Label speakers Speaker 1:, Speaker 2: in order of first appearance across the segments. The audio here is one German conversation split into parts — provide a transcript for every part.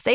Speaker 1: Say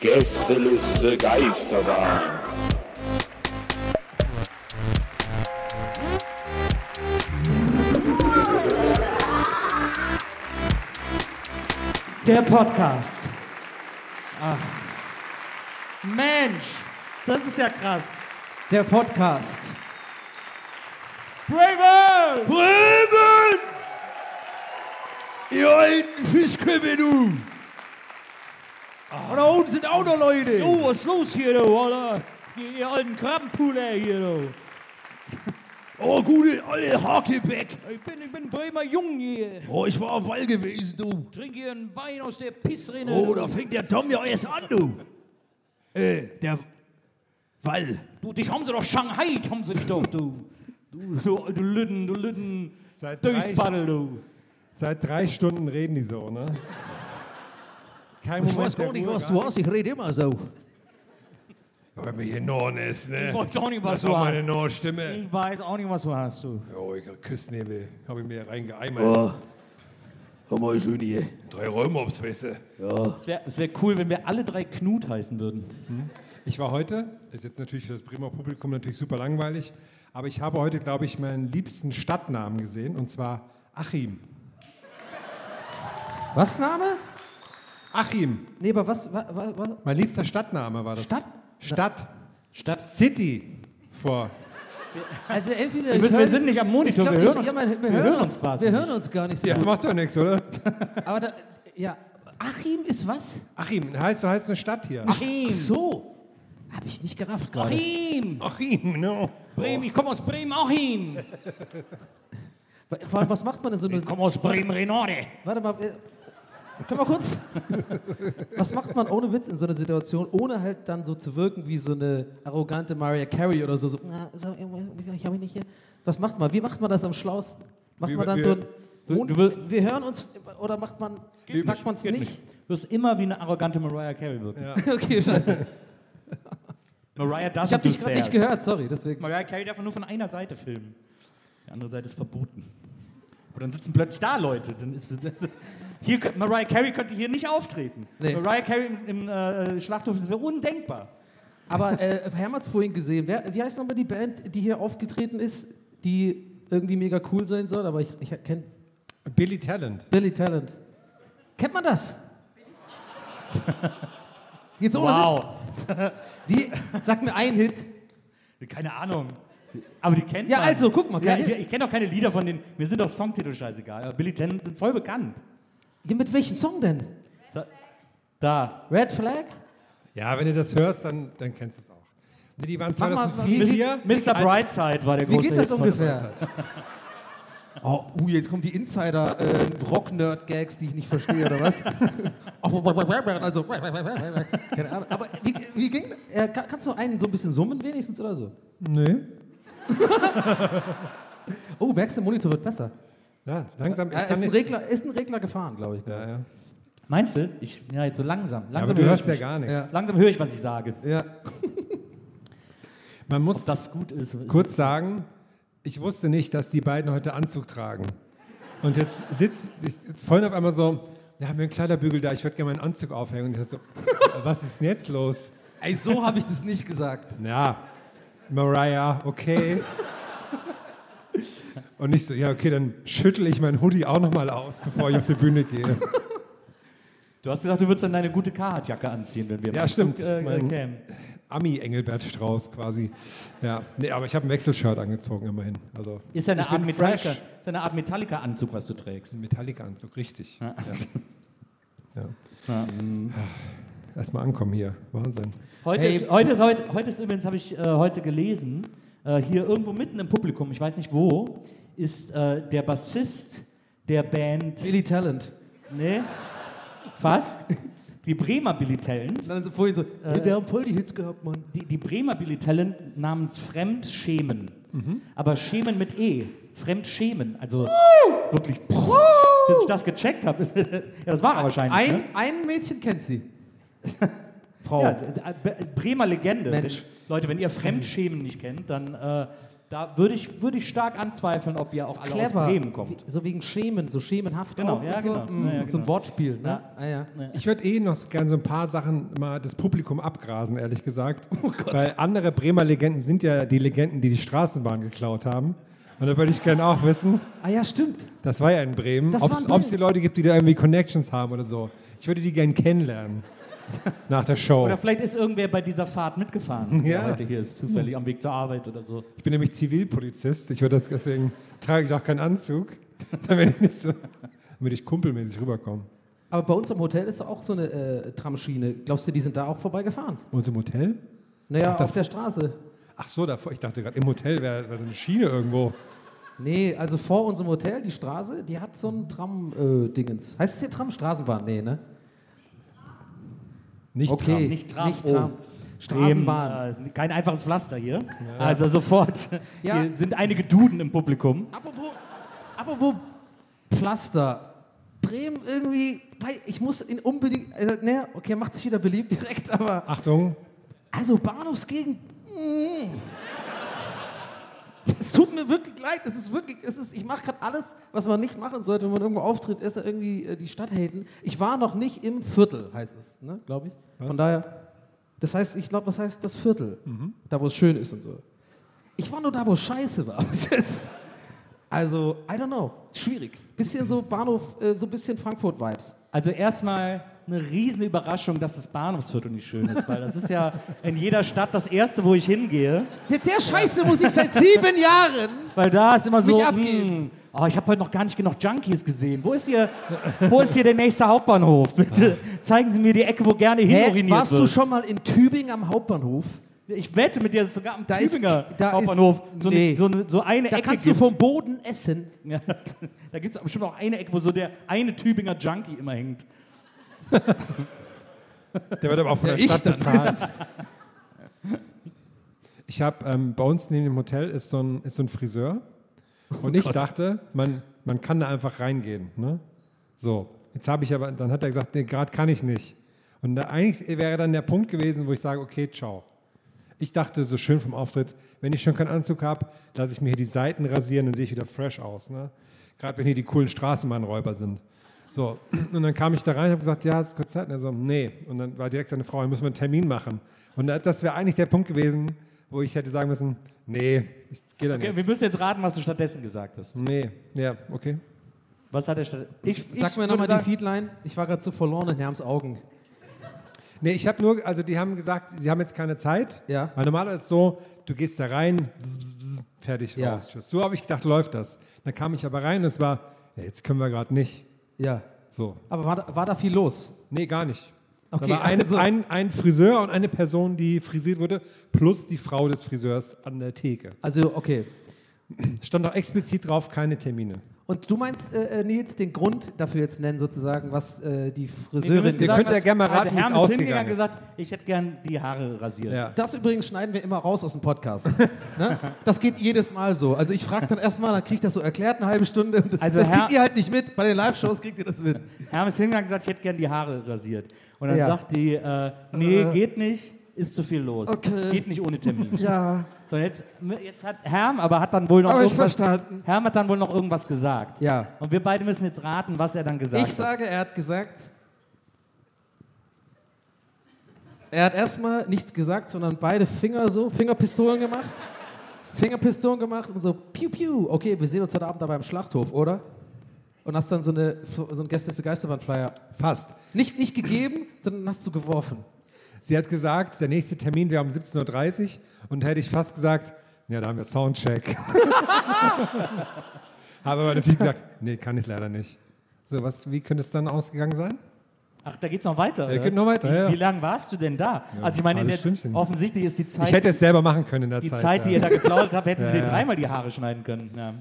Speaker 2: Gästeliste Geisterbahn.
Speaker 3: Der Podcast. Ach. Mensch, das ist ja krass. Der Podcast. Braven!
Speaker 4: Bremen! Ihr alten Fischköppe, du! Und Ah, da unten sind auch noch Leute!
Speaker 3: Oh, was ist los hier, du, Alter? Ihr, ihr alten Krabbenpuler hier, du.
Speaker 4: Oh, gute alte Hakebeck!
Speaker 3: Ich bin, ich bin Bremer Jung hier.
Speaker 4: Oh, ich war am Wall gewesen, du!
Speaker 3: Trink hier einen Wein aus der Pissrinne.
Speaker 4: Oh, da fängt der Tom ja erst an, du! Äh, der Wall.
Speaker 3: du, dich haben sie doch Shanghai, haben sie dich doch, du. Du, du, du Lüden, du Lüden.
Speaker 5: Seit drei
Speaker 3: Dösbaddel, du.
Speaker 5: Seit drei Stunden reden die so, ne? Kein
Speaker 6: Ich weiß gar nicht, was du hast. Ich rede immer so.
Speaker 4: Wenn man hier Norn ist, ne?
Speaker 3: Ich weiß auch nicht, was
Speaker 4: Das ist
Speaker 3: du
Speaker 4: auch meine
Speaker 3: hast.
Speaker 6: Hm?
Speaker 4: Norn-Stimme.
Speaker 3: Ich weiß auch nicht, was du hast, du.
Speaker 4: Oh, ich hab Küssnebel. Hab ich mir reingeeimert.
Speaker 6: Oh, hör mal schön hier.
Speaker 4: Drei Rollmops, weißt du?
Speaker 3: Es wäre wär cool, wenn wir alle drei Knut heißen würden.
Speaker 5: Ich war heute, ist jetzt natürlich für das Bremer Publikum natürlich super langweilig, aber ich habe heute, glaube ich, meinen liebsten Stadtnamen gesehen und zwar Achim.
Speaker 6: Was Name?
Speaker 5: Achim,
Speaker 6: Nee, aber was? wa- wa- wa-
Speaker 5: mein liebster Stadtname war das.
Speaker 6: Stadt?
Speaker 5: Stadt.
Speaker 3: Statt.
Speaker 5: City. Vor.
Speaker 6: Also entweder
Speaker 3: Wir, müssen,
Speaker 6: höre-
Speaker 3: wir sind nicht am
Speaker 6: Ich
Speaker 3: Monitor,
Speaker 6: glaub,
Speaker 3: wir hören uns.
Speaker 6: ich, ja, man, wir, hören uns
Speaker 3: quasi.
Speaker 6: Wir
Speaker 3: nicht.
Speaker 6: hören uns gar nicht so.
Speaker 5: Ja,
Speaker 6: gut.
Speaker 5: macht doch nichts, oder?
Speaker 6: Aber da, ja, Achim ist was?
Speaker 5: Achim, heißt, so heißt eine Stadt hier.
Speaker 6: Ach so. Habe ich nicht gerafft gerade.
Speaker 3: Achim!
Speaker 4: Achim, no.
Speaker 3: Bremen, ich komme aus Bremen, Achim!
Speaker 6: Vor allem, was macht man denn so eine...
Speaker 3: Ich komme aus Bremen, Renate!
Speaker 6: Warte mal. äh, Können wir kurz? Was macht man ohne Witz in so einer Situation, ohne halt dann so zu wirken wie so eine arrogante Mariah Carey oder so? so "Na, so, äh, ich habe mich nicht hier. Was macht man? Wie macht man das am schlausten? Macht
Speaker 5: Wie-
Speaker 6: man dann
Speaker 5: wie-
Speaker 6: so ein.
Speaker 3: Du-
Speaker 6: Mon-
Speaker 3: du will-
Speaker 6: wir hören uns oder macht man. sagt man es
Speaker 3: Geht
Speaker 6: nicht?
Speaker 3: Du wirst immer wie eine arrogante Mariah Carey wirken.
Speaker 6: Okay, scheiße.
Speaker 3: Mariah doesn't
Speaker 6: Ich habe
Speaker 3: do
Speaker 6: dich gerade nicht
Speaker 3: stairs.
Speaker 6: gehört, sorry. Deswegen.
Speaker 3: Mariah Carey darf man nur von einer Seite filmen. Die andere Seite ist verboten. Aber dann sitzen plötzlich da Leute. Dann ist, hier, könnt- Mariah Carey könnte hier nicht auftreten.
Speaker 6: Nee.
Speaker 3: Mariah Carey im, im äh, Schlachthof, das wäre undenkbar.
Speaker 6: Aber äh, Herr hat's vorhin gesehen. Wer, wie heißt nochmal die Band, die hier aufgetreten ist, die irgendwie mega cool sein soll? Aber ich, ich kenne
Speaker 5: Billy Talent.
Speaker 6: Billy Talent. Kennt man das? Jetzt ohne
Speaker 3: Wow.
Speaker 6: Witz. Wie? Sag mir einen Hit.
Speaker 3: Keine Ahnung. Aber die kennt
Speaker 6: Ja,
Speaker 3: man.
Speaker 6: also, guck mal,
Speaker 3: Ja,
Speaker 6: keine-
Speaker 3: ich ich kenne auch keine Lieder von denen. Mir sind doch Songtitel scheißegal. Aber Billy Tennant sind voll bekannt.
Speaker 6: Ja, mit welchem Song denn?
Speaker 3: So, da.
Speaker 6: Red Flag?
Speaker 5: Ja, wenn du das hörst, dann, dann kennst du es auch. Nee, Die waren
Speaker 6: Mach mal-
Speaker 5: 2004
Speaker 6: wie-
Speaker 5: hier.
Speaker 3: Mr.
Speaker 5: als-
Speaker 3: Brightside war der
Speaker 6: Wie
Speaker 3: große
Speaker 6: geht das um
Speaker 3: Hit von-
Speaker 6: ungefähr? Oh, uh, jetzt kommen die Insider-Rock-Nerd-Gags, die ich nicht verstehe, oder was? also, keine Ahnung. Aber wie, wie ging äh, ka- Kannst du einen so ein bisschen summen wenigstens oder so?
Speaker 5: Nö.
Speaker 6: Oh, merkst du, der Monitor wird besser.
Speaker 5: Ja, langsam. Ich
Speaker 6: Äh, ist,
Speaker 5: kann
Speaker 6: ein
Speaker 5: nicht.
Speaker 6: Regler, ist ein Regler gefahren, glaube ich.
Speaker 5: Ja, ja.
Speaker 3: Meinst du? Ich, ja, jetzt so langsam.
Speaker 5: Aber
Speaker 3: langsam
Speaker 5: du
Speaker 3: höre
Speaker 5: hörst
Speaker 3: ich
Speaker 5: ja
Speaker 3: mich.
Speaker 5: gar nichts.
Speaker 3: Langsam höre ich, was ich sage.
Speaker 6: Ja.
Speaker 5: Man muss
Speaker 3: Das gut ist.
Speaker 5: kurz sagen, ich wusste nicht, dass die beiden heute Anzug tragen. Und jetzt sitzt ich, vorhin auf einmal so, da haben wir einen Kleiderbügel da, ich würde gerne meinen Anzug aufhängen. Und ich dachte so, was ist denn jetzt los?
Speaker 6: Ey, so habe ich das nicht gesagt.
Speaker 5: Na, Mariah, okay. Und ich so, ja, okay, dann schüttle ich meinen Hoodie auch nochmal aus, bevor ich auf die Bühne gehe.
Speaker 3: Du hast gesagt, du würdest dann deine gute Carhartt-Jacke anziehen, wenn wir im
Speaker 5: Ja,
Speaker 3: Anzug,
Speaker 5: stimmt.
Speaker 3: Äh,
Speaker 5: Mein-
Speaker 3: kämen.
Speaker 5: Ami Engelbert Strauß quasi. Ja, nee, aber ich habe ein Wechselshirt angezogen immerhin. Also
Speaker 3: Ist ja eine
Speaker 5: ich
Speaker 3: Art
Speaker 5: bin
Speaker 3: Metallica,
Speaker 5: fresh.
Speaker 3: ist ja eine Art Metallica-Anzug, was du trägst.
Speaker 5: Ein Metallica-Anzug, richtig. Ja. Ja. Erstmal ankommen hier. Wahnsinn.
Speaker 3: Heute,
Speaker 7: Hey.
Speaker 3: ist, heute, ist, heute, heute ist übrigens, habe ich äh, heute gelesen, äh, hier irgendwo mitten im Publikum, ich weiß nicht wo, ist äh, der Bassist der Band,
Speaker 7: Billy Talent.
Speaker 3: ne, fast, die Bremer Billy Talent,
Speaker 7: Dann
Speaker 6: also
Speaker 7: so vorhin so,
Speaker 6: äh,
Speaker 7: hey, wir haben voll die Hits gehabt, Mann.
Speaker 3: die, die Bremer Billy Talent namens Fremdschämen, aber Schämen mit E, Fremdschämen, also wirklich, bis ich das gecheckt habe, ist- ja, das war er wahrscheinlich, ne?
Speaker 7: Ein, ein Mädchen kennt sie. Frau.
Speaker 3: Ja, äh, Be- Bremer Legende.
Speaker 7: Mensch.
Speaker 3: Wenn, Leute, wenn ihr Fremdschämen nicht kennt, dann äh, da würde ich, würde ich stark anzweifeln, ob ihr auch alle aus Bremen kommt.
Speaker 7: Wie- So wegen Schämen, so schemenhaft.
Speaker 3: Genau,
Speaker 7: auch
Speaker 3: ja,
Speaker 7: und so.
Speaker 3: genau.
Speaker 7: Mm,
Speaker 3: Ja, ja,
Speaker 7: So ein
Speaker 3: genau.
Speaker 7: Wortspiel, ne?
Speaker 3: Ja.
Speaker 7: Ah, ja.
Speaker 5: Ich würde eh noch gerne so ein paar Sachen mal das Publikum abgrasen, ehrlich gesagt. Weil andere Bremer Legenden sind ja die Legenden, die die Straßenbahn geklaut haben. Und da würde ich gerne auch wissen,
Speaker 7: ah ja, stimmt.
Speaker 5: das war ja in Bremen,
Speaker 7: Das war in
Speaker 5: ob es die
Speaker 7: Bremen.
Speaker 5: Leute gibt, die da irgendwie Connections haben oder so. Ich würde die gerne kennenlernen. Nach der Show.
Speaker 3: Oder vielleicht ist irgendwer bei dieser Fahrt mitgefahren, der
Speaker 5: Ja.
Speaker 3: heute hier ist, zufällig am Weg zur Arbeit oder so.
Speaker 5: Ich bin nämlich Zivilpolizist. Ich würde das deswegen trage ich auch keinen Anzug, damit ich nicht so, damit ich kumpelmäßig rüberkomme.
Speaker 7: Aber bei uns im Hotel ist auch so eine äh, Tramschiene. Glaubst du, die sind da auch vorbeigefahren?
Speaker 5: Und im Hotel?
Speaker 7: Naja, auf der Straße.
Speaker 5: Ach so, davor. Ich dachte gerade, im Hotel wäre wär so eine Schiene irgendwo.
Speaker 7: Nee, also vor unserem Hotel, die Straße, die hat so ein Tram-Dingens. heißt es hier Tram? Straßenbahn? Nee, ne?
Speaker 5: Nicht
Speaker 7: okay,
Speaker 5: Tram.
Speaker 7: nicht Tram.
Speaker 3: Oh.
Speaker 7: Straßenbahn.
Speaker 3: Bremen, äh, kein einfaches Pflaster hier. Also sofort.
Speaker 7: Ja.
Speaker 3: Hier sind einige Duden im Publikum.
Speaker 7: Apropos, apropos Pflaster. Bremen irgendwie, wei- ich muss ihn unbedingt, also, ne, okay, macht sich wieder beliebt direkt, aber
Speaker 5: Achtung,
Speaker 7: also Bahnhofsgegend. mm. Es tut mir wirklich leid, es ist wirklich, es ist, ich mache gerade alles, was man nicht machen sollte, wenn man irgendwo auftritt, ist irgendwie äh, die Stadt haten. Ich war noch nicht im Viertel, heißt es, ne, glaube ich. Von daher, das heißt, ich glaube, das heißt das Viertel, da wo es schön ist und so. Ich war nur da, wo es scheiße war. bis jetzt. Also, I don't know. Schwierig. Bisschen so Bahnhof, äh, so ein bisschen Frankfurt-Vibes.
Speaker 3: Also erstmal eine riesen Überraschung, dass das Bahnhofsviertel nicht schön ist, weil das ist ja in jeder Stadt das Erste, wo ich hingehe.
Speaker 7: Mit der Scheiße muss ich seit sieben Jahren.
Speaker 3: Weil da ist immer so,
Speaker 7: Mich abgeben.
Speaker 3: hm, oh, ich habe heute noch gar nicht genug Junkies gesehen. Wo ist hier, wo ist hier der nächste Hauptbahnhof? Bitte zeigen Sie mir die Ecke, wo gerne hinuriniert
Speaker 7: warst du
Speaker 3: wird.
Speaker 7: schon mal in Tübingen am Hauptbahnhof?
Speaker 3: Ich wette mit dir, dass es sogar am
Speaker 7: Da ist-
Speaker 3: Tübinger
Speaker 7: da ist-
Speaker 3: Hauptbahnhof so, eine-
Speaker 7: nee.
Speaker 3: so, eine, so eine
Speaker 7: Da
Speaker 3: Ecke
Speaker 7: kannst du
Speaker 3: gibt.
Speaker 7: vom Boden essen.
Speaker 3: ja, da gibt es bestimmt auch eine Ecke, wo so der eine Tübinger Junkie immer hängt.
Speaker 5: der wird aber auch von der Stadt bezahlt. Ich habe ähm, bei uns neben dem Hotel ist so ein, ist so ein Friseur und ich dachte, man, man kann da einfach reingehen. Ne? So, jetzt habe ich aber, dann hat er gesagt, nee, gerade kann ich nicht. Und da, eigentlich wäre dann der Punkt gewesen, wo ich sage, okay, ciao. Ich dachte so schön vom Auftritt, wenn ich schon keinen Anzug habe, lasse ich mir hier die Seiten rasieren, dann sehe ich wieder fresh aus. Ne? Gerade wenn hier die coolen Straßenbahnräuber sind. So, und dann kam ich da rein und habe gesagt, ja, hast du kurz Zeit? Und er so, nee. Und dann war direkt seine Frau, dann müssen wir einen Termin machen. Und da- das wäre eigentlich der Punkt gewesen, wo ich hätte sagen müssen, nee, ich gehe dann
Speaker 3: Okay, wir
Speaker 5: jetzt.
Speaker 3: müssen jetzt raten, was du stattdessen gesagt hast.
Speaker 5: Nee, ja, okay.
Speaker 3: Was hat er stattdessen? Ich,
Speaker 7: Sag mir
Speaker 3: würde
Speaker 7: nochmal
Speaker 3: sagen-
Speaker 7: die Feedline. Ich war gerade so verloren in Herms Augen.
Speaker 5: Nee, ich habe nur, also die haben gesagt, sie haben jetzt keine Zeit.
Speaker 7: Ja.
Speaker 5: Weil normalerweise ist es so, du gehst da rein, bzz, bzz, bzz, fertig,
Speaker 7: Ja.
Speaker 5: raus, tschüss. So habe ich gedacht, läuft das. Dann kam ich aber rein und es war, ja, jetzt können wir gerade nicht.
Speaker 7: Ja.
Speaker 5: So,
Speaker 7: Aber war da, war da viel los?
Speaker 5: nee, gar nicht.
Speaker 7: Okay,
Speaker 5: da war ein,
Speaker 7: also-
Speaker 5: ein, ein Friseur und eine Person, die frisiert wurde, plus die Frau des Friseurs an der Theke.
Speaker 7: Also, okay.
Speaker 5: Stand auch explizit drauf, keine Termine.
Speaker 7: Und du meinst, äh, äh, Nils, den Grund dafür jetzt nennen, sozusagen, was äh, die
Speaker 3: wir
Speaker 7: Friseurin.
Speaker 3: müssen
Speaker 5: Ihr
Speaker 3: sagen,
Speaker 5: könnt ja
Speaker 3: was-
Speaker 5: gerne mal raten,
Speaker 3: also
Speaker 5: wie es
Speaker 3: Hermes
Speaker 5: ausgegangen
Speaker 3: hingegangen
Speaker 5: ist.
Speaker 3: gesagt, ich hätte gern die Haare rasiert.
Speaker 5: Ja.
Speaker 7: das übrigens schneiden wir immer raus aus dem Podcast. ne? Das geht jedes Mal so. Also ich frage dann erstmal, dann kriege ich das so erklärt eine halbe Stunde. Und
Speaker 3: Also
Speaker 7: das
Speaker 3: Herr-
Speaker 7: kriegt ihr halt nicht mit. Bei den Live-Shows kriegt ihr das mit.
Speaker 3: Hermes hingegangen und gesagt, ich hätte gern die Haare rasiert. Und dann
Speaker 7: Ja.
Speaker 3: sagt die, äh, nee, geht nicht, ist zu viel los.
Speaker 7: Okay.
Speaker 3: Geht nicht ohne Termin.
Speaker 7: Ja.
Speaker 3: So, jetzt, jetzt hat Herm, aber hat dann wohl noch
Speaker 7: Aber ich
Speaker 3: irgendwas.
Speaker 7: verstanden.
Speaker 3: Herm hat dann wohl noch irgendwas gesagt.
Speaker 7: Ja.
Speaker 3: Und wir beide müssen jetzt raten, was er dann gesagt
Speaker 7: Ich
Speaker 3: hat.
Speaker 7: sage, er hat gesagt. Er hat erstmal nichts gesagt, sondern beide Finger so, Fingerpistolen gemacht. Fingerpistolen gemacht und so, piu, piu. Okay, wir sehen uns heute Abend da beim Schlachthof, oder?
Speaker 8: und hast dann so, eine, so einen Gäste geisterbahn flyer
Speaker 5: Fast.
Speaker 8: nicht, nicht gegeben, sondern hast du geworfen.
Speaker 5: Sie hat gesagt, der nächste Termin wäre um 17.30 Uhr und hätte ich fast gesagt, ja, da haben wir Soundcheck. Habe aber natürlich gesagt, nee, kann ich leider nicht. So, was, wie könnte es dann ausgegangen sein?
Speaker 3: Ach, da geht's noch weiter. oder
Speaker 5: geht
Speaker 3: was?
Speaker 5: noch weiter,
Speaker 3: Wie,
Speaker 5: ja, ja.
Speaker 3: wie lange warst du denn da? also ich meine, in
Speaker 5: halbes
Speaker 3: der,
Speaker 5: Stündchen.
Speaker 3: offensichtlich ist die Zeit,
Speaker 5: Ich hätte es selber machen können in der
Speaker 3: die
Speaker 5: Zeit.
Speaker 3: Zeit,
Speaker 5: ja.
Speaker 3: die ihr da geplaudert habt, hätten sie dir dreimal die Haare schneiden können. Ja.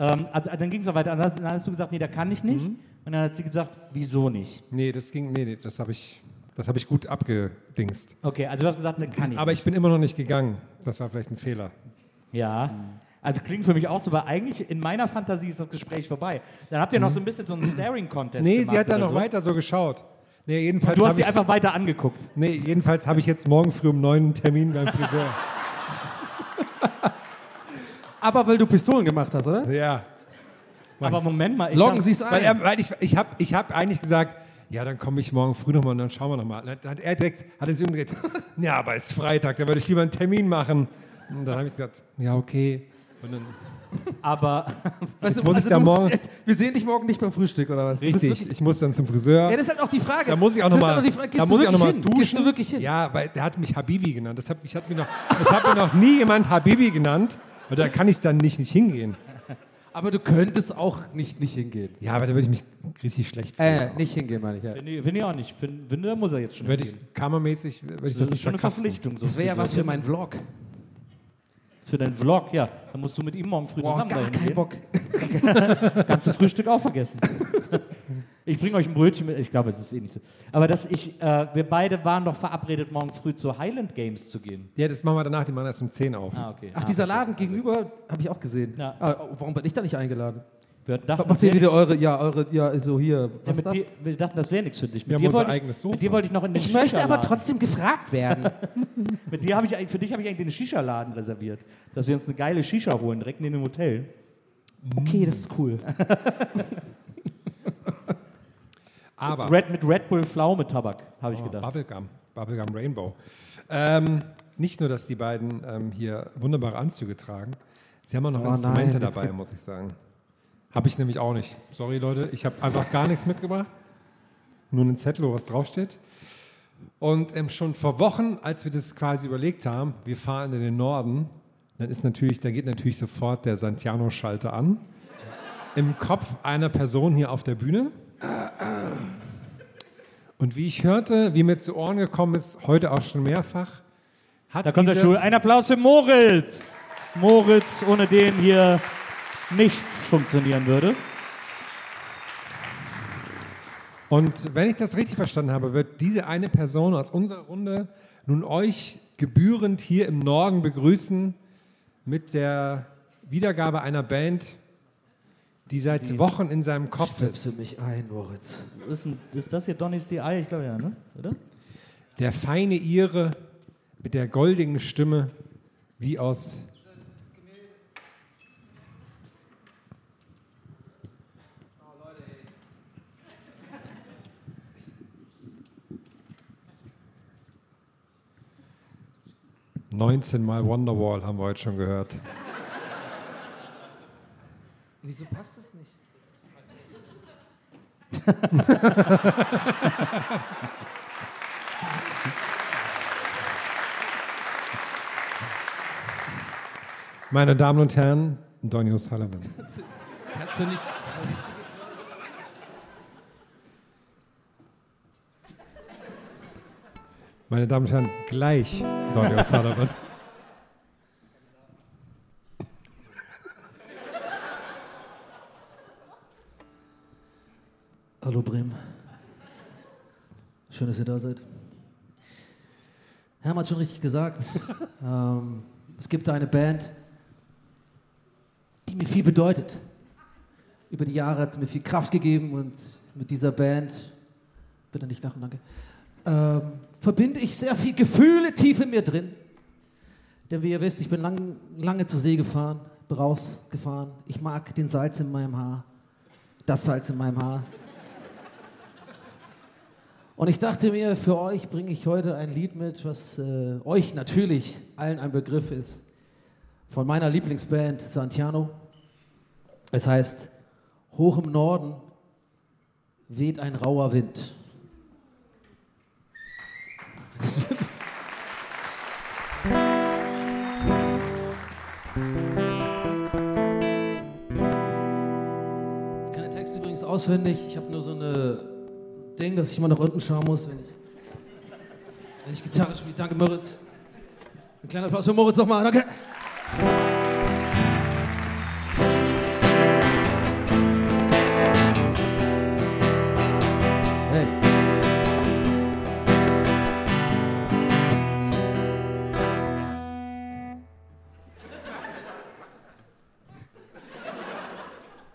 Speaker 3: Ähm, also, dann ging es noch weiter. Dann hast, dann hast du gesagt, nee, da kann ich nicht.
Speaker 5: Mhm.
Speaker 3: Und dann hat sie gesagt, wieso nicht?
Speaker 5: Nee, das ging, nee, nee, das habe ich, das habe ich gut abgedingst.
Speaker 3: Okay, also du hast gesagt, dann kann ich.
Speaker 5: Aber ich bin immer noch nicht gegangen. Das war vielleicht ein Fehler.
Speaker 3: Ja.
Speaker 5: Mhm.
Speaker 3: Also klingt für mich auch so, weil eigentlich in meiner Fantasie ist das Gespräch vorbei. Dann habt ihr noch so ein bisschen so einen Staring-Contest
Speaker 5: Mhm. Nee,
Speaker 3: gemacht
Speaker 5: sie hat dann
Speaker 3: oder
Speaker 5: noch
Speaker 3: so.
Speaker 5: weiter so geschaut. Nee, jedenfalls
Speaker 3: Du hast
Speaker 5: hab
Speaker 3: sie
Speaker 5: ich,
Speaker 3: einfach weiter angeguckt.
Speaker 5: nee, jedenfalls habe ich jetzt morgen früh um neun einen Termin beim Friseur.
Speaker 8: Aber weil du Pistolen gemacht hast, oder?
Speaker 5: ja.
Speaker 3: Aber Moment mal. Ich
Speaker 8: Loggen
Speaker 3: dachte-
Speaker 8: Sie es ein.
Speaker 5: Weil, er, weil ich, ich habe ich hab eigentlich gesagt, ja, dann komme ich morgen früh nochmal und dann schauen wir nochmal. Dann hat er direkt, hat er sich umgedreht. Ja, aber es ist Freitag, da würde ich lieber einen Termin machen. Und dann habe ich gesagt, ja, okay. Und dann,
Speaker 3: Aber
Speaker 8: Weißt du, also
Speaker 5: muss ich da
Speaker 8: du musst
Speaker 5: morgen-
Speaker 8: jetzt- wir sehen dich morgen nicht beim Frühstück, oder was? Du bist
Speaker 5: richtig,
Speaker 8: wirklich-
Speaker 5: ich muss dann zum
Speaker 8: Ja,
Speaker 5: Friseur.
Speaker 8: das ist halt auch die Frage.
Speaker 5: Da muss ich auch
Speaker 8: Das ist
Speaker 5: nochmal
Speaker 8: halt auch die Frage, gehst
Speaker 5: da
Speaker 8: du
Speaker 5: muss ich auch noch
Speaker 8: wirklich
Speaker 5: mal
Speaker 8: hin?
Speaker 5: duschen.
Speaker 8: Gehst du wirklich hin?
Speaker 5: Ja, weil der hat mich Habibi genannt. Das hat, ich hat mir noch, das hat mir noch nie jemand Habibi genannt. Und da kann ich dann nicht, nicht hingehen.
Speaker 8: Aber du könntest auch nicht, nicht hingehen.
Speaker 5: Ja, aber da würde ich mich richtig schlecht fühlen.
Speaker 8: Äh, nicht hingehen, meine ich. Ja.
Speaker 3: finde find ich auch nicht. Finde, find, da muss er jetzt schon
Speaker 5: Würde
Speaker 3: hingehen.
Speaker 5: ich kammermäßig würde ich
Speaker 3: Das
Speaker 5: das
Speaker 3: ist
Speaker 5: nicht
Speaker 3: schon eine
Speaker 5: verkraften.
Speaker 3: Verpflichtung.
Speaker 8: Das wäre ja was für meinen Vlog.
Speaker 3: Für deinen Vlog, ja. Dann musst du mit ihm morgen früh
Speaker 8: Boah,
Speaker 3: zusammen
Speaker 8: gar
Speaker 3: dahin
Speaker 8: keinen
Speaker 3: gehen.
Speaker 8: Bock.
Speaker 3: Kannst du Frühstück auch vergessen. ich bringe euch ein Brötchen mit. Ich glaube, es ist eh nicht so. Aber dass ich, äh, wir beide waren doch verabredet, morgen früh zu Highland Games zu gehen.
Speaker 5: Ja, das machen wir danach, die machen erst um 10 auf.
Speaker 3: Ah, okay.
Speaker 8: Ach, dieser Laden gegenüber habe ich auch gesehen.
Speaker 3: Ja.
Speaker 8: Ah, warum bin ich da nicht eingeladen?
Speaker 3: wir dachten,
Speaker 8: Macht
Speaker 3: das wär
Speaker 8: ihr wieder
Speaker 3: nix-
Speaker 8: eure, ja, eure, ja, so hier.
Speaker 3: ja,
Speaker 8: Was ist
Speaker 3: mit
Speaker 8: das?
Speaker 3: dir, wir dachten, das wäre nichts für dich. Mit,
Speaker 5: haben
Speaker 3: dir
Speaker 5: unser
Speaker 3: wollte
Speaker 5: eigenes
Speaker 3: ich,
Speaker 5: Sofa.
Speaker 3: mit dir wollte ich noch in den
Speaker 8: Ich möchte aber
Speaker 3: Shisha-Laden.
Speaker 8: trotzdem gefragt werden.
Speaker 3: Mit dir habe ich eigentlich- für dich habe ich eigentlich den Shisha-Laden reserviert, dass wir uns eine geile Shisha holen, direkt neben dem Hotel.
Speaker 8: okay, das ist cool.
Speaker 5: Aber
Speaker 3: Red mit Red Bull Pflaume Tabak, habe
Speaker 8: Oh,
Speaker 3: ich gedacht.
Speaker 5: Oh, Bubblegum, Bubblegum Rainbow. Ähm, nicht nur, dass die beiden ähm, hier wunderbare Anzüge tragen, sie haben auch noch
Speaker 8: Oh
Speaker 5: Instrumente
Speaker 8: nein, das
Speaker 5: dabei, muss ich sagen. Habe ich nämlich auch nicht. Sorry, Leute, ich habe einfach gar nichts mitgebracht. Nur einen Zettel, wo was draufsteht. Und ähm, schon vor Wochen, als wir das quasi überlegt haben, wir fahren in den Norden, dann ist natürlich, da geht natürlich sofort der Santiano-Schalter an. Im Kopf einer Person hier auf der Bühne. Und wie ich hörte, wie mir zu Ohren gekommen ist, heute auch schon mehrfach, hat
Speaker 3: Da kommt der
Speaker 5: diese-
Speaker 3: Schul. Ein Applaus für Moritz. Moritz, ohne den hier nichts funktionieren würde.
Speaker 5: Und wenn ich das richtig verstanden habe, wird diese eine Person aus unserer Runde nun euch gebührend hier im Norden begrüßen mit der Wiedergabe einer Band, die seit Wochen in seinem Kopf ist.
Speaker 8: mich ein, Moritz.
Speaker 3: Ist, ein, ist das hier Donny's DI? Ich glaube ja, ne? Oder?
Speaker 5: Der feine Ire mit der goldigen Stimme, wie aus. ...19 Mal Wonderwall haben wir heute schon gehört.
Speaker 8: Wieso passt das nicht?
Speaker 5: Meine Damen und Herren, Donny O'Sullivan.
Speaker 8: Kannst du nicht.
Speaker 5: Meine Damen und Herren, gleich Donny O'Sullivan.
Speaker 7: Hallo Bremen. Schön, dass ihr da seid. Herm hat schon richtig gesagt, ähm, es gibt da eine Band, die mir viel bedeutet. Über die Jahre hat es mir viel Kraft gegeben und mit dieser Band, bitte nicht lachen, danke, ähm, verbinde ich sehr viel Gefühle tief in mir drin. Denn wie ihr wisst, ich bin lang, lange zur See gefahren, rausgefahren. Ich mag den Salz in meinem Haar, das Salz in meinem Haar. Und ich dachte mir, für euch bringe ich heute ein Lied mit, was äh, euch natürlich allen ein Begriff ist. Von meiner Lieblingsband Santiano. Es heißt
Speaker 9: Hoch im Norden weht ein rauer Wind. Ich kann den Text übrigens auswendig. Ich habe nur so eine Ding, dass ich immer nach unten schauen muss, wenn ich, wenn ich Gitarre spiele. Danke, Moritz. Ein kleiner Applaus für Moritz nochmal. Danke. Hey.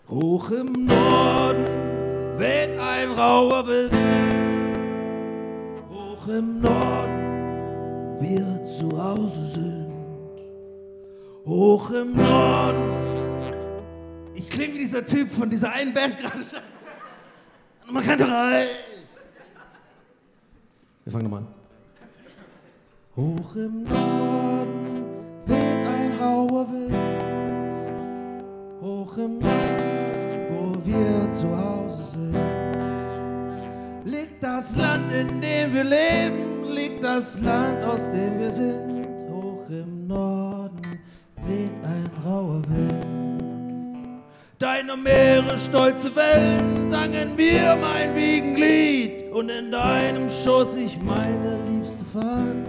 Speaker 9: Hoch im Norden weht ein rauer Wind. Hoch im Norden wir zu Hause sind. Hoch im Norden.
Speaker 7: Ich klinge wie dieser Typ von dieser einen Band gerade schon. Man kann doch rein.
Speaker 9: Wir fangen nochmal an.
Speaker 7: Hoch im Norden weht ein rauer Wind. Hoch im Norden, wo wir zu Hause sind, liegt das Land, in dem wir leben, liegt das Land, aus dem wir sind. Hoch im Norden weht ein rauer Wind. Deine Meere stolze Wellen sangen mir mein Wiegenlied und in deinem Schoß ich meine Liebste fand.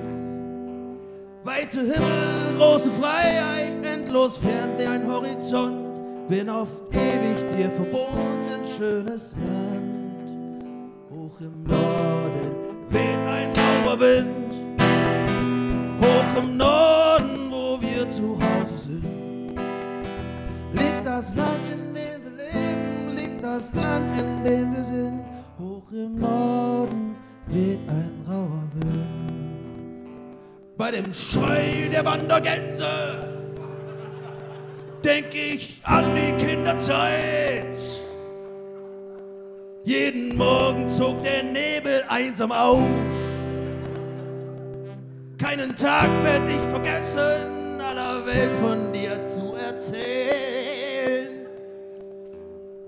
Speaker 7: Weite Himmel, große Freiheit, endlos fern wie ein Horizont. Bin auf ewig dir verbunden, schönes Land. Hoch im Norden weht ein lauer Wind. Hoch im Norden, wo wir zu Hause sind, liegt das Land, in dem wir leben, liegt das Land, in dem wir sind. Hoch im Norden weht ein rauer Wind bei dem Schrei der Wandergänse denk ich an die Kinderzeit. Jeden Morgen zog der Nebel einsam auf. Keinen Tag werd ich vergessen, aller Welt von dir zu erzählen.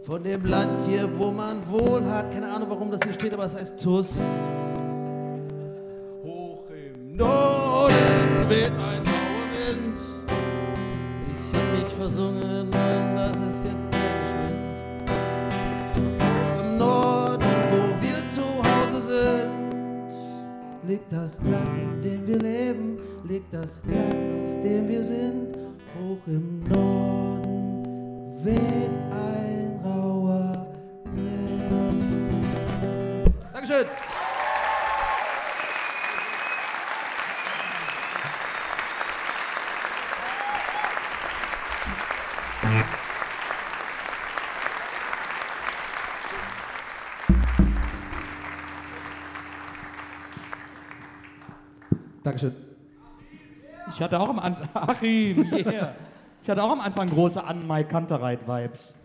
Speaker 7: Von dem Land hier, wo man wohl hat, keine Ahnung warum das hier steht, aber es heißt Tuss. Hoch im Norden weht ein lauer Wind.
Speaker 9: Ich hab mich versungen, nein, das ist jetzt sehr
Speaker 7: Im Norden, wo wir zu Hause sind, liegt das Land, in dem wir leben, liegt das Land, aus dem wir sind. Hoch im Norden weht ein rauer Wind. Dankeschön.
Speaker 9: Dankeschön.
Speaker 6: Ich hatte auch am Anfang. Achim, yeah. Ich hatte auch am Anfang große Anmai Kantereit-Vibes.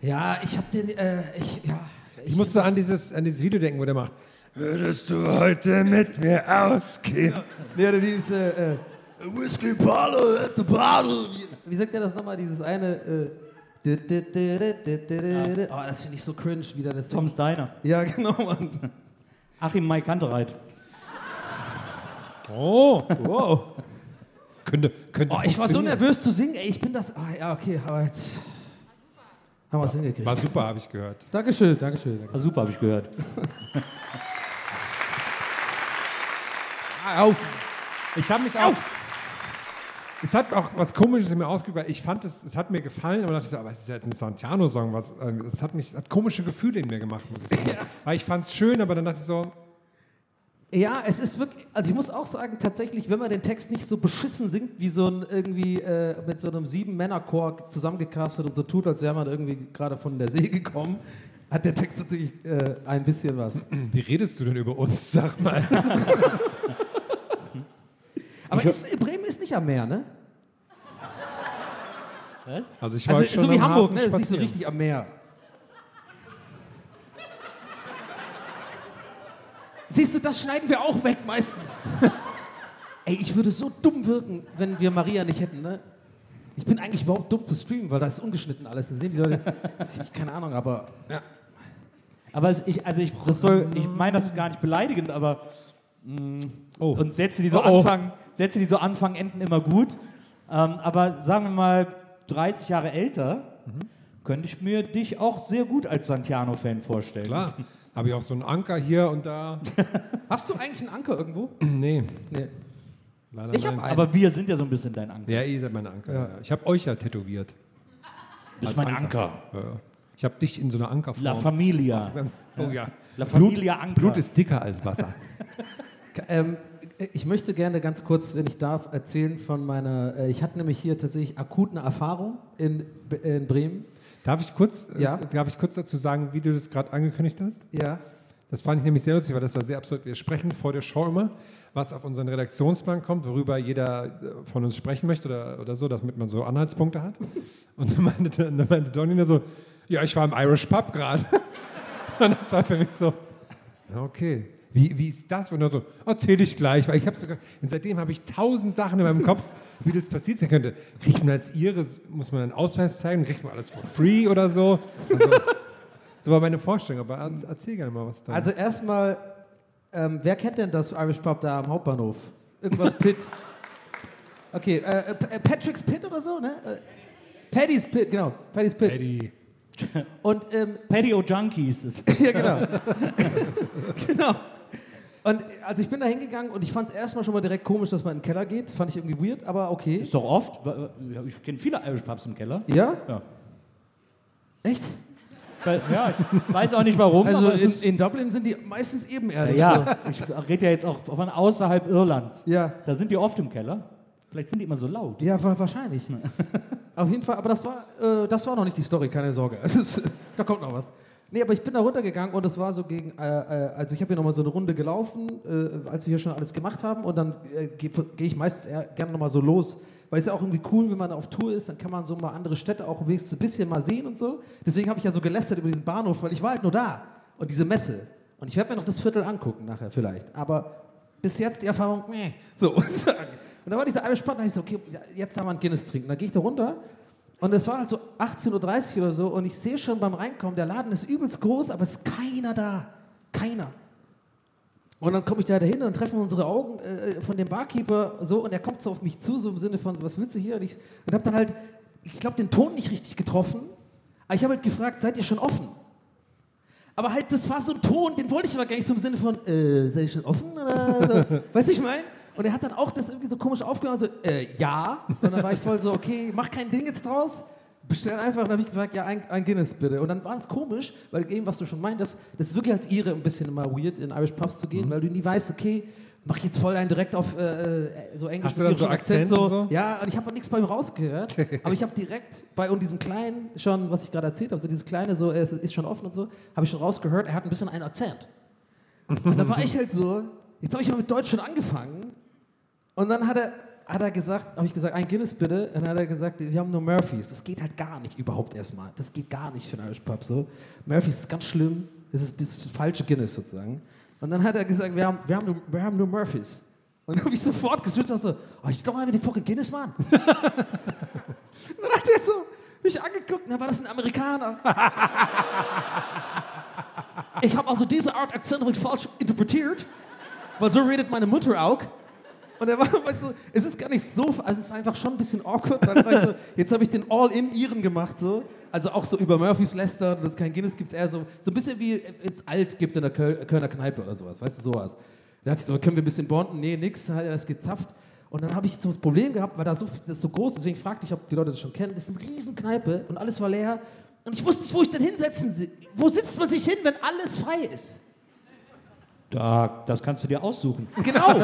Speaker 9: Ja, ich hab den, äh, ich, ja.
Speaker 5: Ich musste an dieses, an dieses Video denken, wo der macht. Würdest du heute mit mir ausgehen?
Speaker 7: Ja, oder diese äh, Whiskey Bottle at the Bottle.
Speaker 9: Wie sagt er das nochmal, dieses eine, äh, dü- dü- dü- dü- dü- dü- dü- dü- Oh, das finde ich so cringe, wieder das
Speaker 6: Tom Steiner.
Speaker 7: Ja, genau, Mann.
Speaker 6: Achim Mai Kantereit.
Speaker 5: Oh, wow. könnte, könnte
Speaker 9: Oh, ich war so
Speaker 5: funktionieren.
Speaker 9: nervös zu singen, ey, ich bin das, ah ja, okay, aber jetzt haben wir es hingekriegt.
Speaker 5: War super, habe ich gehört.
Speaker 9: Dankeschön, Dankeschön. Danke.
Speaker 6: Ah, super, habe ich gehört.
Speaker 5: Au. Ich habe mich auch. Es hat auch was Komisches in mir ausgeübt, weil ich fand es, es hat mir gefallen, aber dachte ich so, aber es ist ja jetzt ein Santiano-Song, was, äh, es hat mich, hat komische Gefühle in mir gemacht, muss ich sagen. Weil ich fand es schön, aber dann dachte ich so,
Speaker 9: Ja, es ist wirklich, also ich muss auch sagen, tatsächlich, wenn man den Text nicht so beschissen singt, wie so ein irgendwie äh, mit so einem Sieben-Männer-Chor zusammengecastet und so tut, als wäre man irgendwie gerade von der See gekommen, hat der Text tatsächlich äh, ein bisschen was.
Speaker 5: hm, wie redest du denn über uns, sag mal.
Speaker 9: Aber ist, Bremen ist nicht am Meer, ne?
Speaker 6: Was?
Speaker 5: Also ich war
Speaker 9: Also
Speaker 5: schon
Speaker 9: so wie
Speaker 5: am
Speaker 9: Hamburg,
Speaker 5: Hafen
Speaker 9: ne? Ist nicht so
Speaker 5: spazieren.
Speaker 9: richtig am Meer. Siehst du, das schneiden wir auch weg meistens. Ey, ich würde so dumm wirken, wenn wir Maria nicht hätten, ne?
Speaker 7: Ich bin eigentlich überhaupt dumm zu streamen, weil das ist ungeschnitten alles. Das sehen die Leute. Ich, ich keine Ahnung, aber
Speaker 6: Aber es- ich, also ich, das soll, ich meine das gar nicht beleidigend, aber
Speaker 5: Oh.
Speaker 6: und Sätze, die so
Speaker 5: Oh, oh.
Speaker 6: anfangen, Sätze, die so anfangen, enden immer gut. Ähm, aber sagen wir mal 30 Jahre älter, könnte ich mir dich auch sehr gut als Santiano-Fan vorstellen.
Speaker 5: Klar, habe ich auch so einen Anker hier und da.
Speaker 7: hast du eigentlich einen Anker irgendwo?
Speaker 5: Nee,
Speaker 7: Nee.
Speaker 5: leider
Speaker 7: Ich habe
Speaker 5: nein.
Speaker 7: einen.
Speaker 6: Aber wir sind ja so ein bisschen dein Anker.
Speaker 5: Ja, ihr seid mein Anker. ja. Ich habe euch ja tätowiert.
Speaker 6: Bist mein Anker.
Speaker 5: Ja, ja. Ich habe dich in so einer Ankerform.
Speaker 6: La Familia.
Speaker 5: oh ja.
Speaker 6: La Familia
Speaker 5: Blut,
Speaker 6: Anker.
Speaker 5: Blut ist dicker als Wasser.
Speaker 7: Ähm, ich möchte gerne ganz kurz, wenn ich darf, erzählen von meiner. äh, Ich hatte nämlich hier tatsächlich akut eine Erfahrung in, B- äh, in Bremen.
Speaker 5: Darf ich kurz, äh,
Speaker 7: Ja.
Speaker 5: darf ich kurz dazu sagen, wie du das gerade angekündigt hast?
Speaker 7: Ja.
Speaker 5: Das fand ich nämlich sehr lustig, weil das war sehr absurd. Wir sprechen vor der Show immer, was auf unseren Redaktionsplan kommt, worüber jeder äh, von uns sprechen möchte oder, oder so, damit man so Anhaltspunkte hat. Und dann meinte, dann meinte Donny nur so, ja, ich war im Irish Pub gerade. Und das war für mich so, "Ja, okay, wie, wie ist das? Und dann so, erzähl ich gleich. Weil ich habe sogar, und seitdem habe ich tausend Sachen in meinem Kopf, wie das passiert sein könnte. Kriegt man als Iris, muss man einen Ausweis zeigen, kriegt man alles for free oder so. Also, so war meine Vorstellung, aber erzähl gerne mal was da.
Speaker 7: Also erstmal, ähm, wer kennt denn das Irish Pub da am Hauptbahnhof? Irgendwas Pit. Okay, äh, äh, P- äh, Patrick's Pit oder so, ne? Äh, Paddy's Pit, genau. Paddy's Pit.
Speaker 5: Eddie.
Speaker 7: Und ähm,
Speaker 6: Patio Junkies ist.
Speaker 7: ja, genau. genau. Und äh, also ich bin da hingegangen und ich fand es erstmal schon mal direkt komisch, dass man in den Keller geht. Fand ich irgendwie weird, aber okay.
Speaker 6: Ist doch oft. Ich kenne viele Irish Pubs im Keller.
Speaker 7: Ja?
Speaker 6: Ja.
Speaker 7: Echt?
Speaker 6: Weil- Ja, ich weiß auch nicht warum.
Speaker 7: Also
Speaker 6: aber es
Speaker 7: in,
Speaker 6: ist,
Speaker 7: in Dublin sind die meistens ebenerdig.
Speaker 6: ja, ich rede ja jetzt auch von außerhalb Irlands.
Speaker 7: So. Ja.
Speaker 6: Da sind die oft im Keller. Vielleicht sind die immer so laut.
Speaker 7: Ja, wa- wahrscheinlich. Auf jeden Fall, aber das war, äh, das war noch nicht die Story, keine Sorge. da kommt noch was. Nee, aber ich bin da runtergegangen und das war so gegen, äh, äh, also ich habe hier nochmal so eine Runde gelaufen, äh, als wir hier schon alles gemacht haben und dann äh, gehe geh ich meistens eher gerne nochmal so los, weil es ja auch irgendwie cool, wenn man auf Tour ist, dann kann man so mal andere Städte auch wenigstens ein bisschen mal sehen und so. Deswegen habe ich ja so gelästert über diesen Bahnhof, weil ich war halt nur da und diese Messe. Und ich werde mir noch das Viertel angucken nachher vielleicht, aber bis jetzt die Erfahrung, nee, so sagen. Und da war dieser eine Spannung, da hab ich so, okay, ja, jetzt darf man Guinness trinken. Da gehe ich da runter und es war halt so 18.30 Uhr oder so und ich sehe schon beim Reinkommen, der Laden ist übelst groß, aber es ist keiner da. Keiner. Und dann komme ich da dahin und treffen unsere Augen äh, von dem Barkeeper so und er kommt so auf mich zu, so im Sinne von, was willst du hier? Und ich und habe dann halt, ich glaube, den Ton nicht richtig getroffen, aber ich habe halt gefragt, seid ihr schon offen? Aber halt, das war so ein Ton, den wollte ich aber gar nicht so im Sinne von, äh, seid ihr schon offen? Oder so. weißt du, ich meine? Und er hat dann auch das irgendwie so komisch aufgenommen, so, äh, ja. Und dann war ich voll so, okay, mach kein Ding jetzt draus. Bestell einfach, und dann habe ich gefragt, ja, ein, ein Guinness bitte. Und dann war es komisch, weil eben, was du schon meintest, das ist wirklich als Ihre ein bisschen immer weird, in Irish Pubs zu gehen,
Speaker 5: Mhm.
Speaker 7: weil du nie weißt, okay, mach jetzt voll einen direkt auf äh, äh, so englisch
Speaker 5: Hast du dann so
Speaker 7: irischen
Speaker 5: Akzent und so?
Speaker 7: ja, und ich habe nichts bei ihm rausgehört, aber ich habe direkt bei und diesem kleinen schon, was ich gerade erzählt habe, so dieses kleine so, es ist schon offen und so, habe ich schon rausgehört, er hat ein bisschen einen Akzent. Und da war ich halt so, jetzt habe ich mal mit Deutsch schon angefangen und dann hat er hat er gesagt, habe ich gesagt, ein Guinness bitte. Und dann hat er gesagt, wir haben nur Murphys. Das geht halt gar nicht überhaupt erstmal. Das geht gar nicht für einen Irish Pub so. Murphys ist ganz schlimm. Das ist das falsche Guinness sozusagen. Und dann hat er gesagt, wir haben, wir haben, nur, wir haben nur Murphys. Und dann habe ich sofort geswitcht und so, oh, ich glaube, wir den fucking Guinness, Mann. Und dann hat er so mich angeguckt und dann war das ein Amerikaner. ich habe also diese Art Akzent wirklich falsch interpretiert, weil so redet meine Mutter auch. Und er war weißt du, es ist gar nicht so, also es war einfach schon ein bisschen awkward. Dann war ich so, jetzt habe ich den All-in-Iren gemacht, so. Also auch so über Murphys Lester, dass es kein Guinness gibt, eher so, so ein bisschen wie es alt gibt in der Köl- Kölner Kneipe oder sowas, weißt du, sowas. Da dachte ich so, können wir ein bisschen bonden? Nee, nix, dann hat er das gezapft. Und dann habe ich so das Problem gehabt, weil da so, das ist so groß, deswegen fragte ich, ob die Leute das schon kennen. Das ist eine riesen Kneipe und alles war leer. Und ich wusste nicht, wo ich denn hinsetzen se- Wo sitzt man sich hin, wenn alles frei ist?
Speaker 6: Da, das kannst du dir aussuchen.
Speaker 7: Genau.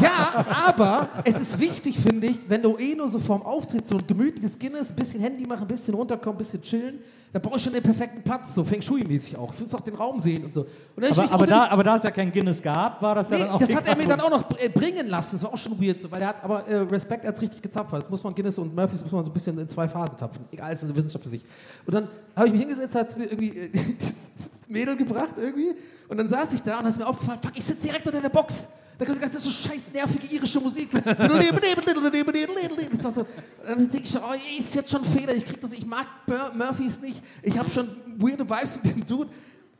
Speaker 7: Ja, aber es ist wichtig, finde ich, wenn du eh nur so vorm Auftritt so ein gemütliches Guinness, ein bisschen Handy machen, ein bisschen runterkommen, ein bisschen chillen, dann brauche ich schon den perfekten Platz, so Feng Shui-mäßig auch. Ich muss auch den Raum sehen und so. Und dann hab ich
Speaker 6: Aber,
Speaker 7: mich
Speaker 6: aber,
Speaker 7: unter
Speaker 6: da,
Speaker 7: die-
Speaker 6: aber da es ja kein Guinness gab, war das ja
Speaker 7: Nee,
Speaker 6: dann auch.
Speaker 7: das hat er mir dann auch noch äh, bringen lassen. Das war auch schon weird, so, weil er hat aber äh, Respekt als richtig gezapft. weil Das muss man Guinness und Murphys muss man so ein bisschen in zwei Phasen zapfen. Egal, ist eine Wissenschaft für sich. Und dann habe ich mich hingesetzt, hat mir irgendwie äh, dieses Mädel gebracht irgendwie. Und dann saß ich da und hast mir aufgefallen, fuck, ich sitze direkt unter der Box. Da kommt die ganze so scheiß nervige irische Musik. Das ich doch so, dann denke ich schon, oh, ey, ist jetzt schon ein Fehler, ich krieg das, ich mag Bur Murphys nicht, ich habe schon weirde Vibes mit dem Dude.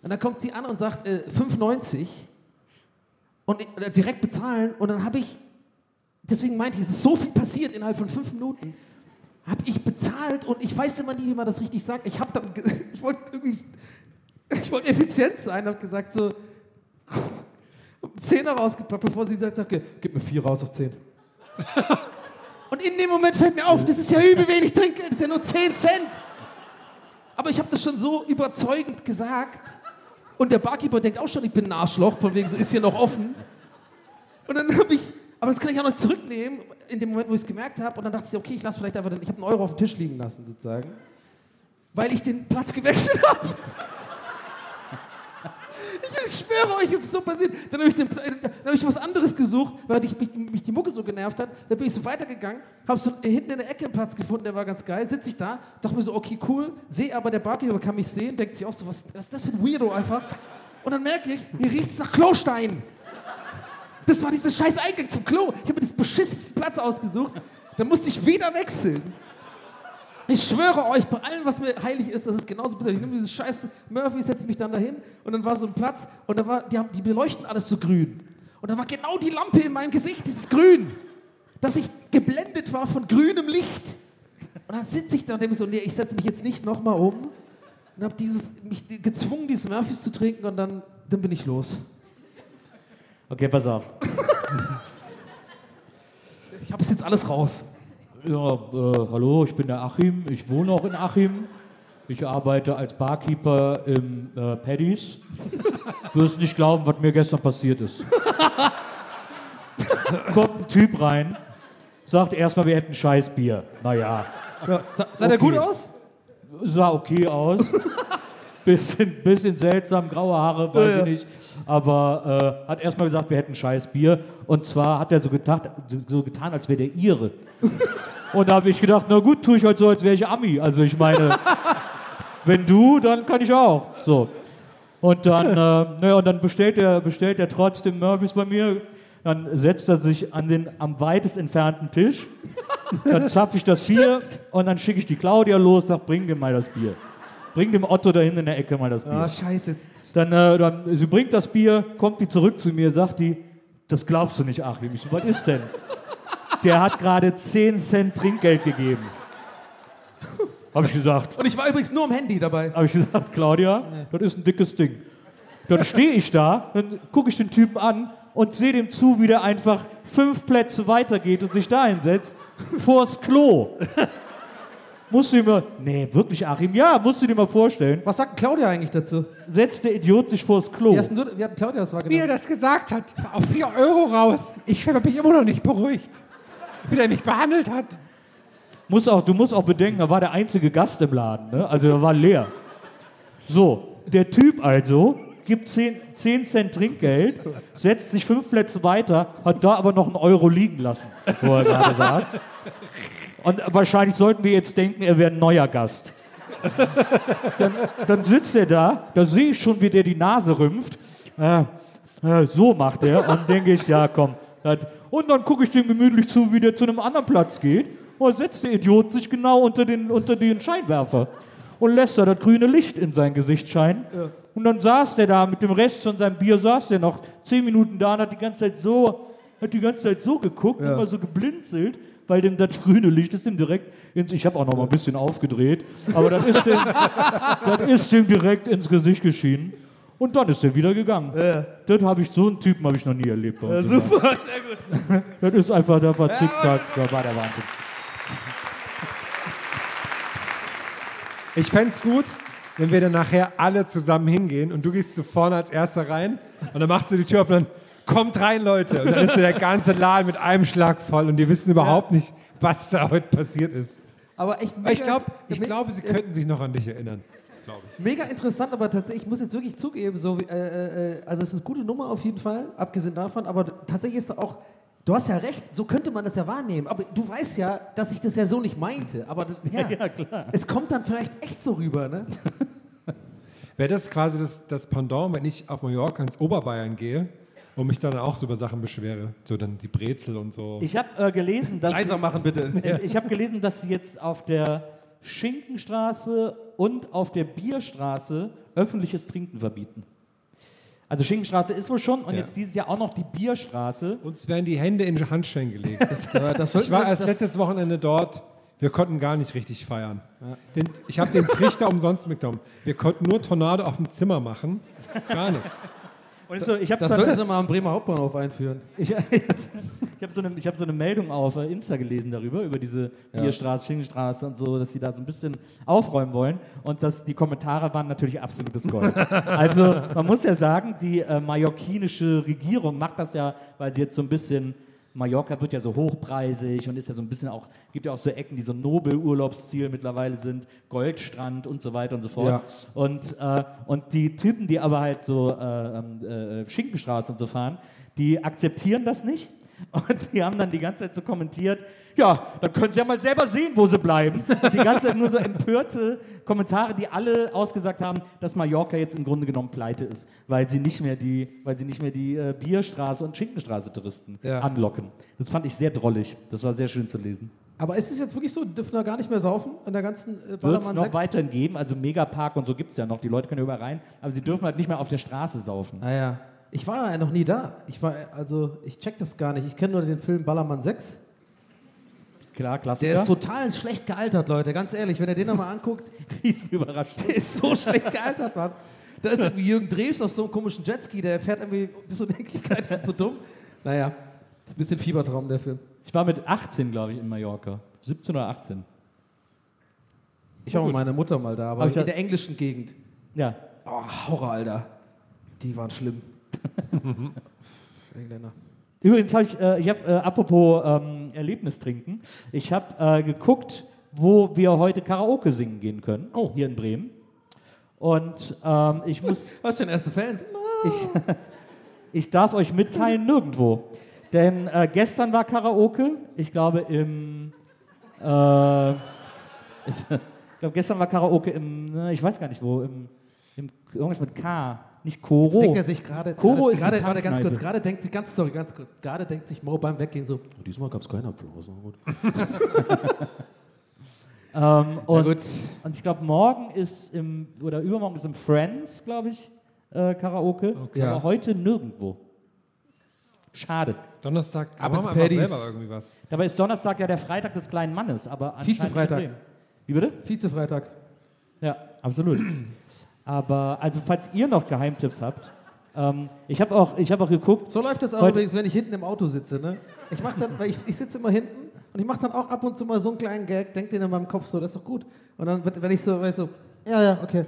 Speaker 7: Und dann kommt sie an und sagt, äh, 5,90 und ich, äh, direkt bezahlen und dann habe ich, deswegen meinte ich, es ist so viel passiert innerhalb von fünf Minuten, habe ich bezahlt und ich weiß immer nie, wie man das richtig sagt. Ich habe dann, ge- ich wollte irgendwie, ich wollte effizient sein, habe gesagt so, einen Zehner rausgepackt, bevor sie sagt, okay, gib mir vier raus auf zehn. Und in dem Moment fällt mir auf, das ist ja übel wenig Trinkgeld, das ist ja nur 10 Cent. Aber ich habe das schon so überzeugend gesagt. Und der Barkeeper denkt auch schon, ich bin ein Arschloch, von wegen so ist hier noch offen. Und dann habe ich, aber das kann ich auch noch zurücknehmen, in dem Moment, wo ich es gemerkt habe. Und dann dachte ich, okay, ich lasse vielleicht einfach, den, ich habe einen Euro auf dem Tisch liegen lassen, sozusagen. Weil ich den Platz gewechselt habe. Ich, ich schwöre euch, es ist so passiert. Dann habe ich, den- äh, dann hab ich was anderes gesucht, weil ich, mich, mich die Mucke so genervt hat. Dann bin ich so weitergegangen, habe so hinten in der Ecke einen Platz gefunden, der war ganz geil. Sitze ich da, dachte mir so, okay, cool. Sehe aber, der Barkeeper kann mich sehen, denkt sich auch so, was, was ist das für ein Weirdo einfach. Und dann merke ich, hier riecht es nach Klostein. Das war dieser scheiß Eingang zum Klo. Ich habe mir das beschissensten Platz ausgesucht. Dann musste ich wieder wechseln. Ich schwöre euch, bei allem, was mir heilig ist, das ist genauso bitter. Ich nehme dieses scheiß Murphy, setze mich dann dahin und dann war so ein Platz und da war, die, haben, die beleuchten alles so grün. Und da war genau die Lampe in meinem Gesicht, dieses Grün. Dass ich geblendet war von grünem Licht. Und dann sitze ich da und denke mir so, nee, ich setze mich jetzt nicht nochmal um. Und habe mich gezwungen, dieses Murphys zu trinken und dann, dann bin ich los.
Speaker 3: Okay, pass auf.
Speaker 7: Ich habe es jetzt alles raus.
Speaker 3: Ja, äh, hallo, ich bin der Achim. Ich wohne auch in Achim. Ich arbeite als Barkeeper im äh, Paddy's. Du wirst nicht glauben, was mir gestern passiert ist. Kommt ein Typ rein, sagt erstmal, wir hätten Scheißbier. Naja,
Speaker 7: Sa sah
Speaker 3: Okay.
Speaker 7: der gut aus?
Speaker 3: sah okay aus. Bisschen, bisschen seltsam, graue Haare, weiß ich nicht. Aber äh, hat erstmal gesagt, wir hätten Scheißbier. Und zwar hat er so, getan, so, so getan, als wäre der Ihre. Und da habe ich gedacht, na gut, tue ich halt so, als wäre ich Ami. Also ich meine, wenn du, dann kann ich auch. So. Und dann, äh, naja, und dann bestellt er, bestellt er trotzdem Murphys bei mir. Dann setzt er sich an den am weitest entfernten Tisch. Dann zapfe ich das Bier und dann schicke ich die Claudia los, sag, bring dir mal das Bier. Bring dem Otto da hinten in der Ecke mal das Bier.
Speaker 7: Ah, scheiße. Jetzt.
Speaker 3: Dann, äh, dann, sie bringt das Bier, kommt die zurück zu mir, sagt die, das glaubst du nicht, Achim. Ich so, was ist denn? Der hat gerade 10 Cent Trinkgeld gegeben. Habe ich gesagt,
Speaker 7: Und ich war übrigens nur am Handy dabei.
Speaker 3: habe ich gesagt, Claudia, das ist ein dickes Ding. Dann stehe ich da, dann gucke ich den Typen an und sehe dem zu, wie der einfach fünf Plätze weitergeht und sich da hinsetzt, vors Klo. Musst du dir mal, nee, wirklich, Achim, ja, musst du dir mal vorstellen,
Speaker 7: Was sagt Claudia eigentlich dazu?
Speaker 3: setzt der Idiot sich vors Klo.
Speaker 7: Wie, hast denn du, wie hat Claudia das genau.
Speaker 5: Wie er
Speaker 7: wahrgenommen?
Speaker 5: das gesagt hat, auf 4 Euro raus. Ich bin immer noch nicht beruhigt, wie der mich behandelt hat.
Speaker 3: Muss auch, du musst auch bedenken, da war der einzige Gast im Laden, ne? also der war leer. So, der Typ also gibt 10, 10 Cent Trinkgeld, setzt sich fünf Plätze weiter, hat da aber noch einen Euro liegen lassen, wo er gerade saß. Und wahrscheinlich sollten wir jetzt denken, er wäre ein neuer Gast. Dann, dann sitzt er da, da sehe ich schon, wie der die Nase rümpft. Äh, äh, so macht er. Und denke ich, ja, komm. Das- Und dann gucke ich dem gemütlich zu, wie der zu einem anderen Platz geht. Und setzt der Idiot sich genau unter den, unter den Scheinwerfer und lässt da das grüne Licht in sein Gesicht scheinen. Und dann saß der da mit dem Rest von seinem Bier, saß der noch zehn Minuten da und hat die ganze Zeit so, hat die ganze Zeit so geguckt, immer so geblinzelt, weil dem das grüne Licht ist dem direkt ins, ich habe auch noch mal ein bisschen aufgedreht, aber das ist dem, das ist dem direkt ins Gesicht geschienen. Und dann ist er wieder gegangen. Das habe ich, so einen Typen habe ich noch nie erlebt. Bei uns im Laden.
Speaker 7: Super, sehr gut.
Speaker 3: Das ist einfach, da war zickzack, da war der Wahnsinn.
Speaker 5: Ich fänd's gut, wenn wir dann nachher alle zusammen hingehen und du gehst zu vorne als Erster rein und dann machst du die Tür auf und dann kommt rein, Leute. Und dann ist der ganze Laden mit einem Schlag voll und die wissen überhaupt nicht, was da heute passiert ist.
Speaker 7: Aber echt mega,
Speaker 5: Aber ich glaube, ich
Speaker 7: mega-
Speaker 5: glaube, sie könnten sich noch an dich erinnern.
Speaker 7: mega interessant, aber tatsächlich, ich muss jetzt wirklich zugeben, so, wie- äh, äh, äh, also es ist eine gute Nummer auf jeden Fall, abgesehen davon, aber tatsächlich ist da auch, du hast ja recht, so könnte man das ja wahrnehmen, aber du weißt ja, dass ich das ja so nicht meinte, aber das, ja,
Speaker 3: klar.
Speaker 7: es kommt dann vielleicht echt so rüber, ne?
Speaker 5: Wäre das quasi das, das Pendant, wenn ich auf Mallorca ins Oberbayern gehe Und mich dann auch so über Sachen beschwere. So dann die Brezel und so.
Speaker 3: Ich habe äh, gelesen, dass
Speaker 7: Leiser machen bitte.
Speaker 3: ich, ich hab gelesen, dass sie jetzt auf der Schinkenstraße und auf der Bierstraße öffentliches Trinken verbieten. Also Schinkenstraße ist wohl schon und
Speaker 5: Ja.
Speaker 3: jetzt dieses Jahr auch noch die Bierstraße.
Speaker 5: Uns werden die Hände in Handschellen gelegt.
Speaker 7: Das sollten
Speaker 5: Ich war
Speaker 7: Sie-
Speaker 5: erst
Speaker 7: Also das-
Speaker 5: letztes Wochenende dort. Wir konnten gar nicht richtig feiern. Den, ich habe den Trichter umsonst mitgenommen. Wir konnten nur Tornado auf dem Zimmer machen. Gar nichts.
Speaker 3: Und ist so, ich habe
Speaker 7: Das
Speaker 3: so,
Speaker 7: sollten sie mal am Bremer Hauptbahnhof einführen.
Speaker 3: ich, ich hab so, eine- ich hab so eine Meldung auf äh, Insta gelesen darüber, über diese Bierstraße, Schinkenstraße und so, dass sie da so ein bisschen aufräumen wollen. Und dass die Kommentare waren natürlich absolutes Gold. also man muss ja sagen, die äh, mallorquinische Regierung macht das ja, weil sie jetzt so ein bisschen, Mallorca wird ja so hochpreisig und ist ja so ein bisschen auch, gibt ja auch so Ecken, die so Nobelurlaubsziel mittlerweile sind, Goldstrand und so weiter und so fort.
Speaker 7: Ja.
Speaker 3: Und, äh, und die Typen, die aber halt so äh, ähm, äh, Schinkenstraße und so fahren, die akzeptieren das nicht. Und die haben dann die ganze Zeit so kommentiert, ja, dann können sie ja mal selber sehen, wo sie bleiben. Und die ganze Zeit nur so empörte Kommentare, die alle ausgesagt haben, dass Mallorca jetzt im Grunde genommen pleite ist, weil sie nicht mehr die, weil sie nicht mehr die äh, Bierstraße und Schinkenstraße Touristen
Speaker 7: Ja.
Speaker 3: anlocken. Das fand ich sehr drollig. Das war sehr schön zu lesen.
Speaker 7: Aber ist es jetzt wirklich so, dürfen da gar nicht mehr saufen an der ganzen äh,
Speaker 3: Wird es
Speaker 7: Ballermann
Speaker 3: noch
Speaker 7: 6?
Speaker 3: weiterhin geben, also Megapark und so gibt es ja noch, die Leute können ja überall rein, aber sie dürfen halt nicht mehr auf der Straße saufen.
Speaker 7: Ah ja. Ich war ja noch nie da. Ich war, also, ich check das gar nicht. Ich kenne nur den Film Ballermann 6.
Speaker 3: Klar, Klassiker.
Speaker 7: Der ist total schlecht gealtert, Leute. Ganz ehrlich, wenn ihr den nochmal anguckt,
Speaker 3: Riesenüberraschung.
Speaker 7: der ist so schlecht gealtert, Mann. Da ist irgendwie Jürgen Drews auf so einem komischen Jetski, der fährt irgendwie bis zur Unendlichkeit, das ist so dumm. Naja, ist ein bisschen Fiebertraum, der Film.
Speaker 3: Ich war mit 18, glaube ich, in Mallorca. 17 oder 18.
Speaker 7: Ich war mit meiner Mutter mal da, aber
Speaker 3: Hab ich
Speaker 7: in
Speaker 3: da-
Speaker 7: der englischen Gegend.
Speaker 3: Ja.
Speaker 7: Oh, Horror, Alter. Die waren schlimm. Engländer.
Speaker 3: Übrigens habe ich, äh, ich habe, äh, apropos ähm, Erlebnis trinken, ich habe äh, geguckt, wo wir heute Karaoke singen gehen können. Oh. Hier in Bremen. Und ähm, ich muss.
Speaker 7: Was denn, erste Fans?
Speaker 3: Ich, ich darf euch mitteilen, nirgendwo. Denn äh, gestern war Karaoke, ich glaube im. Äh, ich glaube, gestern war Karaoke im. ne, Ich weiß gar nicht wo. Im, im, irgendwas mit K. Nicht Koro.
Speaker 7: Denkt er sich gerade.
Speaker 3: Koro
Speaker 7: gerade-
Speaker 3: ist
Speaker 7: gerade,
Speaker 3: eine
Speaker 7: warte, ganz kurz,
Speaker 3: Tankkneipe.
Speaker 7: gerade denkt sich, ganz sorry, ganz kurz, gerade denkt sich Mo beim Weggehen so, diesmal gab es keinen Applaus. Na gut.
Speaker 3: Ähm, und,
Speaker 7: gut.
Speaker 3: und ich glaube, morgen ist im, oder übermorgen ist im Friends, glaube ich, äh, Karaoke.
Speaker 5: Okay.
Speaker 3: Aber
Speaker 5: Ja.
Speaker 3: heute nirgendwo. Schade.
Speaker 5: Donnerstag
Speaker 7: Ab
Speaker 5: machen
Speaker 7: ins
Speaker 5: wir einfach
Speaker 7: Paddies.
Speaker 5: selber irgendwie was.
Speaker 3: Dabei ist Donnerstag ja der Freitag des kleinen Mannes, aber anscheinend nicht in
Speaker 7: Vizefreitag.
Speaker 3: Bremen. Wie bitte?
Speaker 7: Vize-Freitag.
Speaker 3: Ja, absolut. Aber also falls ihr noch Geheimtipps habt, ähm, ich habe auch, ich habe auch geguckt.
Speaker 7: So läuft das auch
Speaker 3: Heute-
Speaker 7: übrigens, wenn ich hinten im Auto sitze. Ne? Ich mache dann, weil ich, ich sitze immer hinten und ich mache dann auch ab und zu mal so einen kleinen Gag, denk den in meinem Kopf so, das ist doch gut. Und dann, wird- wenn ich so, weiß so, ja, ja, okay.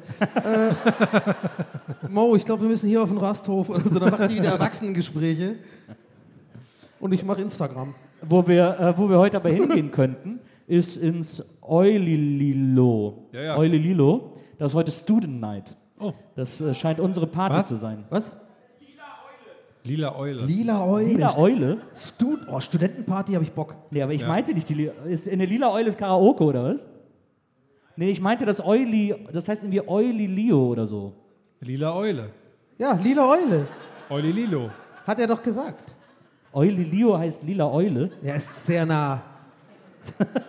Speaker 7: äh, Mo, ich glaube, wir müssen hier auf den Rasthof oder so. Dann machen die wieder Erwachsenengespräche. Und ich mache Instagram.
Speaker 3: Wo wir, äh, wo wir heute aber hingehen könnten, ist ins Eulililo.
Speaker 5: Ja, ja.
Speaker 3: Eulililo. Das ist heute Student Night.
Speaker 5: Oh.
Speaker 3: Das äh, scheint unsere Party
Speaker 5: Was?
Speaker 3: zu sein.
Speaker 7: Was?
Speaker 5: Lila Eule.
Speaker 7: Lila Eule.
Speaker 3: Lila Eule?
Speaker 7: Stud oh, Studentenparty habe ich Bock.
Speaker 3: Nee, aber ich meinte nicht die Lila. Ist in der Lila Eule ist Karaoke, oder was? Nee, ich meinte das Euli, das heißt irgendwie Eulilio oder so.
Speaker 5: Lila Eule.
Speaker 7: Ja, Lila Eule.
Speaker 5: Eule Lilo.
Speaker 7: Hat er doch gesagt.
Speaker 3: Eulilio heißt Lila Eule.
Speaker 7: Er ist sehr nah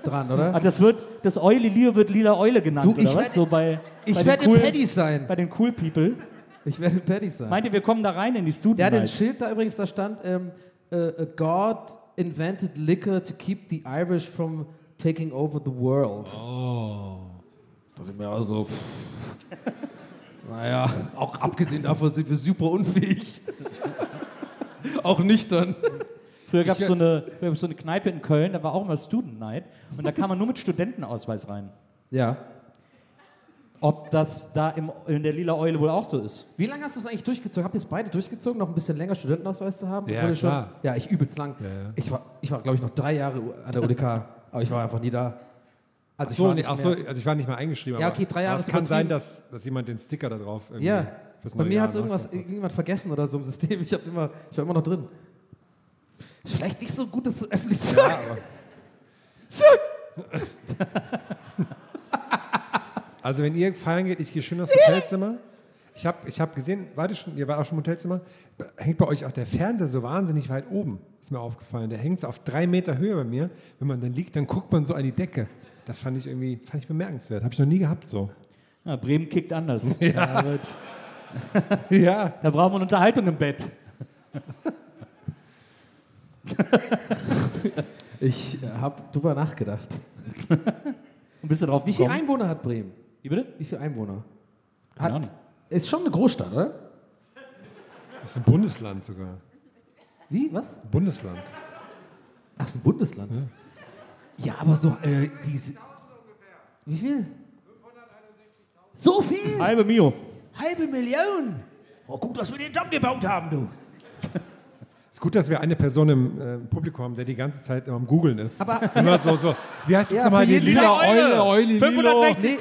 Speaker 7: dran, oder?
Speaker 3: Ah, das wird, das Eulilio wird Lila Eule genannt,
Speaker 7: Du,
Speaker 3: oder
Speaker 7: ich
Speaker 3: was?
Speaker 7: werd-
Speaker 3: So bei, bei
Speaker 7: Ich
Speaker 3: den
Speaker 7: werde im
Speaker 3: coolen-
Speaker 7: Paddy sein.
Speaker 3: Bei den Cool People.
Speaker 7: Ich werde im Paddy sein.
Speaker 3: Meint ihr, wir kommen da rein in die Student
Speaker 7: Der hat ein
Speaker 3: Night?
Speaker 7: Schild da übrigens, da stand, ähm, äh, äh, God invented liquor to keep the Irish from taking over the world. Oh. Da dachte ich mir also, pff. naja, auch abgesehen davon sind wir super unfähig. auch nüchtern.
Speaker 3: Früher gab so es so eine Kneipe in Köln, da war auch immer Student Night. Und da kam man nur mit Studentenausweis rein.
Speaker 7: Ja.
Speaker 3: Ob das da im, in der Lila Eule wohl auch so ist?
Speaker 7: Wie lange hast du es eigentlich durchgezogen? Habt ihr es beide durchgezogen, noch ein bisschen länger Studentenausweis zu haben?
Speaker 5: Ja,
Speaker 7: Obwohl ihr
Speaker 5: klar.
Speaker 7: Schon, ja, ich übelst lang.
Speaker 5: ja.
Speaker 7: Ich war, ich war glaube ich, noch drei Jahre an der UDK, aber ich war einfach nie da. Also
Speaker 5: So, nee,
Speaker 7: nicht
Speaker 5: ach
Speaker 7: mehr-
Speaker 5: so, also ich war nicht mal eingeschrieben.
Speaker 7: Ja,
Speaker 5: aber-
Speaker 7: okay, drei
Speaker 5: aber
Speaker 7: Jahre
Speaker 5: Es
Speaker 7: ist
Speaker 5: kann sein,
Speaker 7: übertrieben.
Speaker 5: dass, dass jemand den Sticker da drauf irgendwie
Speaker 7: Ja.
Speaker 5: fürs
Speaker 7: Bei
Speaker 5: neue
Speaker 7: mir
Speaker 5: Jahr
Speaker 7: hat es irgendwas,
Speaker 5: macht.
Speaker 7: irgendjemand vergessen oder so im System. Ich, hab immer, ich war immer noch drin. Ist vielleicht nicht so gut, das zu öffentlich zu
Speaker 5: Ja,
Speaker 7: sagen.
Speaker 5: aber- Also wenn ihr feiern geht, ich gehe schön aufs Hotelzimmer. Ich habe ich hab gesehen, warte schon, ihr wart auch schon im Hotelzimmer, hängt bei euch auch der Fernseher so wahnsinnig weit oben, ist mir aufgefallen. Der hängt so auf drei Meter Höhe bei mir. Wenn man dann liegt, dann guckt man so an die Decke. Das fand ich irgendwie fand ich bemerkenswert. Habe ich noch nie gehabt so.
Speaker 3: Ja, Bremen kickt anders. Da, wird,
Speaker 5: Ja,
Speaker 3: da braucht man Unterhaltung im Bett.
Speaker 7: Ich habe drüber nachgedacht.
Speaker 3: Und bist du drauf
Speaker 7: Wie viele
Speaker 3: gekommen?
Speaker 7: Einwohner hat Bremen?
Speaker 3: Wie bitte?
Speaker 7: Wie viele Einwohner?
Speaker 3: Keine Ahnung.
Speaker 7: Ist schon eine Großstadt, oder?
Speaker 5: das ist ein Bundesland sogar.
Speaker 7: Wie? Was?
Speaker 5: Bundesland.
Speaker 7: Ach, ist ein Bundesland. Ja, aber so, äh, diese. Wie viel? So viel?
Speaker 3: Halbe Mio.
Speaker 7: Halbe Million?
Speaker 6: Oh, guck, dass wir den Damm gebaut haben, du.
Speaker 5: Ist gut, dass wir eine Person im äh, Publikum haben, der die ganze Zeit immer am Googeln ist.
Speaker 7: Aber-
Speaker 5: immer so, so. Wie heißt das
Speaker 7: Ja,
Speaker 5: nochmal?
Speaker 7: für
Speaker 5: Die
Speaker 7: jeden
Speaker 5: lila
Speaker 6: Tag Eule.
Speaker 5: Eule, Eule, Lilo.
Speaker 6: 560.000.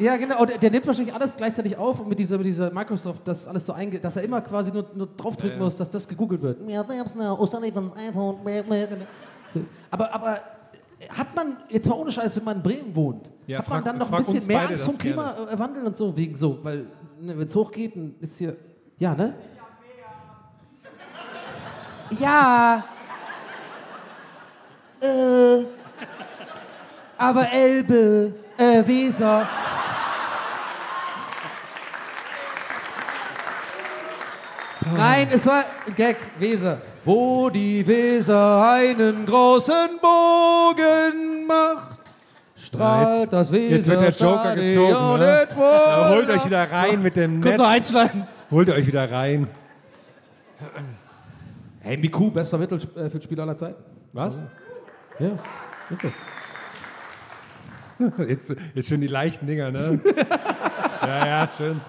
Speaker 7: Ja, genau. Und der nimmt wahrscheinlich alles gleichzeitig auf und mit dieser, mit dieser Microsoft, das alles so einge dass er immer quasi nur, nur draufdrücken muss, dass das gegoogelt wird. Aber, aber hat man, jetzt mal ohne Scheiß, wenn man in Bremen wohnt,
Speaker 5: Ja,
Speaker 7: hat
Speaker 5: frag-
Speaker 7: man dann noch ein
Speaker 5: frag
Speaker 7: bisschen
Speaker 5: uns
Speaker 7: mehr
Speaker 5: beide
Speaker 7: Angst
Speaker 5: das
Speaker 7: vom Klimawandel und so, wegen so, weil ne, wenn es hochgeht, dann ist hier, ja, ne? Ja. Äh, aber Elbe, äh, Weser. Nein, es war ein Gag, Weser. Wo die Weser einen großen Bogen macht, strahlt
Speaker 5: Ja, jetzt-
Speaker 7: das Weser.
Speaker 5: jetzt wird der Joker gezogen, ne? Ja, holt euch wieder rein mit dem
Speaker 7: Kurz
Speaker 5: Netz.
Speaker 7: noch einschleimen.
Speaker 5: Holt euch wieder rein.
Speaker 7: Hey, Miku, bester Mittelfeldspieler aller Zeiten.
Speaker 5: Was?
Speaker 7: Ja, ist das.
Speaker 5: Jetzt, jetzt schon die leichten Dinger, ne? ja, ja, schön.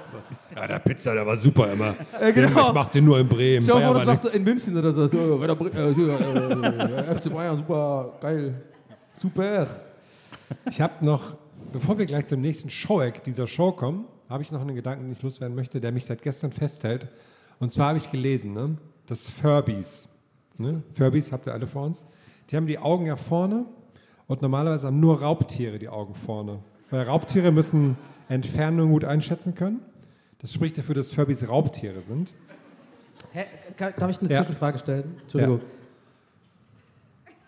Speaker 5: Ja, der Pizza, der war super immer.
Speaker 7: genau.
Speaker 5: Ich mach den nur in Bremen.
Speaker 7: Stell dir mal
Speaker 5: Bayern
Speaker 7: vor, das
Speaker 5: war
Speaker 7: machst du in München oder so. so Werder Bre- äh, so, äh, äh, FC Bayern, super, geil. Super.
Speaker 5: Ich habe noch, bevor wir gleich zum nächsten Showeck dieser Show kommen, habe ich noch einen Gedanken, den ich loswerden möchte, der mich seit gestern festhält. Und zwar habe ich gelesen, ne, dass Furbies, ne, Furbies habt ihr alle vor uns, die haben die Augen ja vorne und normalerweise haben nur Raubtiere die Augen vorne. Weil Raubtiere müssen Entfernungen gut einschätzen können. Das spricht dafür, dass Furbies Raubtiere sind.
Speaker 7: Hä, kann, darf ich eine
Speaker 5: Ja.
Speaker 7: Zwischenfrage stellen? Entschuldigung.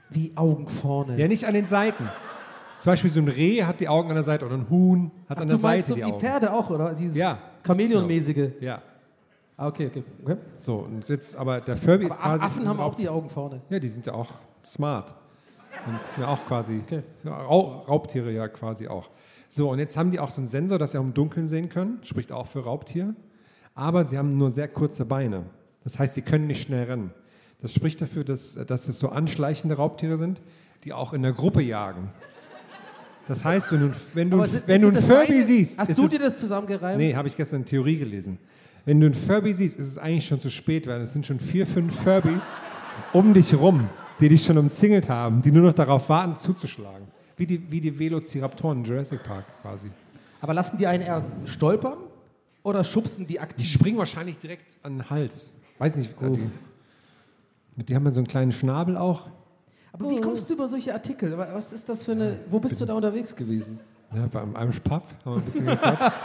Speaker 7: Wie Augen vorne.
Speaker 5: Ja, nicht an den Seiten. Zum Beispiel so ein Reh hat die Augen an der Seite oder ein Huhn hat
Speaker 7: Ach,
Speaker 5: an
Speaker 7: du
Speaker 5: der Seite
Speaker 7: meinst so
Speaker 5: die
Speaker 7: die
Speaker 5: Augen.
Speaker 7: Pferde auch, oder? Dieses
Speaker 5: Ja. Genau.
Speaker 7: Chamäleonmäßige.
Speaker 5: Ja,
Speaker 7: Ah, okay, okay. okay.
Speaker 5: so. Und jetzt, aber der Furby ist
Speaker 7: Aber
Speaker 5: quasi.
Speaker 7: Affen haben
Speaker 5: ein
Speaker 7: auch die Augen vorne.
Speaker 5: Ja, die sind ja auch smart. Und ja, auch quasi.
Speaker 7: Okay.
Speaker 5: Ja, Rau- Raubtiere ja quasi auch. So, und jetzt haben die auch so einen Sensor, dass sie auch im Dunkeln sehen können. Spricht auch für Raubtier. Aber sie haben nur sehr kurze Beine. Das heißt, sie können nicht schnell rennen. Das spricht dafür, dass, dass es so anschleichende Raubtiere sind, die auch in der Gruppe jagen. Das heißt, wenn du, wenn du,
Speaker 7: Aber sind-
Speaker 5: wenn du
Speaker 7: sind
Speaker 5: einen
Speaker 7: das
Speaker 5: Furby
Speaker 7: meine-
Speaker 5: siehst.
Speaker 7: Hast
Speaker 5: ist
Speaker 7: du
Speaker 5: es-
Speaker 7: dir das zusammengereimt?
Speaker 5: Nee, habe ich gestern in Theorie gelesen. Wenn du einen Furby siehst, ist es eigentlich schon zu spät, weil es sind schon vier, fünf Furbys um dich rum, die dich schon umzingelt haben, die nur noch darauf warten, zuzuschlagen. Wie die, wie die Velociraptoren in Jurassic Park quasi.
Speaker 7: Aber lassen die einen eher stolpern oder schubsen die
Speaker 5: Die
Speaker 7: aktiv?
Speaker 5: springen wahrscheinlich direkt an den Hals. Weiß nicht, die, mit die haben ja so einen kleinen Schnabel auch.
Speaker 7: Aber wie kommst du über solche Artikel? Aber Was ist das für eine. Wo bist du da unterwegs gewesen?
Speaker 5: Ja, bei einem Irish Pub haben wir ein bisschen gequatscht.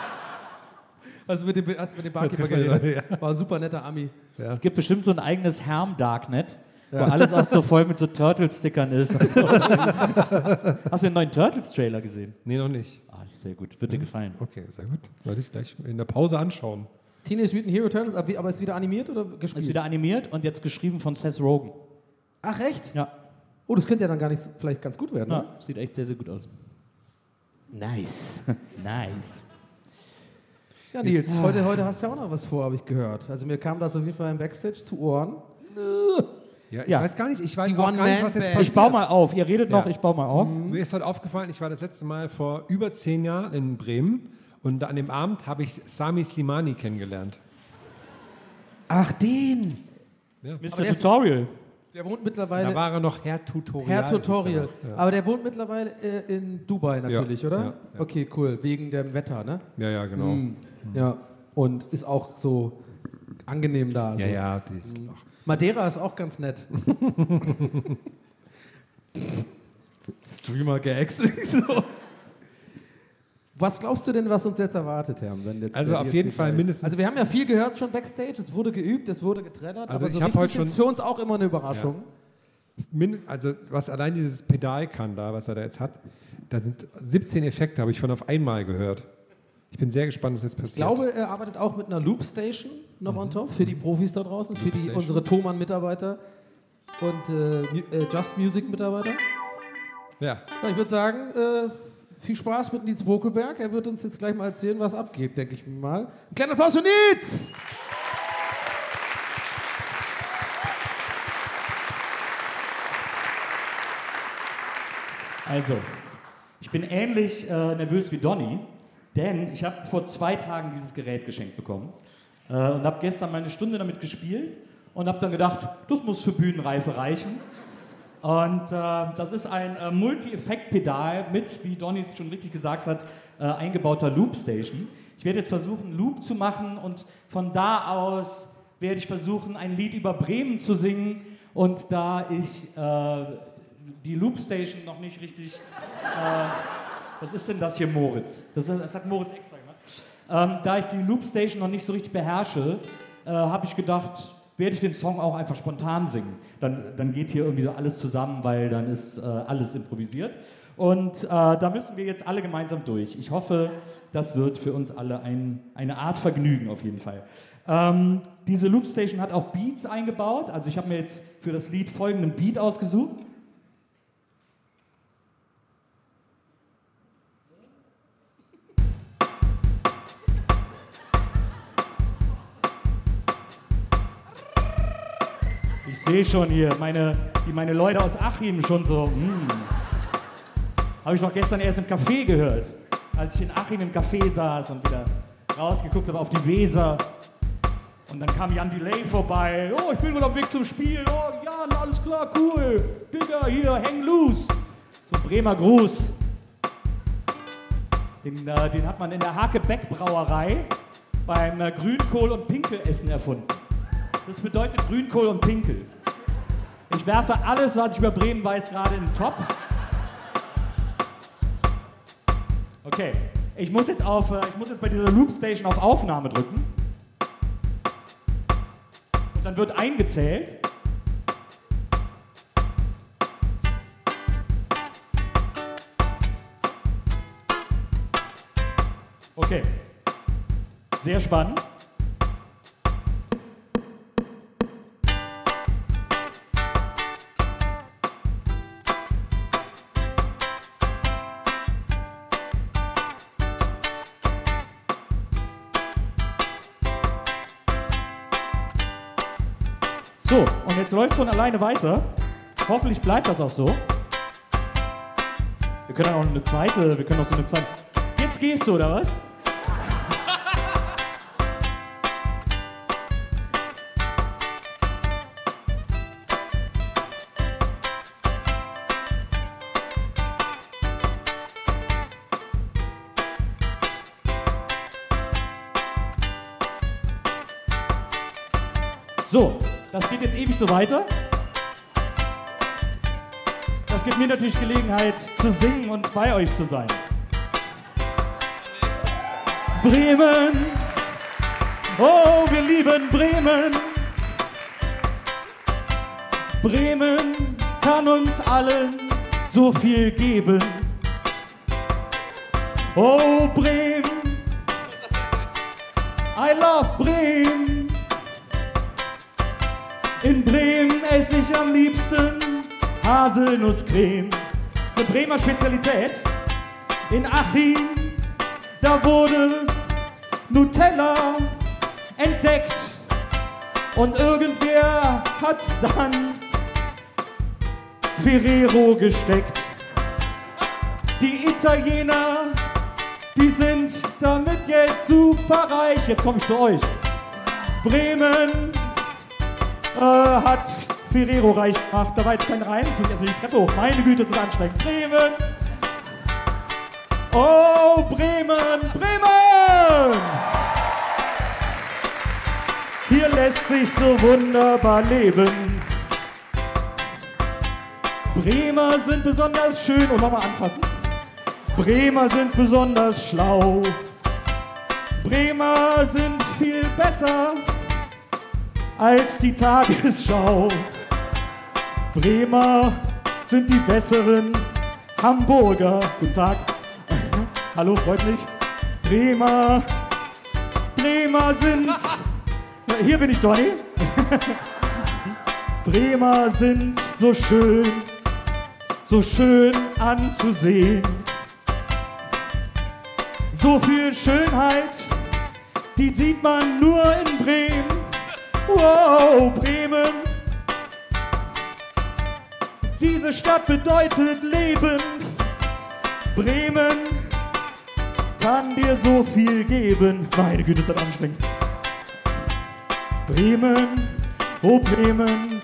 Speaker 7: Also mit dem, hast du mit dem Barkeeper
Speaker 5: treffen wir
Speaker 7: geredet? War ein super netter Ami.
Speaker 3: Es gibt bestimmt so ein eigenes Herm-Darknet, wo alles auch so voll mit so Turtle-Stickern ist. Und so. Hast du den neuen Turtles-Trailer gesehen?
Speaker 5: Nee, noch nicht.
Speaker 3: Ah, ist sehr gut. Wird dir gefallen.
Speaker 5: Okay, sehr gut. Werde ich gleich in der Pause anschauen.
Speaker 7: Teenage Mutant Hero Turtles, aber wie- aber ist wieder animiert oder gespielt?
Speaker 3: Ist wieder animiert und jetzt geschrieben von Seth Rogen.
Speaker 7: Ach, echt?
Speaker 3: Ja,
Speaker 7: Oh, das könnte ja dann gar nicht vielleicht ganz gut werden. ne?
Speaker 3: ja sieht echt sehr, sehr gut aus. Nice. nice.
Speaker 7: Ja, Nils, heute, heute hast du ja auch noch was vor, habe ich gehört. Also mir kam das auf jeden Fall im Backstage zu Ohren.
Speaker 5: Ja, ich
Speaker 3: Ja.
Speaker 5: weiß gar nicht, ich weiß
Speaker 7: Die
Speaker 5: auch gar nicht, was jetzt
Speaker 7: One-Man-Band.
Speaker 5: passiert.
Speaker 3: Ich baue mal auf. Ihr redet noch,
Speaker 5: Ja.
Speaker 3: ich baue mal auf.
Speaker 5: Mir ist heute aufgefallen, ich war das letzte Mal vor über zehn Jahren in Bremen und an dem Abend habe ich Sami Slimani kennengelernt.
Speaker 7: Ach, den!
Speaker 3: Mr.
Speaker 7: der ist-
Speaker 3: Tutorial.
Speaker 7: Der wohnt
Speaker 5: Da
Speaker 7: mittlerweile.
Speaker 5: war er noch Herr Tutorial.
Speaker 7: Herr Tutorial.
Speaker 5: hieß er noch.
Speaker 7: Aber der wohnt mittlerweile äh, in Dubai natürlich,
Speaker 5: Ja,
Speaker 7: oder?
Speaker 5: ja, ja.
Speaker 7: Okay, cool. Wegen dem Wetter, ne?
Speaker 5: Ja, ja, genau.
Speaker 7: Ja. Und ist auch so angenehm da.
Speaker 5: Ja,
Speaker 7: so.
Speaker 5: ja, das
Speaker 7: Hm.
Speaker 5: geht noch.
Speaker 7: Madeira ist auch ganz nett. Streamer-Gags. so. Was glaubst du denn, was uns jetzt erwartet, Herr? Wenn jetzt
Speaker 5: Also
Speaker 7: der
Speaker 5: auf
Speaker 7: jetzt
Speaker 5: jeden
Speaker 7: hier
Speaker 5: Fall
Speaker 7: gleich-
Speaker 5: mindestens-
Speaker 7: Also wir haben ja viel gehört schon backstage. Es wurde geübt, es wurde getrennert.
Speaker 5: Also
Speaker 7: aber so
Speaker 5: ich hab
Speaker 7: richtig
Speaker 5: heute schon-
Speaker 7: ist für uns auch immer eine Überraschung.
Speaker 5: Min- Also was allein dieses Pedal kann da, was er da jetzt hat, da sind 17 Effekte, habe ich schon auf einmal gehört. Ich bin sehr gespannt, was jetzt passiert.
Speaker 7: Ich glaube, er arbeitet auch mit einer Loop Station noch
Speaker 5: Mhm.
Speaker 7: on top für die Profis da draußen, für die, unsere Thomann-Mitarbeiter und äh, Mu- äh, Just Music-Mitarbeiter.
Speaker 5: Ja.
Speaker 7: Ja, ich würde sagen, äh, viel Spaß mit Nietz Bokelberg. Er wird uns jetzt gleich mal erzählen, was abgeht, denke ich mal. Ein kleiner Applaus für Nietz!
Speaker 3: Also, ich bin ähnlich äh, nervös wie Donny, denn ich habe vor zwei Tagen dieses Gerät geschenkt bekommen äh, und habe gestern mal eine Stunde damit gespielt und habe dann gedacht, das muss für Bühnenreife reichen. Und äh, das ist ein äh, Multi-Effekt-Pedal mit, wie Donny es schon richtig gesagt hat, äh, eingebauter Loop-Station. Ich werde jetzt versuchen, Loop zu machen und von da aus werde ich versuchen, ein Lied über Bremen zu singen. Und da ich äh, die Loop-Station noch nicht richtig... Äh, was ist denn das hier, Moritz? Das, das hat Moritz extra gemacht. Ähm, da ich die Loop-Station noch nicht so richtig beherrsche, äh, habe ich gedacht, werde ich den Song auch einfach spontan singen. Dann, dann geht hier irgendwie so alles zusammen, weil dann ist äh, alles improvisiert. Und äh, da müssen wir jetzt alle gemeinsam durch. Ich hoffe, das wird für uns alle ein, eine Art Vergnügen auf jeden Fall. Ähm, diese Loopstation hat auch Beats eingebaut. Also ich habe mir jetzt für das Lied folgenden Beat ausgesucht. Ich sehe schon hier meine, wie meine Leute aus Achim schon so. Hm. Habe ich noch gestern erst im Café gehört, als ich in Achim im Café saß und wieder rausgeguckt habe auf die Weser. Und dann kam Jan Delay vorbei. Oh, ich bin wohl am Weg zum Spiel. Oh, Jan, alles klar, cool. Digga, hier, hang loose. So ein Bremer Gruß. Den, äh, den hat man in der Hake-Beck-Brauerei beim äh, Grünkohl- und Pinkelessen erfunden. Das bedeutet Grünkohl und Pinkel. Ich werfe alles, was ich über Bremen weiß, gerade in den Topf. Okay, ich muss jetzt, auf, äh, ich muss jetzt bei dieser Loop Station auf Aufnahme drücken. Und dann wird eingezählt. Okay, sehr spannend. So, und jetzt läuft schon alleine weiter. Hoffentlich bleibt das auch so. Wir können auch eine zweite, wir können auch so eine zweite. Jetzt gehst du, oder was? So, das geht jetzt ewig so weiter. Das gibt mir natürlich Gelegenheit zu singen und bei euch zu sein. Bremen, oh, wir lieben Bremen. Bremen kann uns allen so viel geben. Oh, Bremen, I love Bremen. In Bremen esse ich am liebsten Haselnusscreme. Ist eine Bremer Spezialität. In Achim, da wurde Nutella entdeckt. Und irgendwer hat's dann Ferrero gesteckt. Die Italiener, die sind damit jetzt superreich. Jetzt komme ich zu euch. Bremen, äh, hat Ferrero reich gemacht. Da war jetzt kein Reim. Ich muss erstmal die Treppe hoch. Meine Güte, das ist anstrengend. Bremen! Oh, Bremen! Bremen! Hier lässt sich so wunderbar leben. Bremer sind besonders schön. Und nochmal Oh, anfassen. Bremer sind besonders schlau. Bremer sind viel besser als die Tagesschau. Bremer sind die besseren Hamburger. Guten Tag. Hallo, freut mich. Bremer. Bremer sind. Na, hier bin ich, Donny. Bremer sind so schön, so schön anzusehen. So viel Schönheit, die sieht man nur in Bremen. Wow, Bremen. Diese Stadt bedeutet Leben. Bremen kann dir so viel geben. Meine Güte, ist das anstrengend. Bremen, oh Bremen,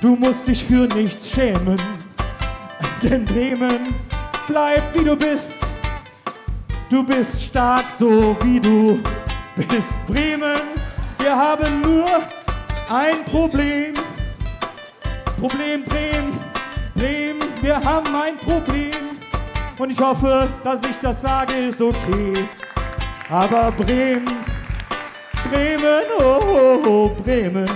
Speaker 3: du musst dich für nichts schämen. Denn Bremen, bleib wie du bist. Du bist stark, so wie du bist. Bremen, wir haben nur ein Problem. Problem, Bremen, Bremen, wir haben ein Problem. Und ich hoffe, dass ich das sage, ist okay. Aber Bremen, Bremen, oh, oh, oh Bremen.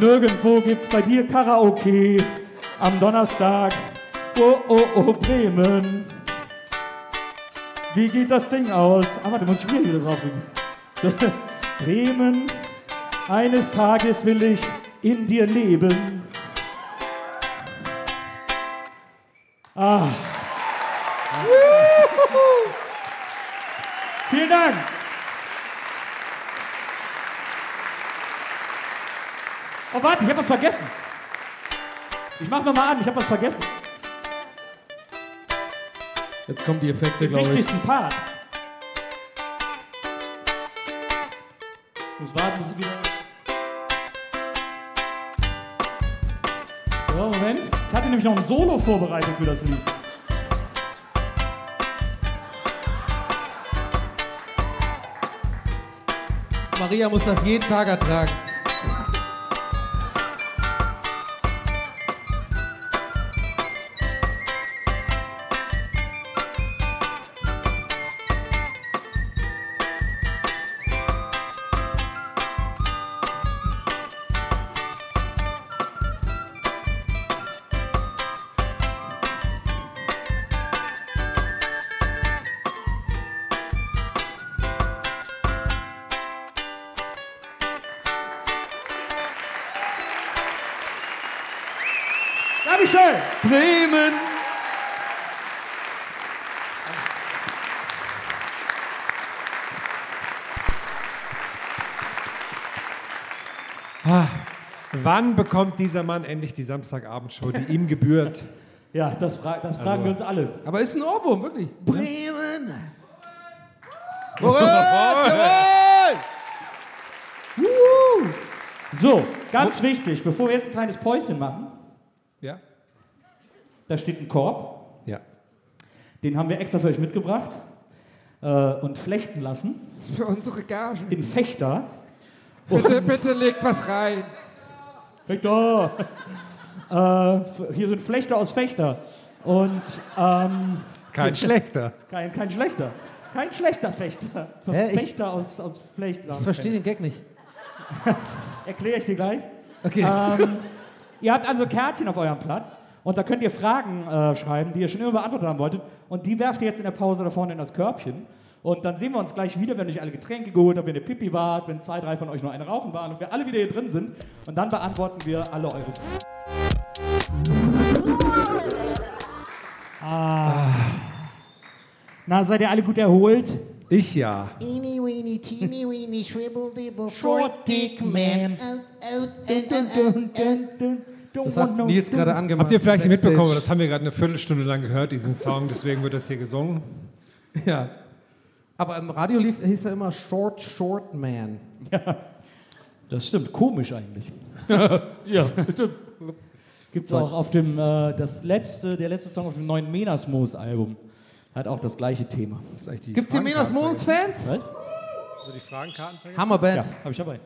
Speaker 3: Nirgendwo gibt's bei dir Karaoke am Donnerstag. Oh, oh, oh, Bremen. Wie geht das Ding aus? Ah, warte, muss ich hier wieder drauflegen. So, Bremen, eines Tages will ich in dir leben. Ah. Juhu. Vielen Dank. Oh, warte, ich habe was vergessen. Ich mach nochmal an, ich habe was vergessen.
Speaker 5: Jetzt kommen die Effekte,
Speaker 3: Den
Speaker 5: glaube ich.
Speaker 3: wichtigsten Part. Muss warten, bis es wieder. So, Moment. Ich hatte nämlich noch ein Solo vorbereitet für das Lied.
Speaker 7: Maria muss das jeden Tag ertragen.
Speaker 3: Dankeschön.
Speaker 7: Bremen!
Speaker 5: Wann bekommt dieser Mann endlich die Samstagabendshow, die ihm gebührt?
Speaker 3: Ja, das, fra das
Speaker 5: Also,
Speaker 3: fragen wir uns alle.
Speaker 7: Aber ist ein Ohrwurm, wirklich. Bremen!
Speaker 3: So, ganz wichtig, bevor wir jetzt ein kleines Päuschen machen,
Speaker 5: Ja?
Speaker 3: da steht ein Korb.
Speaker 5: Ja.
Speaker 3: Den haben wir extra für euch mitgebracht äh, und flechten lassen.
Speaker 10: Für unsere Gagen.
Speaker 3: In Fechter.
Speaker 10: Bitte, bitte legt was rein.
Speaker 3: Fechter! äh, hier sind Flechter aus Fechter. Und ähm,
Speaker 5: Kein schlechter.
Speaker 3: kein, kein schlechter. Kein schlechter Fechter.
Speaker 11: Hä, ich-
Speaker 3: Fechter aus, aus Flechter.
Speaker 11: Ich verstehe den Gag nicht.
Speaker 3: Erkläre ich dir gleich.
Speaker 11: Okay.
Speaker 7: Ah,
Speaker 3: Ähm, ihr habt also Kärtchen auf eurem Platz und da könnt ihr Fragen äh, schreiben, die ihr schon immer beantwortet haben wolltet. Und die werft ihr jetzt in der Pause da vorne in das Körbchen. Und dann sehen wir uns gleich wieder, wenn euch alle Getränke geholt habt, wenn ihr Pipi wart, wenn zwei, drei von euch nur eine rauchen waren und wir alle wieder hier drin sind. Und dann beantworten wir alle eure Fragen. Ah. Na, seid ihr alle gut erholt?
Speaker 5: Ich ja.
Speaker 6: Eeny weeny teeny weeny shribble dibble short dick man. Out, out, out, out, out, out.
Speaker 7: Das hat Nils gerade angemacht.
Speaker 5: Habt ihr vielleicht
Speaker 7: Backstage.
Speaker 5: mitbekommen, das haben wir gerade eine Viertelstunde lang gehört, diesen Song, deswegen wird das hier gesungen.
Speaker 7: Ja. Aber im Radio lief, hieß er immer Short Short Man.
Speaker 3: Das stimmt, komisch eigentlich. ja, stimmt. Gibt es auch auf dem, äh, das letzte, der letzte Song auf dem neuen Menasmos-Album. Hat auch das gleiche Thema.
Speaker 7: Gibt's hier Menas Mons Fans?
Speaker 3: Was?
Speaker 5: die Fragenkarten vergessen?
Speaker 3: Ja,
Speaker 7: Hammerband.
Speaker 3: hab ich dabei.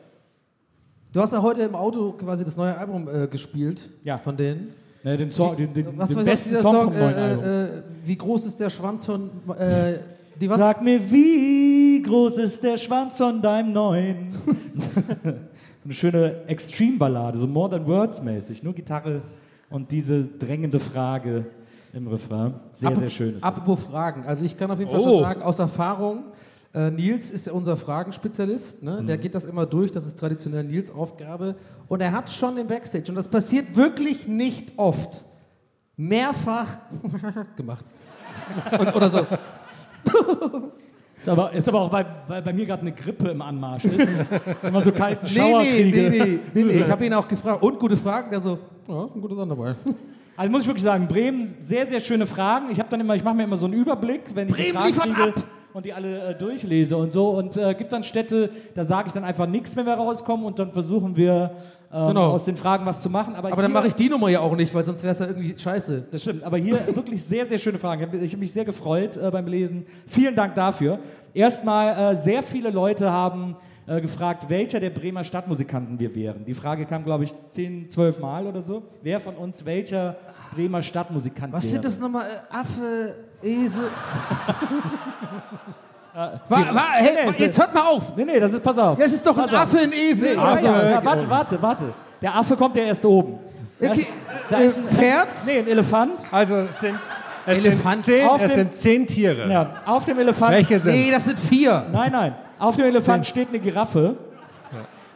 Speaker 7: Du hast ja heute im Auto quasi das neue Album äh, gespielt.
Speaker 3: Ja.
Speaker 7: Von denen.
Speaker 3: Ne, den, Song, den, den,
Speaker 7: Was
Speaker 3: den
Speaker 7: war
Speaker 3: besten
Speaker 7: dieser
Speaker 3: Song,
Speaker 7: Song?
Speaker 3: vom neuen
Speaker 7: äh,
Speaker 3: Album.
Speaker 7: äh, äh, wie groß ist der Schwanz von. Äh, die was?
Speaker 3: Sag mir, wie groß ist der Schwanz von deinem neuen? so eine schöne Extreme-Ballade, so More Than Words-mäßig. Nur Gitarre und diese drängende Frage im Refrain. Sehr,
Speaker 7: Ap-
Speaker 3: sehr schön ist das.
Speaker 7: Apropos Fragen. Also ich kann auf jeden Fall
Speaker 12: Oh.
Speaker 7: schon sagen, aus Erfahrung, äh, Nils ist ja unser Fragenspezialist. Ne? Der geht das immer durch. Das ist traditionell Nils Aufgabe. Und er hat schon im Backstage, und das passiert wirklich nicht oft, mehrfach gemacht. und, oder so.
Speaker 3: Ist aber, ist aber auch, weil, weil bei mir gerade eine Grippe im Anmarsch ist. und ich Immer so kalten Schauer
Speaker 7: Nee, nee,
Speaker 3: kriege.
Speaker 7: nee, nee, nee, nee. Ich habe ihn auch gefragt. Und gute Fragen. Der so, ja, ein gutes Song dabei.
Speaker 3: Also muss ich wirklich sagen, Bremen, sehr, sehr schöne Fragen. Ich habe dann immer, ich mache mir immer so einen Überblick, wenn ich die
Speaker 7: Bremen
Speaker 3: Fragen
Speaker 7: liefert
Speaker 3: kriege
Speaker 7: ab!
Speaker 3: und die alle äh, durchlese und so. Und äh, gibt dann Städte, da sage ich dann einfach nichts, wenn wir rauskommen und dann versuchen wir ähm,
Speaker 7: Genau.
Speaker 3: aus den Fragen was zu machen. Aber,
Speaker 7: Aber dann
Speaker 3: hier-
Speaker 7: mache ich die Nummer ja auch nicht, weil sonst wäre es ja irgendwie scheiße.
Speaker 3: Das stimmt, aber hier wirklich sehr, sehr schöne Fragen. Ich hab- Ich habe mich sehr gefreut äh, beim Lesen. Vielen Dank dafür. Erstmal, äh, sehr viele Leute haben äh, gefragt, welcher der Bremer Stadtmusikanten wir wären. Die Frage kam, glaube ich, 10, 12 Mal oder so. Wer von uns welcher Bremer Stadtmusikant
Speaker 7: Was
Speaker 3: wäre?
Speaker 7: sind das nochmal? Äh, Affe, Esel.
Speaker 3: Wa- wa- hey, wa- jetzt
Speaker 7: hört mal auf.
Speaker 3: Nee, nee, das ist, pass auf.
Speaker 7: Das ist doch ein
Speaker 3: Pass auf.
Speaker 7: Affe, ein Esel.
Speaker 3: Ja,
Speaker 7: oder
Speaker 3: ja,
Speaker 7: so.
Speaker 3: ja, warte, warte, warte. Der Affe kommt ja erst oben. Da
Speaker 7: Okay,
Speaker 3: ist, da
Speaker 7: äh,
Speaker 3: ist ein
Speaker 7: Pferd?
Speaker 3: Nee, ein Elefant.
Speaker 5: Also es sind, es
Speaker 7: Elefant
Speaker 5: sind, zehn,
Speaker 3: auf
Speaker 5: es
Speaker 3: dem-
Speaker 5: sind zehn Tiere.
Speaker 3: Ja, auf dem Elefant.
Speaker 5: Welche sind?
Speaker 7: Nee, das sind vier.
Speaker 3: Nein, nein. Auf dem Elefant steht eine Giraffe.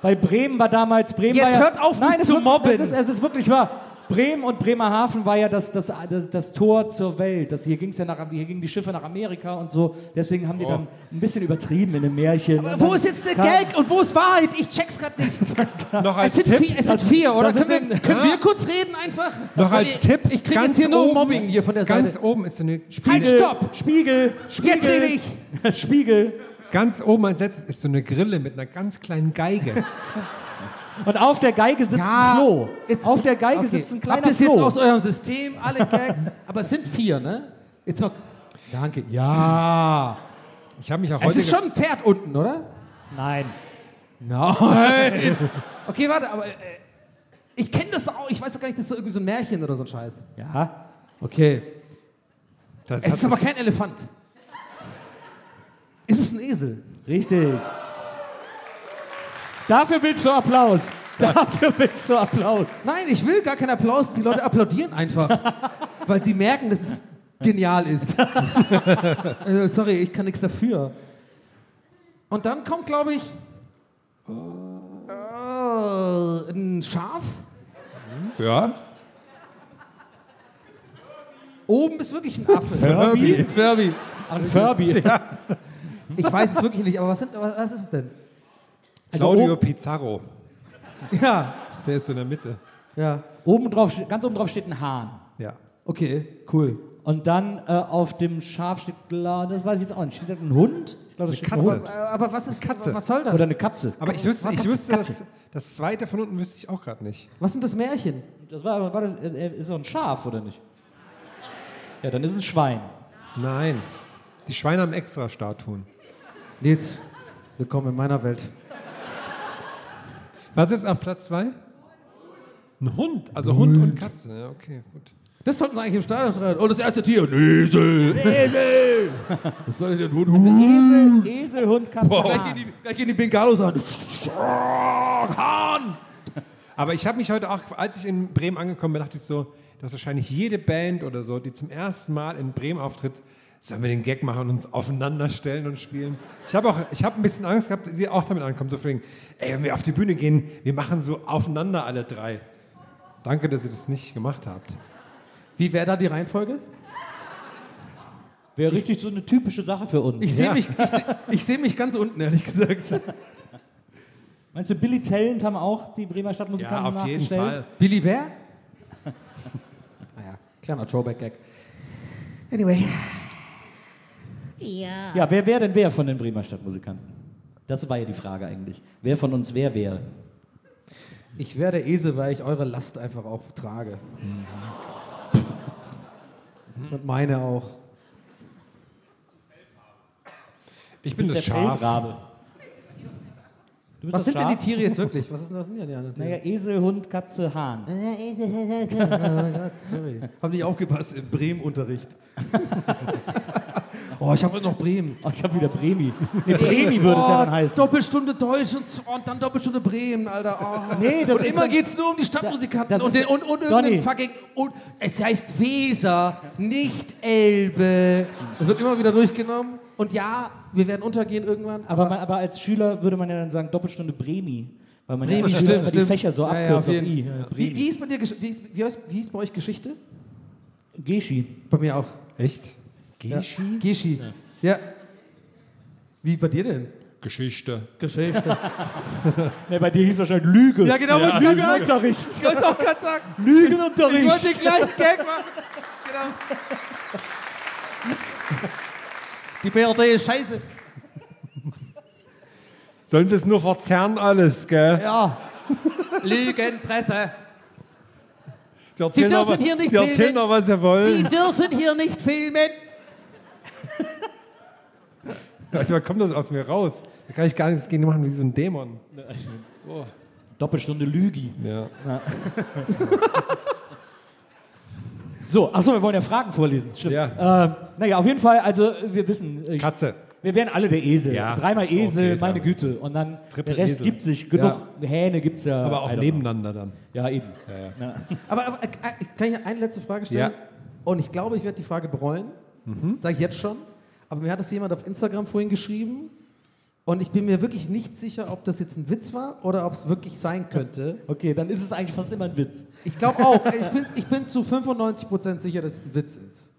Speaker 3: Weil Bremen war damals. Bremen
Speaker 7: Jetzt
Speaker 3: war ja,
Speaker 7: hört auf,
Speaker 3: nein,
Speaker 7: mich
Speaker 3: es
Speaker 7: zu
Speaker 3: wird-
Speaker 7: mobben.
Speaker 3: Es ist, es ist wirklich wahr. Bremen und Bremerhaven war ja das, das, das, das Tor zur Welt. Das, hier, ging's ja nach, hier gingen die Schiffe nach Amerika und so. Deswegen haben die dann
Speaker 7: Oh.
Speaker 3: ein bisschen übertrieben in dem Märchen. Und
Speaker 7: Wo
Speaker 3: dann
Speaker 7: ist jetzt der
Speaker 3: kam-
Speaker 7: Gag und wo ist Wahrheit? Ich check's gerade nicht.
Speaker 5: Noch
Speaker 7: Es
Speaker 5: als
Speaker 7: sind,
Speaker 5: Tipp,
Speaker 7: vier, es sind vier, oder?
Speaker 3: Also, das ist
Speaker 7: Können, wir,
Speaker 3: ein-
Speaker 7: können wir kurz reden einfach?
Speaker 5: noch
Speaker 7: Weil
Speaker 5: als
Speaker 7: ich-
Speaker 5: Tipp
Speaker 7: Ich krieg jetzt hier nur Mobbing hier von der
Speaker 5: ganz
Speaker 7: Seite.
Speaker 5: oben ist so eine
Speaker 7: Halt,
Speaker 3: Spiegel,
Speaker 7: stopp!
Speaker 3: Spiegel, Spiegel.
Speaker 7: Jetzt rede
Speaker 3: Spiegel.
Speaker 5: ganz oben als letztes ist so eine Grille mit einer ganz kleinen Geige.
Speaker 3: Und auf der Geige sitzt
Speaker 7: Ja,
Speaker 3: ein Floh.
Speaker 7: Ah, jetzt-
Speaker 3: Auf der Geige
Speaker 7: Okay.
Speaker 3: sitzt ein kleiner
Speaker 7: Habt ihr es
Speaker 3: Floh.
Speaker 7: jetzt aus eurem System, alle Gags? Aber es sind vier, ne? Jetzt mal. Danke.
Speaker 5: ja. Ich habe mich auch
Speaker 7: Ah. Es
Speaker 5: heute
Speaker 7: ist schon ein Pferd unten, oder?
Speaker 3: Nein.
Speaker 7: Nein! okay, warte, aber äh, ich kenne das auch. Ich weiß doch gar nicht, das ist so irgendwie so ein Märchen oder so ein Scheiß.
Speaker 3: Ja.
Speaker 7: Okay.
Speaker 5: ge- das
Speaker 7: Es ist
Speaker 5: hat-
Speaker 7: aber kein Elefant. Ist es ein Esel?
Speaker 3: Richtig. Dafür willst du Applaus. Dafür willst du Applaus.
Speaker 7: Nein, ich will gar keinen Applaus. Die Leute applaudieren einfach, weil sie merken, dass es genial ist. äh, sorry, ich kann nichts dafür. Und dann kommt, glaube ich, äh, ein Schaf.
Speaker 5: ja.
Speaker 7: Oben ist wirklich ein Affe.
Speaker 3: Furby?
Speaker 7: Furby.
Speaker 3: An Furby.
Speaker 7: Ich weiß es wirklich nicht, aber was, sind, was, was ist es denn? Also
Speaker 5: Claudio Pizarro.
Speaker 7: Ja,
Speaker 5: Der ist so in der Mitte.
Speaker 7: ja.
Speaker 3: Oben drauf, steht- ganz oben drauf steht ein Hahn.
Speaker 5: Ja.
Speaker 7: Okay, cool.
Speaker 3: Und dann äh, auf dem Schaf steht, klar, das weiß ich jetzt auch nicht, steht da ein Hund? Ich glaube, das steht ein
Speaker 5: Katze.
Speaker 3: Hund.
Speaker 7: Äh, Aber was ist
Speaker 5: Katze.
Speaker 7: Was soll das?
Speaker 3: Oder eine Katze.
Speaker 5: Aber ich wüsste,
Speaker 7: Was
Speaker 5: ich
Speaker 7: hat's-
Speaker 5: wüsste das,
Speaker 3: Katze?
Speaker 5: das zweite von unten wüsste ich auch gerade nicht.
Speaker 7: was sind das Märchen?
Speaker 3: Das war, war das, äh, äh, ist doch ein Schaf, oder nicht? Ja, dann ist es ein Schwein.
Speaker 5: Nein. Die Schweine haben extra Statuen.
Speaker 7: Nils, willkommen in meiner Welt.
Speaker 5: Was ist auf Platz zwei? Ein Hund. Also Hund und Katze. Ja, okay, gut.
Speaker 7: Das sollten sie eigentlich im Stadion schreien. Und das erste Tier.
Speaker 12: Was soll denn der Hund?
Speaker 3: Esel, Esel Hund, Katze, Hahn.
Speaker 7: Gleich gehen die Bengalos an.
Speaker 12: Hahn!
Speaker 5: Aber ich habe mich heute auch, als ich in Bremen angekommen bin, dachte ich so, dass wahrscheinlich jede Band oder so, die zum ersten Mal in Bremen auftritt, sollen wir den Gag machen und uns aufeinander stellen und spielen. Ich habe auch, ich habe ein bisschen Angst gehabt, dass sie auch damit ankommen, so von wegen, ey, wenn wir auf die Bühne gehen, wir machen so aufeinander alle drei. Danke, dass ihr das nicht gemacht habt.
Speaker 7: Wie wäre da die Reihenfolge?
Speaker 3: Wäre richtig so eine typische Sache für uns.
Speaker 7: Ich sehe mich, ich seh, ich seh mich ganz unten, ehrlich gesagt.
Speaker 3: Meinst du, Billy Talent haben auch die Bremer Stadtmusikanten nachgestellt?
Speaker 7: Billy wer? naja, Ah kleiner Throwback-Gag. Anyway.
Speaker 13: Ja.
Speaker 3: Ja, wer wäre denn wer von den Bremer Stadtmusikanten? Das war ja die Frage eigentlich. Wer von uns wer wäre?
Speaker 7: Ich wäre
Speaker 9: eh
Speaker 7: der Esel, weil ich eure Last einfach auch trage. Und meine auch.
Speaker 5: Ich bin das
Speaker 3: der
Speaker 5: Schaf.
Speaker 3: Feldrabe.
Speaker 6: Du bist
Speaker 9: Was
Speaker 6: das
Speaker 9: sind denn die
Speaker 6: Schaf?
Speaker 9: Tiere jetzt wirklich? Was, ist, denn- was sind denn die anderen Tiere?
Speaker 3: Naja, Esel, Hund, Katze, Hahn.
Speaker 9: oh Gott, sorry.
Speaker 7: Haben nicht aufgepasst im Bremen-Unterricht. oh, ich habe noch Bremen.
Speaker 3: Oh, ich habe wieder Bremi. Nee, Bremi würde es ja dann heißen.
Speaker 7: Oh, Doppelstunde Deutsch und, so- und dann Doppelstunde Bremen, Alter. Oh.
Speaker 3: Nee, das
Speaker 7: und
Speaker 3: ist
Speaker 7: immer
Speaker 3: dann-
Speaker 7: geht's nur um die Stadtmusikanten
Speaker 3: das
Speaker 7: und,
Speaker 3: ist-
Speaker 7: den, und, und
Speaker 3: Donny.
Speaker 7: irgendeinen fucking. Und, es heißt Weser, nicht Elbe. Das wird immer wieder durchgenommen. Und ja, wir werden untergehen irgendwann.
Speaker 3: Aber, man, aber als Schüler würde man ja dann sagen, Doppelstunde Bremi. Weil man ja
Speaker 7: Bremi,
Speaker 3: als Schüler
Speaker 7: stimmt,
Speaker 3: immer die
Speaker 7: stimmt.
Speaker 3: Fächer so
Speaker 7: Ja, ja,
Speaker 3: abkürzt
Speaker 7: auf
Speaker 3: auf
Speaker 7: jeden-
Speaker 3: I. äh, Ja, ja.
Speaker 7: Wie, wie,
Speaker 3: Bremi.
Speaker 7: ist bei dir, Gesch- wie, ist, wie, heißt, wie hieß bei euch Geschichte?
Speaker 3: Geschi.
Speaker 7: Bei mir auch.
Speaker 5: Echt?
Speaker 7: Geschi? Geschi. Ja. Wie bei dir denn?
Speaker 5: Geschichte.
Speaker 7: Geschichte.
Speaker 6: Nee, bei dir hieß wahrscheinlich Lüge.
Speaker 7: Ja, genau, wollte ich gerade sagen.
Speaker 6: Lügenunterricht.
Speaker 7: Ich wollte es auch gerade sagen. Ich wollte den
Speaker 6: Lügenunterricht.
Speaker 7: gleichen Gag machen. Genau. Die BRD ist scheiße.
Speaker 5: Sollen sie es nur verzerren alles, gell?
Speaker 7: Ja. Lügenpresse.
Speaker 5: Die erzählen
Speaker 7: Sie
Speaker 5: doch,
Speaker 7: dürfen
Speaker 5: wa-
Speaker 7: hier nicht
Speaker 5: die erzählen
Speaker 7: filmen.
Speaker 5: doch, was sie wollen.
Speaker 7: dürfen hier nicht filmen.
Speaker 5: Manchmal Also, kommt das aus mir raus. Da kann ich gar nichts gegen machen, wie so ein Dämon.
Speaker 3: Doppelstunde Lügi.
Speaker 5: Ja.
Speaker 6: So, achso, wir wollen ja Fragen vorlesen. Stimmt.
Speaker 5: Ja.
Speaker 6: Ähm, naja, auf jeden Fall, also wir wissen, äh,
Speaker 5: Katze.
Speaker 6: wir wären alle der Esel.
Speaker 5: Ja.
Speaker 6: Dreimal Esel,
Speaker 5: Okay,
Speaker 6: meine
Speaker 5: dreimal.
Speaker 6: Güte. Und dann
Speaker 5: Triple
Speaker 6: der Rest
Speaker 5: Esel.
Speaker 6: gibt sich. Genug Hähne gibt es ja.
Speaker 5: Aber auch
Speaker 6: I don't
Speaker 5: nebeneinander dann.
Speaker 6: know. Ja, eben.
Speaker 7: Aber, aber äh, kann ich eine letzte Frage stellen?
Speaker 5: Ja.
Speaker 7: Und ich glaube, ich werde die Frage bereuen. Sage ich jetzt schon. Aber mir hat das jemand auf Instagram vorhin geschrieben. Und ich bin mir wirklich nicht sicher, ob das jetzt ein Witz war oder ob es wirklich sein könnte.
Speaker 3: Okay, dann ist es eigentlich fast immer ein Witz.
Speaker 7: Ich glaube auch. Ich bin, ich bin zu 95% sicher, dass es ein Witz ist.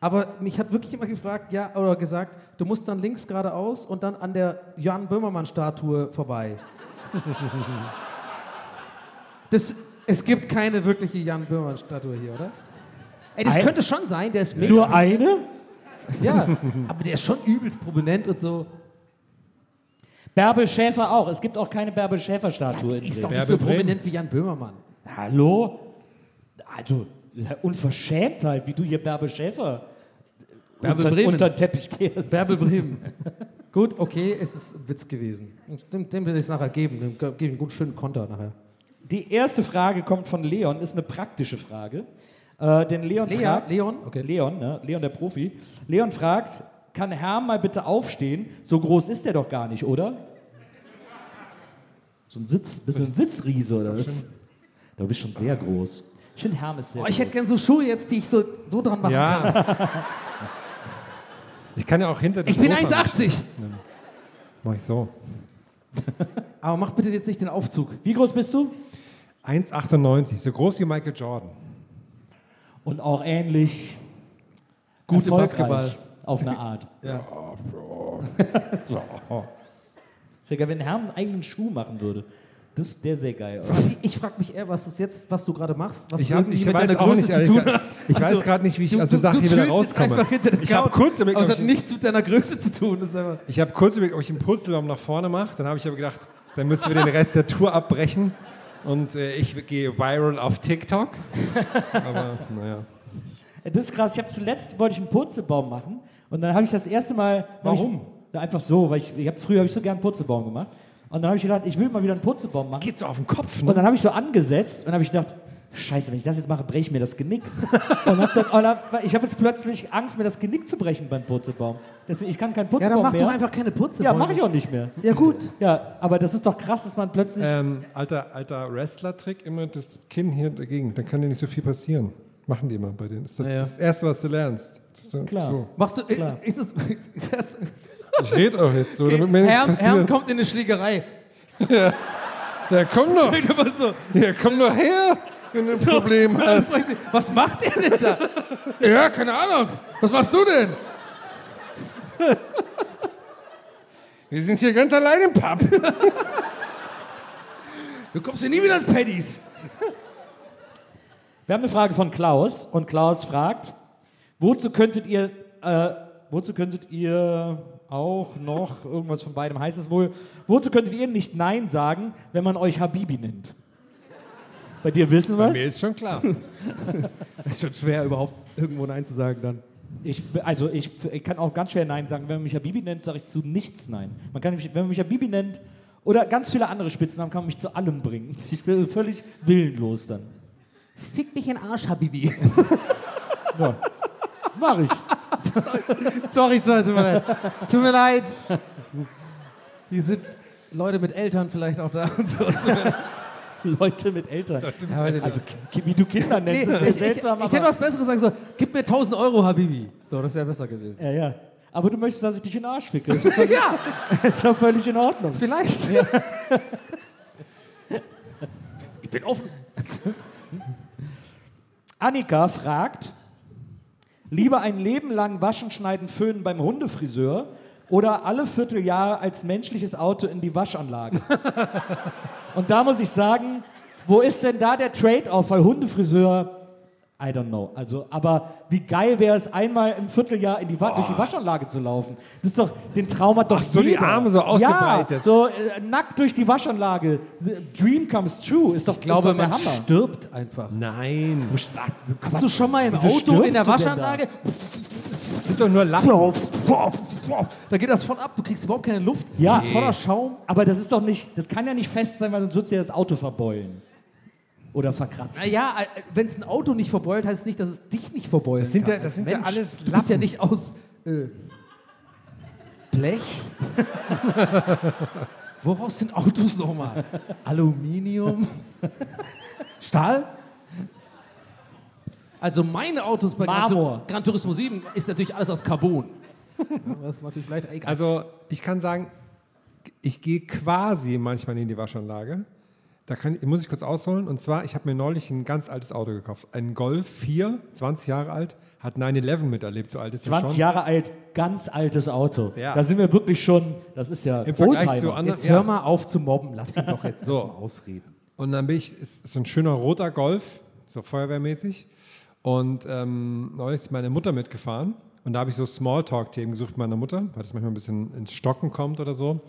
Speaker 7: Aber mich hat wirklich immer gefragt, ja, oder gesagt, du musst dann links geradeaus und dann an der Jan Böhmermann-Statue vorbei. Das, es gibt keine wirkliche Jan Böhmermann-Statue hier, oder? Ey, das
Speaker 6: Ein-
Speaker 7: könnte schon sein, der ist mega.
Speaker 6: Nur eine?
Speaker 7: ja, aber der ist schon übelst prominent und so.
Speaker 3: Bärbel Schäfer auch. Es gibt auch keine Bärbel Schäfer-Statue. in
Speaker 7: Ist doch
Speaker 3: Bremen.
Speaker 7: nicht so
Speaker 5: Bremen.
Speaker 7: prominent wie Jan Böhmermann.
Speaker 3: Hallo? Also, unverschämt halt, wie du hier Bärbel Schäfer
Speaker 7: Bärbel
Speaker 3: unter,
Speaker 7: Bremen.
Speaker 3: unter den Teppich kehrst.
Speaker 7: Bärbel Bremen. Gut, okay, es ist ein Witz gewesen. Dem, dem will ich es nachher geben. Dem ge- gebe ich einen guten schönen Konter nachher.
Speaker 3: Die erste Frage kommt von Leon, ist eine praktische Frage. Äh, denn Leon
Speaker 7: Lea-
Speaker 3: fragt.
Speaker 7: Leon? Okay.
Speaker 3: Leon, ne? Leon der Profi. Leon fragt, kann Herr mal bitte aufstehen? So groß ist der doch gar nicht, oder? So ein Sitz, bisschen Sitzriese, oder was? Da bist schon sehr groß. Ich finde Herm ist sehr
Speaker 7: Oh,
Speaker 3: groß.
Speaker 7: ich hätte gern so Schuhe jetzt, die ich so, so dran machen kann.
Speaker 5: Ja. Ich kann ja auch hinter das
Speaker 7: Ich bin
Speaker 5: Sofa-
Speaker 7: 1,80.
Speaker 5: Mach ich so.
Speaker 7: Aber mach bitte jetzt nicht den Aufzug.
Speaker 3: Wie groß bist du?
Speaker 5: 1,98, so groß wie Michael Jordan.
Speaker 3: Und auch ähnlich
Speaker 7: Gut im
Speaker 3: erfolgreich
Speaker 7: Basketball.
Speaker 3: auf eine Art. ja. Sehr geil, wenn Herm einen eigenen Schuh machen würde. Das, der sehr geil. aus.
Speaker 7: Ich frage mich eher, was ist jetzt, was du gerade machst, was
Speaker 5: Ich, hab,
Speaker 7: irgendwie
Speaker 5: ich
Speaker 7: mit
Speaker 5: weiß
Speaker 7: deiner
Speaker 5: auch
Speaker 7: Größe
Speaker 5: nicht,
Speaker 7: zu
Speaker 5: ehrlich
Speaker 7: tun Also,
Speaker 5: gesagt.
Speaker 7: hat.
Speaker 5: Ich weiß gerade nicht, wie ich aus der Sache hier wieder rauskomme. Ich habe kurz
Speaker 7: im
Speaker 5: überlegt,
Speaker 7: Aber es
Speaker 5: ob
Speaker 7: hat
Speaker 5: ich,
Speaker 7: nichts mit deiner Größe zu tun. Das ist einfach
Speaker 5: ich hab kurz überlegt, ob ich einen Purzelbaum nach vorne mache. Dann habe ich aber gedacht, dann müssen wir den Rest der Tour abbrechen. Und äh, ich gehe viral auf TikTok. Aber naja.
Speaker 3: Das ist krass. Ich habe zuletzt wollte ich einen Purzelbaum machen und dann habe ich das erste Mal. hab
Speaker 5: Warum?
Speaker 3: Ich, Ja, einfach so, weil ich, ich hab, früher habe ich so gern einen Purzelbaum gemacht und dann habe ich gedacht, ich will mal wieder einen Purzelbaum machen.
Speaker 5: Geht so auf den Kopf,
Speaker 3: Und
Speaker 5: ne?
Speaker 3: dann habe ich so angesetzt und habe ich gedacht, Scheiße, wenn ich das jetzt mache, breche ich mir das Genick. und hab dann, und hab, ich habe jetzt plötzlich Angst, mir das Genick zu brechen beim Purzelbaum. Deswegen, ich kann keinen
Speaker 7: ja,
Speaker 3: Purzelbaum
Speaker 7: dann mach
Speaker 3: mehr.
Speaker 7: doch einfach keine Purzelbäume.
Speaker 3: ja, mache ich auch nicht mehr.
Speaker 7: Ja, gut.
Speaker 3: Ja, aber das ist doch krass, dass man plötzlich.
Speaker 5: Ähm, alter alter Wrestler-Trick, immer das Kinn hier dagegen. Dann kann dir nicht so viel passieren. Machen die immer bei denen. Das ist das, das Erste, was du lernst. Das ist so-
Speaker 3: Klar.
Speaker 5: So.
Speaker 7: Machst du,
Speaker 3: Klar.
Speaker 7: ist es, ist das,
Speaker 5: Ich rede auch jetzt so, damit mir nichts
Speaker 7: Herm, Herm
Speaker 5: passiert.
Speaker 7: kommt in eine Schlägerei.
Speaker 5: Ja, komm doch,
Speaker 7: Du bist so,
Speaker 5: ja, komm doch her, wenn du ein Problem
Speaker 7: Dann
Speaker 5: hast.
Speaker 7: fragst du, Was macht der denn da?
Speaker 5: Ja, keine Ahnung.
Speaker 7: Was machst du denn?
Speaker 5: Wir sind hier ganz allein im Pub.
Speaker 4: Du kommst hier nie wieder ins Paddies.
Speaker 3: Wir haben eine Frage von Klaus und Klaus fragt, wozu könntet ihr, äh, wozu könntet ihr auch noch irgendwas von beidem heißt es wohl, wozu könntet ihr nicht Nein sagen, wenn man euch Habibi nennt? Bei dir wissen wir
Speaker 5: Mir
Speaker 3: es.
Speaker 5: ist schon klar.
Speaker 7: Ist schon schwer, überhaupt irgendwo Nein zu sagen dann.
Speaker 3: Ich, also ich, ich kann auch ganz schwer Nein sagen. Wenn man mich Habibi nennt, sage ich zu nichts Nein. Man kann, mich- wenn man mich Habibi nennt Oder ganz viele andere Spitznamen kann man mich zu allem bringen. Ich bin völlig willenlos dann.
Speaker 7: Fick mich in den Arsch, Habibi.
Speaker 3: Ja. Mach ich.
Speaker 7: Sorry, sorry, tut mir leid. Tut mir leid. Hier sind Leute mit Eltern vielleicht auch da. Und so.
Speaker 3: Leute mit Eltern.
Speaker 7: Ja, heute-
Speaker 3: Also, ki- wie du Kinder
Speaker 7: Nee,
Speaker 3: nennst, ist sehr
Speaker 7: ich, ich,
Speaker 3: seltsam.
Speaker 7: ich
Speaker 3: aber-
Speaker 7: hätte was Besseres sagen sollen. Gib mir 1000 Euro, Habibi. So, das wäre besser gewesen.
Speaker 3: Ja, ja. Aber du möchtest, dass ich dich in den Arsch ficke. Ist doch völlig, ja. ist doch völlig in Ordnung.
Speaker 7: Vielleicht.
Speaker 3: Ich bin offen. Annika fragt, lieber ein Leben lang waschen, schneiden, föhnen beim Hundefriseur oder alle Vierteljahre als menschliches Auto in die Waschanlage. Und da muss ich sagen, wo ist denn da der Trade-off? Weil Hundefriseur, I don't know. Also, aber wie geil wäre es, einmal im Vierteljahr in die Wa durch die Waschanlage zu laufen? Das ist doch, den Traum hat doch Ach,
Speaker 5: Oh. so, die Arme so ausgebreitet.
Speaker 3: Ja, so äh, nackt durch die Waschanlage. Dream comes true. Ist doch, ich
Speaker 7: glaube,
Speaker 3: ist doch
Speaker 7: man
Speaker 3: der Hammer.
Speaker 7: stirbt einfach.
Speaker 5: Nein.
Speaker 7: Hast du schon mal im Auto
Speaker 3: stirbst
Speaker 7: in der
Speaker 3: du denn
Speaker 7: Waschanlage?
Speaker 5: Das sind doch nur Lappen.
Speaker 7: Da geht das voll ab. Du kriegst überhaupt keine Luft.
Speaker 3: Ja.
Speaker 7: Du bist voller Schaum.
Speaker 3: Aber das ist doch nicht, das kann ja nicht fest sein, weil sonst würdest du ja das Auto verbeulen. Oder verkratzen.
Speaker 7: Naja, wenn es äh, ein Auto nicht verbeult, heißt es nicht, dass es dich nicht verbeult.
Speaker 5: Das sind
Speaker 7: kann.
Speaker 5: ja- das sind
Speaker 7: Mensch,
Speaker 5: ja alles
Speaker 7: Du bist ja
Speaker 5: Lappen.
Speaker 7: nicht aus äh, Blech. Woraus sind Autos nochmal? Aluminium? Stahl? Also meine Autos bei Gran,
Speaker 3: Marmor.
Speaker 7: Tu- Gran Turismo 7 ist natürlich alles aus Carbon. Das ist natürlich leicht egal.
Speaker 5: Also ich kann sagen, ich gehe quasi manchmal in die Waschanlage. Da kann, muss ich kurz ausholen. Und zwar, ich habe mir neulich ein ganz altes Auto gekauft. Ein Golf 4, 20 Jahre alt, hat 9-11 miterlebt, so alt ist er
Speaker 3: 20
Speaker 5: schon.
Speaker 3: Jahre alt, ganz altes Auto.
Speaker 5: Ja.
Speaker 3: Da sind wir wirklich schon, das ist ja
Speaker 5: Im Vergleich zu
Speaker 3: Oldtimer.
Speaker 5: anderen.
Speaker 7: Jetzt
Speaker 5: Also, Ja.
Speaker 7: hör mal auf zu mobben, lass ihn doch jetzt
Speaker 5: So.
Speaker 7: erst mal ausreden.
Speaker 5: Und dann bin ich, ist so ein schöner roter Golf, so feuerwehrmäßig. Und ähm, neulich ist meine Mutter mitgefahren. Und da habe ich so Smalltalk-Themen gesucht mit meiner Mutter, weil das manchmal ein bisschen ins Stocken kommt oder so.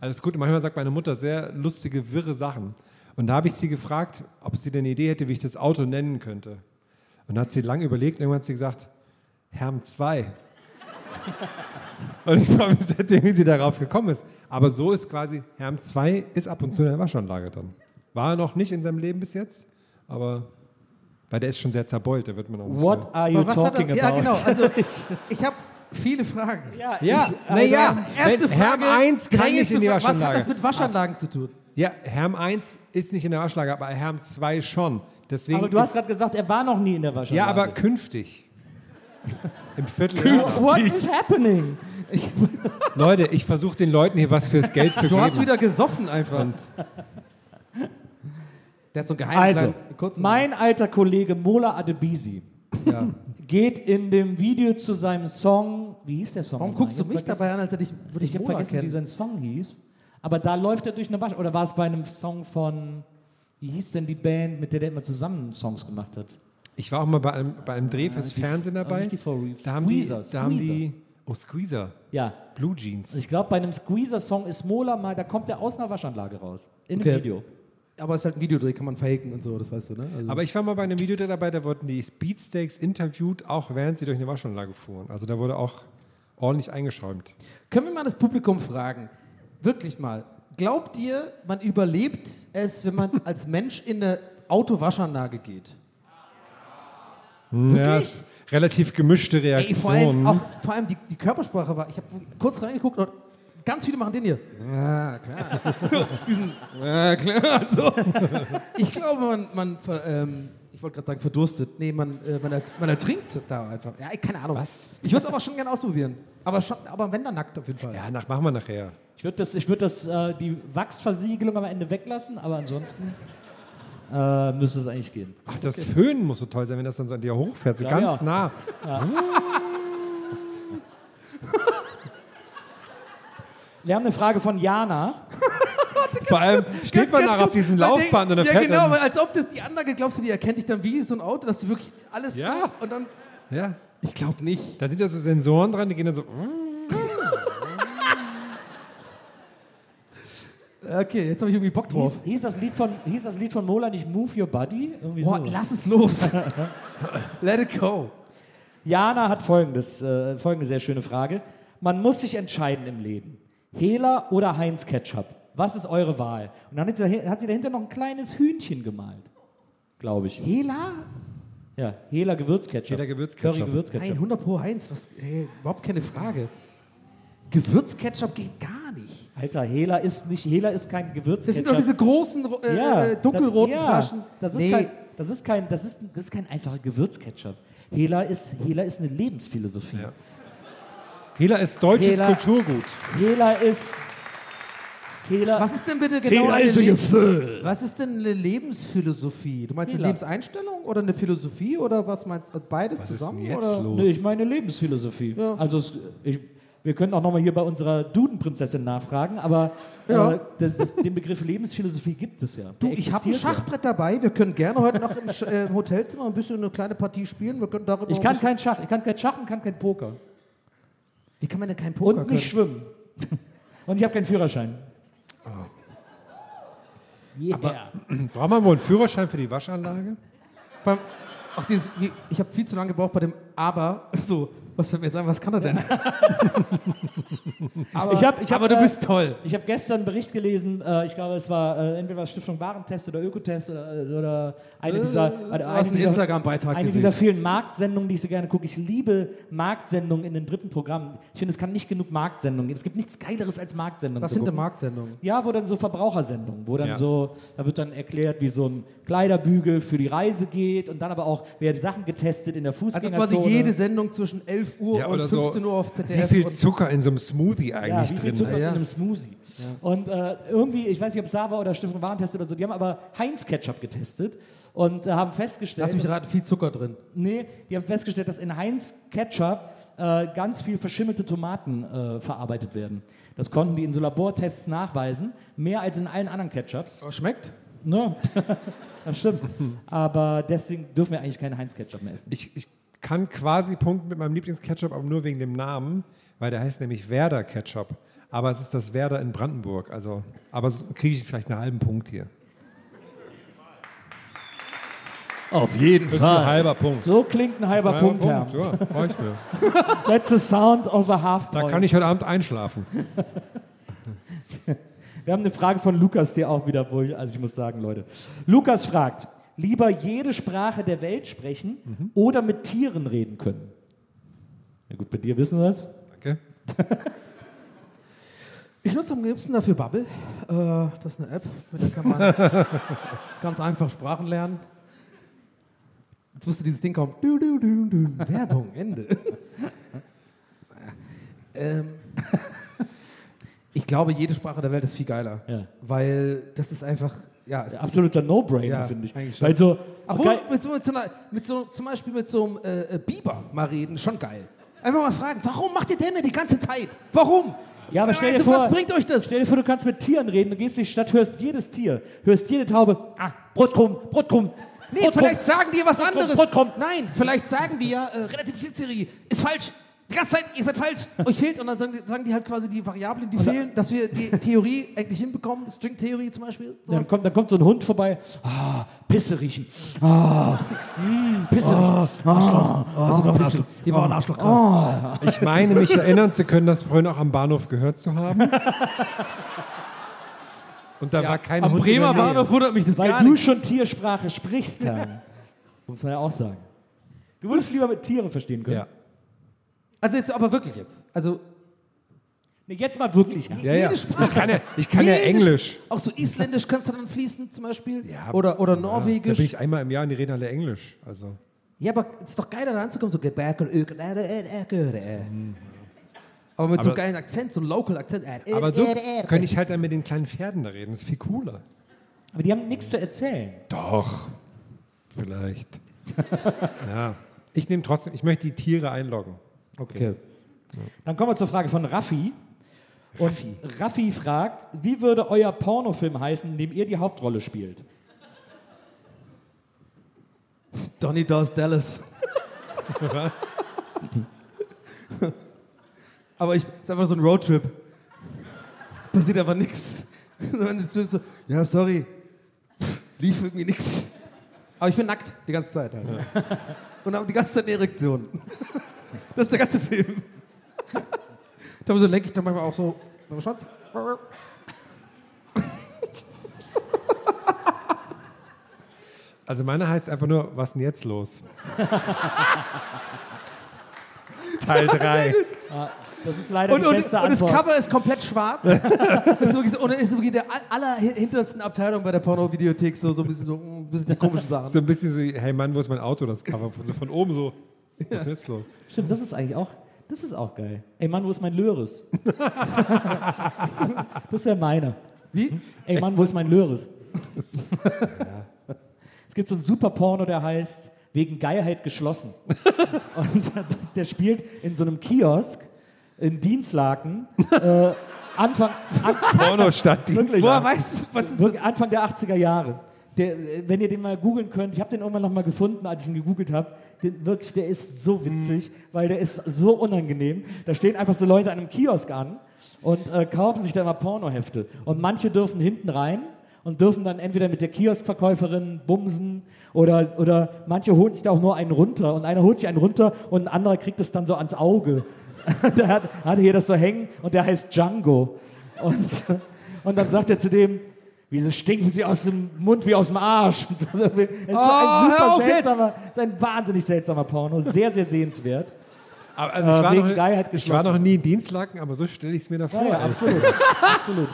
Speaker 5: Alles gut. Und manchmal sagt meine Mutter sehr lustige, wirre Sachen. Und da habe ich sie gefragt, ob sie denn eine Idee hätte, wie ich das Auto nennen könnte. Und da hat sie lang überlegt. Irgendwann hat sie gesagt, Herm 2. Und ich frage mich seitdem, wie sie darauf gekommen ist. Aber so ist quasi, Herm 2 ist ab und zu in der Waschanlage dann. War er noch nicht in seinem Leben bis jetzt, aber weil der ist schon sehr zerbeult, der wird man auch nicht mehr-
Speaker 3: What are you
Speaker 7: Aber was hat
Speaker 3: talking
Speaker 7: er-
Speaker 3: about?
Speaker 7: ja, genau, also ich habe viele Fragen. Ja,
Speaker 5: Ja, naja,
Speaker 7: erste
Speaker 5: wenn Herm
Speaker 7: Frage.
Speaker 5: 1 kann
Speaker 7: drängend
Speaker 5: nicht in die
Speaker 7: zu- Was hat das
Speaker 5: Waschanlage.
Speaker 7: mit Waschanlagen zu tun?
Speaker 5: Ja, Herm 1 ist nicht in der Waschanlage, aber Herm 2 schon. Deswegen
Speaker 3: aber du hast
Speaker 5: ist-
Speaker 3: gerade gesagt, er war noch nie in der Waschanlage.
Speaker 5: Ja, aber künftig. Im Viertel.
Speaker 3: What is happening?
Speaker 5: Leute, ich versuche den Leuten hier was fürs Geld zu geben.
Speaker 7: Du hast wieder gesoffen einfach. der hat so ein Geheimnis.
Speaker 3: Also, mein alter Kollege Mola Adebisi geht in dem Video zu seinem Song, wie hieß der Song?
Speaker 7: Warum
Speaker 3: nochmal?
Speaker 7: guckst du
Speaker 3: Ich hab
Speaker 7: mich
Speaker 3: vergessen.
Speaker 7: dabei an, als hätte ich würde
Speaker 3: Ich habe vergessen, wie sein Song hieß. Aber da läuft er durch eine Wasch. Oder war es bei einem Song von. Wie hieß denn die Band, mit der der immer zusammen Songs gemacht hat?
Speaker 5: Ich war auch mal bei einem, bei einem Dreh fürs Fernsehen dabei.
Speaker 3: nicht die Four Reefs.
Speaker 5: Da haben die,
Speaker 3: Squeezer,
Speaker 5: da haben die,
Speaker 3: Squeezer.
Speaker 5: oh Squeezer,
Speaker 3: Ja. Also
Speaker 5: Blue Jeans.
Speaker 3: Ich glaube, bei einem Squeezer-Song ist Mola mal, da kommt er aus einer Waschanlage raus. In dem
Speaker 7: Okay.
Speaker 3: Video.
Speaker 7: Aber es ist halt ein Videodreh, kann man faken und so, das weißt du, ne? Also-
Speaker 5: Aber ich war mal bei einem Video dabei, da wurden die Speedsteaks interviewt, auch während sie durch eine Waschanlage fuhren. Also da wurde auch ordentlich eingeschäumt.
Speaker 7: Können wir mal das Publikum fragen? Wirklich mal. Glaubt ihr, man überlebt es, wenn man als Mensch in eine Autowaschanlage geht?
Speaker 5: Ja, es- relativ gemischte
Speaker 7: Ey, vor
Speaker 5: Reaktionen.
Speaker 7: allem, auch, vor allem die, die Körpersprache war. Ich habe kurz reingeguckt und ganz viele machen den hier. Ja, klar. Diesen, ja, klar. So. Ich glaube, man, man ver, ähm, ich wollte gerade sagen, verdurstet. Nee, man, äh, man, ert, man ertrinkt da einfach. Ja, ey, keine Ahnung. Was? Ich würde es aber schon gerne ausprobieren. Aber, schon, aber wenn, dann nackt auf jeden Fall.
Speaker 5: ja, nach, machen wir nachher.
Speaker 3: Ich würde das, ich würd das äh, die Wachsversiegelung am Ende weglassen, aber ansonsten äh, müsste es eigentlich gehen.
Speaker 5: Ach, das Föhnen muss so toll sein, wenn das dann so an dir hochfährt, so
Speaker 3: Ja,
Speaker 5: ganz
Speaker 3: ja.
Speaker 5: nah.
Speaker 3: Wir haben eine Frage von Jana.
Speaker 5: Vor allem steht man
Speaker 7: Ganz
Speaker 5: nach auf
Speaker 7: kurz,
Speaker 5: diesem
Speaker 7: man denkt-
Speaker 5: Laufband und dann
Speaker 7: Ja,
Speaker 5: fährt
Speaker 7: genau,
Speaker 5: man.
Speaker 7: weil als ob das die Anlage, glaubst du, die erkennt dich dann wie so ein Auto, dass du wirklich alles
Speaker 5: Ja.
Speaker 7: so und dann.
Speaker 5: Ja,
Speaker 7: Ich glaube nicht.
Speaker 5: da sind ja so Sensoren dran, die gehen dann so.
Speaker 7: Okay, jetzt habe ich irgendwie Bock drauf.
Speaker 3: Hieß, hieß, das Lied von, hieß das Lied von Mola nicht Move Your Body? Irgendwie
Speaker 7: Boah,
Speaker 3: so.
Speaker 7: lass es los. Let it go.
Speaker 3: Jana hat folgendes, äh, folgende sehr schöne Frage. Man muss sich entscheiden im Leben. Hela oder Heinz Ketchup? Was ist eure Wahl? Und dann hat sie, hat sie dahinter noch ein kleines Hühnchen gemalt. Glaube ich.
Speaker 7: Hela?
Speaker 3: Ja, Hela Gewürzketchup.
Speaker 5: Hela Gewürzketchup.
Speaker 3: Curry
Speaker 7: Nein,
Speaker 3: Gewürzketchup.
Speaker 7: 100 pro 1. Was, hey, überhaupt keine Frage. Gewürzketchup geht gar nicht.
Speaker 3: Alter, Hela ist nicht, Hela ist kein Gewürzketchup.
Speaker 7: Das sind doch diese großen, ro- äh, äh, dunkelroten
Speaker 3: da- ja,
Speaker 7: Flaschen.
Speaker 3: Das ist,
Speaker 7: Nee.
Speaker 3: kein, das, ist kein, das, ist, das ist kein einfacher Gewürzketchup. Hela ist, Hela ist eine Lebensphilosophie.
Speaker 5: Hela ist deutsches
Speaker 3: Hela.
Speaker 5: Kulturgut.
Speaker 3: Hela ist. Hela,
Speaker 7: Was ist denn bitte genau eine Lebens Was ist denn eine Lebensphilosophie? Du meinst eine
Speaker 3: Hela.
Speaker 7: Lebenseinstellung oder eine Philosophie oder was meinst du? Beides zusammen? oder?
Speaker 5: los?
Speaker 3: Nö, ich meine Lebensphilosophie. Also es, ich, wir können auch nochmal hier bei unserer Dudenprinzessin nachfragen, aber äh, das, das, den Begriff Lebensphilosophie gibt es ja.
Speaker 7: Du, ich habe ein Schachbrett dabei. Wir können gerne heute noch im, Sch- äh, im Hotelzimmer ein bisschen eine kleine Partie spielen. Wir können darüber
Speaker 3: Ich kann
Speaker 7: ein
Speaker 3: kein Schach, ich kann kein Schach und kann kein Poker.
Speaker 7: bisschen- Wie kann man denn kein Poker
Speaker 3: Und nicht
Speaker 7: können?
Speaker 3: schwimmen. Ah. Und ich habe keinen Führerschein. Yeah.
Speaker 5: Braucht man wohl einen Führerschein für die Waschanlage?
Speaker 7: Vor allem, Auch dieses, wie, ich habe viel zu lange gebraucht bei dem Aber. So, was fällt mir jetzt ein? Was kann er denn? aber
Speaker 3: Ich hab- ich hab,
Speaker 7: aber du
Speaker 3: äh,
Speaker 7: bist toll.
Speaker 3: Ich habe gestern einen Bericht gelesen, äh, ich glaube, es war äh, entweder war es Stiftung Warentest oder Ökotest oder, oder eine dieser, eine,
Speaker 7: Äh, hast einen
Speaker 3: dieser,
Speaker 7: Instagram-Beitrag
Speaker 3: eine
Speaker 7: gesehen.
Speaker 3: dieser vielen Marktsendungen, die ich so gerne gucke. Ich liebe Marktsendungen in den dritten Programmen. Ich finde, es kann nicht genug Marktsendungen geben. Es gibt nichts Geileres als Marktsendungen.
Speaker 7: Was
Speaker 3: zu
Speaker 7: sind denn
Speaker 3: gucken.
Speaker 7: Marktsendungen?
Speaker 3: Ja, wo dann so Verbrauchersendungen, wo dann
Speaker 5: Ja.
Speaker 3: so, da wird dann erklärt, wie so ein Kleiderbügel für die Reise geht und dann aber auch werden Sachen getestet in der
Speaker 7: Also
Speaker 3: Fußgängerzone.
Speaker 7: quasi jede Sendung zwischen 11
Speaker 3: Oh,
Speaker 7: Uhr
Speaker 5: Ja,
Speaker 7: und
Speaker 5: oder so.
Speaker 7: 15 Uhr auf ZDF.
Speaker 5: Wie viel
Speaker 7: und-
Speaker 5: Zucker in so einem Smoothie eigentlich
Speaker 3: ja, wie viel
Speaker 5: drin
Speaker 3: Zucker ist
Speaker 5: ist?
Speaker 3: in einem Smoothie. Und äh, irgendwie, ich weiß nicht, ob Sava oder Stiftung Warentest oder so, die haben aber Heinz-Ketchup getestet und äh, haben festgestellt,
Speaker 7: Lass mich
Speaker 3: dass-
Speaker 7: raten, viel Zucker drin.
Speaker 3: nee, die haben festgestellt, dass in Heinz-Ketchup äh, ganz viel verschimmelte Tomaten äh, verarbeitet werden. Das konnten die in so Labortests nachweisen, mehr als in allen anderen Ketchups.
Speaker 7: Aber schmeckt?
Speaker 3: Ne? das stimmt. Aber deswegen dürfen wir eigentlich keinen Heinz-Ketchup mehr essen.
Speaker 5: Ich, ich kann quasi punkten mit meinem Lieblingsketchup, aber nur wegen dem Namen, weil der heißt nämlich Werder Ketchup. Aber es ist das Werder in Brandenburg. Also, aber so kriege ich vielleicht einen halben Punkt hier.
Speaker 4: Auf jeden
Speaker 5: Das ist ein
Speaker 4: Fall.
Speaker 5: halber Punkt.
Speaker 3: So klingt ein halber Ah. Punkt, Herr.
Speaker 5: ja, reicht mir.
Speaker 3: That's the sound of a half
Speaker 5: Da
Speaker 3: point.
Speaker 5: kann ich heute Abend einschlafen.
Speaker 3: Wir haben eine Frage von Lukas, der auch wieder, wo ich, also ich muss sagen, Leute. Lukas fragt, lieber jede Sprache der Welt sprechen
Speaker 7: Mhm.
Speaker 3: oder mit Tieren reden können? Na gut, bei dir wissen wir es.
Speaker 5: Danke.
Speaker 7: Ich nutze am liebsten dafür Bubble. Äh, das ist eine App, mit der kann man ganz einfach Sprachen lernen. Jetzt müsste dieses Ding kommen. Du, du, du, du. Werbung, Ende. ähm, ich glaube, jede Sprache der Welt ist viel geiler.
Speaker 3: Ja.
Speaker 7: Weil das ist einfach, ja, es
Speaker 3: Absoluter No-Brainer,
Speaker 7: Ja,
Speaker 3: finde ich.
Speaker 7: eigentlich schon.
Speaker 3: Weil so,
Speaker 7: Obwohl,
Speaker 3: geil-
Speaker 7: mit, so- mit so einer, mit so, zum Beispiel mit so einem äh, äh, Biber mal reden, schon geil. Einfach mal fragen, warum macht ihr denn die ganze Zeit? Warum?
Speaker 3: ja, aber stell dir
Speaker 7: also,
Speaker 3: vor,
Speaker 7: was bringt euch das?
Speaker 3: Stell dir vor, du kannst mit Tieren reden, du gehst durch die Stadt, hörst jedes Tier, hörst jede Taube, ah, Brotkrumm, Brotkrumm.
Speaker 7: Nee,
Speaker 3: Brotkrumm.
Speaker 7: vielleicht sagen die was
Speaker 3: Brotkrumm,
Speaker 7: anderes.
Speaker 3: Brotkrumm.
Speaker 7: Nein, vielleicht sagen die ja, äh, Relativitätstheorie ist falsch. Die ganze Zeit, ihr seid falsch. Euch fehlt. Und dann sagen die, sagen die halt quasi die Variablen, die fehlen, dass wir die Theorie eigentlich hinbekommen. Stringtheorie zum Beispiel.
Speaker 3: Ja, Dann
Speaker 7: Sowas.
Speaker 3: kommt, dann kommt so ein Hund vorbei, ah, Pisse riechen, ah, mm, Pisse riechen, ah, sogar Pisse.
Speaker 7: Die waren Arschloch Oh. gerade.
Speaker 5: Ich meine, mich erinnern zu können, das vorhin auch am Bahnhof gehört zu haben. Und da war kein Hund in der Nähe.
Speaker 7: wundert mich das
Speaker 3: Weil du schon Tiersprache sprichst, Herr. Muss man ja auch sagen. Du würdest lieber mit Tieren verstehen können.
Speaker 5: Ja.
Speaker 7: Also jetzt, aber wirklich jetzt. Also
Speaker 3: Nee, jetzt mal wirklich. Herr.
Speaker 5: Ja, ja.
Speaker 7: Jede Sprache.
Speaker 5: Ich kann ja, ich kann ja
Speaker 7: Jede
Speaker 5: Englisch.
Speaker 7: Sp- Auch so Isländisch kannst du dann fließen zum Beispiel.
Speaker 5: Ja,
Speaker 7: oder oder
Speaker 5: Da bin
Speaker 7: Norwegisch.
Speaker 5: ich einmal im Jahr und die reden alle Englisch. Also.
Speaker 7: Ja, aber es ist doch geiler, da anzukommen, so Gebäcker, Aber mit so
Speaker 5: Aber-
Speaker 7: geilen Akzent, so einem Local-Akzent.
Speaker 5: Aber so
Speaker 7: Eh,
Speaker 5: könnte ich halt dann mit den kleinen Pferden da reden. Das ist viel cooler.
Speaker 3: Aber die haben nichts zu erzählen.
Speaker 5: Doch. Vielleicht. ja. Ich nehme trotzdem, ich möchte die Tiere einloggen.
Speaker 3: Okay. Dann kommen wir zur Frage von Raffi. Und Raffi. fragt, wie würde euer Pornofilm heißen, in dem ihr die Hauptrolle spielt?
Speaker 7: Donny Does Dallas. aber ich, ist einfach so ein Roadtrip. Passiert einfach nichts. so, ja, sorry. Pff, Lief irgendwie nichts. Aber ich bin nackt die ganze Zeit. Halt. Und habe die ganze Zeit eine Erektion. Das ist der ganze Film. Da so lenke ich dann manchmal auch so. mit dem Schwanz.
Speaker 5: Also meiner heißt einfach nur, was ist denn jetzt los? Teil 3.
Speaker 3: Das ist leider
Speaker 7: Und,
Speaker 3: die
Speaker 7: und, und
Speaker 3: beste
Speaker 7: das
Speaker 3: Antwort.
Speaker 7: Cover ist komplett schwarz. das ist wirklich, so, und das ist wirklich der all- allerhintersten Abteilung bei der Porno-Videothek, so, so ein bisschen so mm, ein bisschen die komischen
Speaker 5: So
Speaker 7: Sachen.
Speaker 5: ein bisschen so, hey Mann, wo ist mein Auto? Das Cover so von oben so. Was ist denn jetzt los?
Speaker 3: Stimmt, das ist eigentlich auch, das ist auch geil. Ey Mann, wo ist mein Löres? das wäre meiner.
Speaker 7: Wie?
Speaker 3: Ey Mann, wo ist mein Löres? es gibt so einen super Porno, der heißt Wegen Geilheit geschlossen. Und das ist, der spielt in so einem Kiosk in Dienstlaken äh, Anfang, an,
Speaker 5: Porno statt Dienst.
Speaker 3: Wirklich?
Speaker 5: Woher weißt du, was ist
Speaker 3: wirklich Anfang der 80er Jahre. Der, äh, wenn ihr den mal googeln könnt, ich habe den irgendwann noch mal gefunden, als ich ihn gegoogelt habe. Wirklich, der ist so witzig, weil der ist so unangenehm. Da stehen einfach so Leute an einem Kiosk an und äh, kaufen sich da immer Pornohefte. Und manche dürfen hinten rein und dürfen dann entweder mit der Kioskverkäuferin bumsen oder, oder manche holen sich da auch nur einen runter. Und einer holt sich einen runter und ein anderer kriegt das dann so ans Auge. der hat, hat hier das so hängen und der heißt Django. Und, und dann sagt er zu dem, wieso stinken sie aus dem Mund wie aus dem Arsch? Und so, es ist so ein super seltsamer, es ist ein wahnsinnig seltsamer Porno, sehr, sehr sehenswert.
Speaker 5: Aber also ich, war
Speaker 3: wegen
Speaker 5: noch,
Speaker 3: Geilheit
Speaker 5: ich war
Speaker 3: geschlossen.
Speaker 5: noch nie in Dienstlaken, aber so stelle ich es mir da vor. Also
Speaker 3: Ja, ja,
Speaker 5: ey.
Speaker 3: absolut.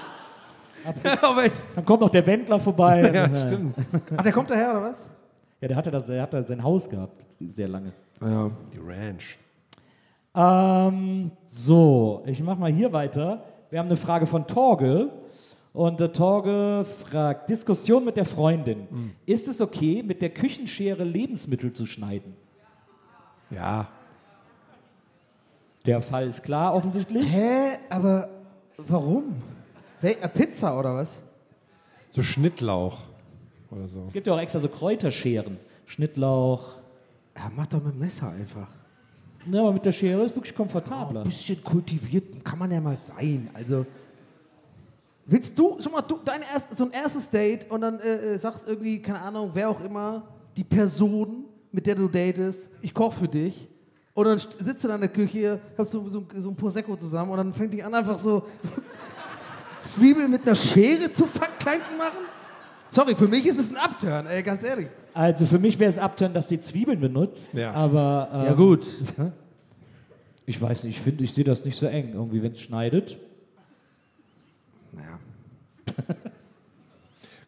Speaker 3: absolut.
Speaker 5: aber ich,
Speaker 3: Dann kommt noch der Wendler vorbei.
Speaker 5: ja, stimmt.
Speaker 7: Ach, der kommt daher, oder was?
Speaker 3: Ja, der hatte, das, der hatte sein Haus gehabt, sehr lange.
Speaker 5: Die Ranch.
Speaker 3: Ähm, so, ich mach mal hier weiter. Wir haben eine Frage von Torge. Und der Torge fragt: Diskussion mit der Freundin.
Speaker 7: Mm.
Speaker 3: Ist es okay, mit der Küchenschere Lebensmittel zu schneiden?
Speaker 5: Ja.
Speaker 3: Der Fall ist klar, offensichtlich.
Speaker 7: Hä? Aber warum? Wel- äh, Pizza oder was?
Speaker 5: So Schnittlauch oder so.
Speaker 3: Es gibt ja auch extra so Kräuterscheren. Schnittlauch.
Speaker 7: Ja, mach doch mit dem Messer einfach.
Speaker 3: Ja, aber mit der Schere ist wirklich komfortabler.
Speaker 7: Ein bisschen kultiviert kann man ja mal sein. Also. Willst du, schon mal, du, dein erst, so ein erstes Date und dann äh, äh, sagst irgendwie, keine Ahnung, wer auch immer, die Person, mit der du datest, ich koche für dich. Und dann st- sitzt du da in der Küche, hast so, so, so ein Prosecco zusammen und dann fängt dich an, einfach so Zwiebeln mit einer Schere zu ver- klein zu machen? Sorry, für mich ist es ein Upturn, ey, ganz ehrlich.
Speaker 3: Also für mich wäre es abtönen, dass die Zwiebeln benutzt.
Speaker 5: Ja.
Speaker 3: Aber ähm,
Speaker 7: Ja, gut.
Speaker 3: ich weiß nicht, ich finde, ich sehe das nicht so eng. Irgendwie, wenn es schneidet.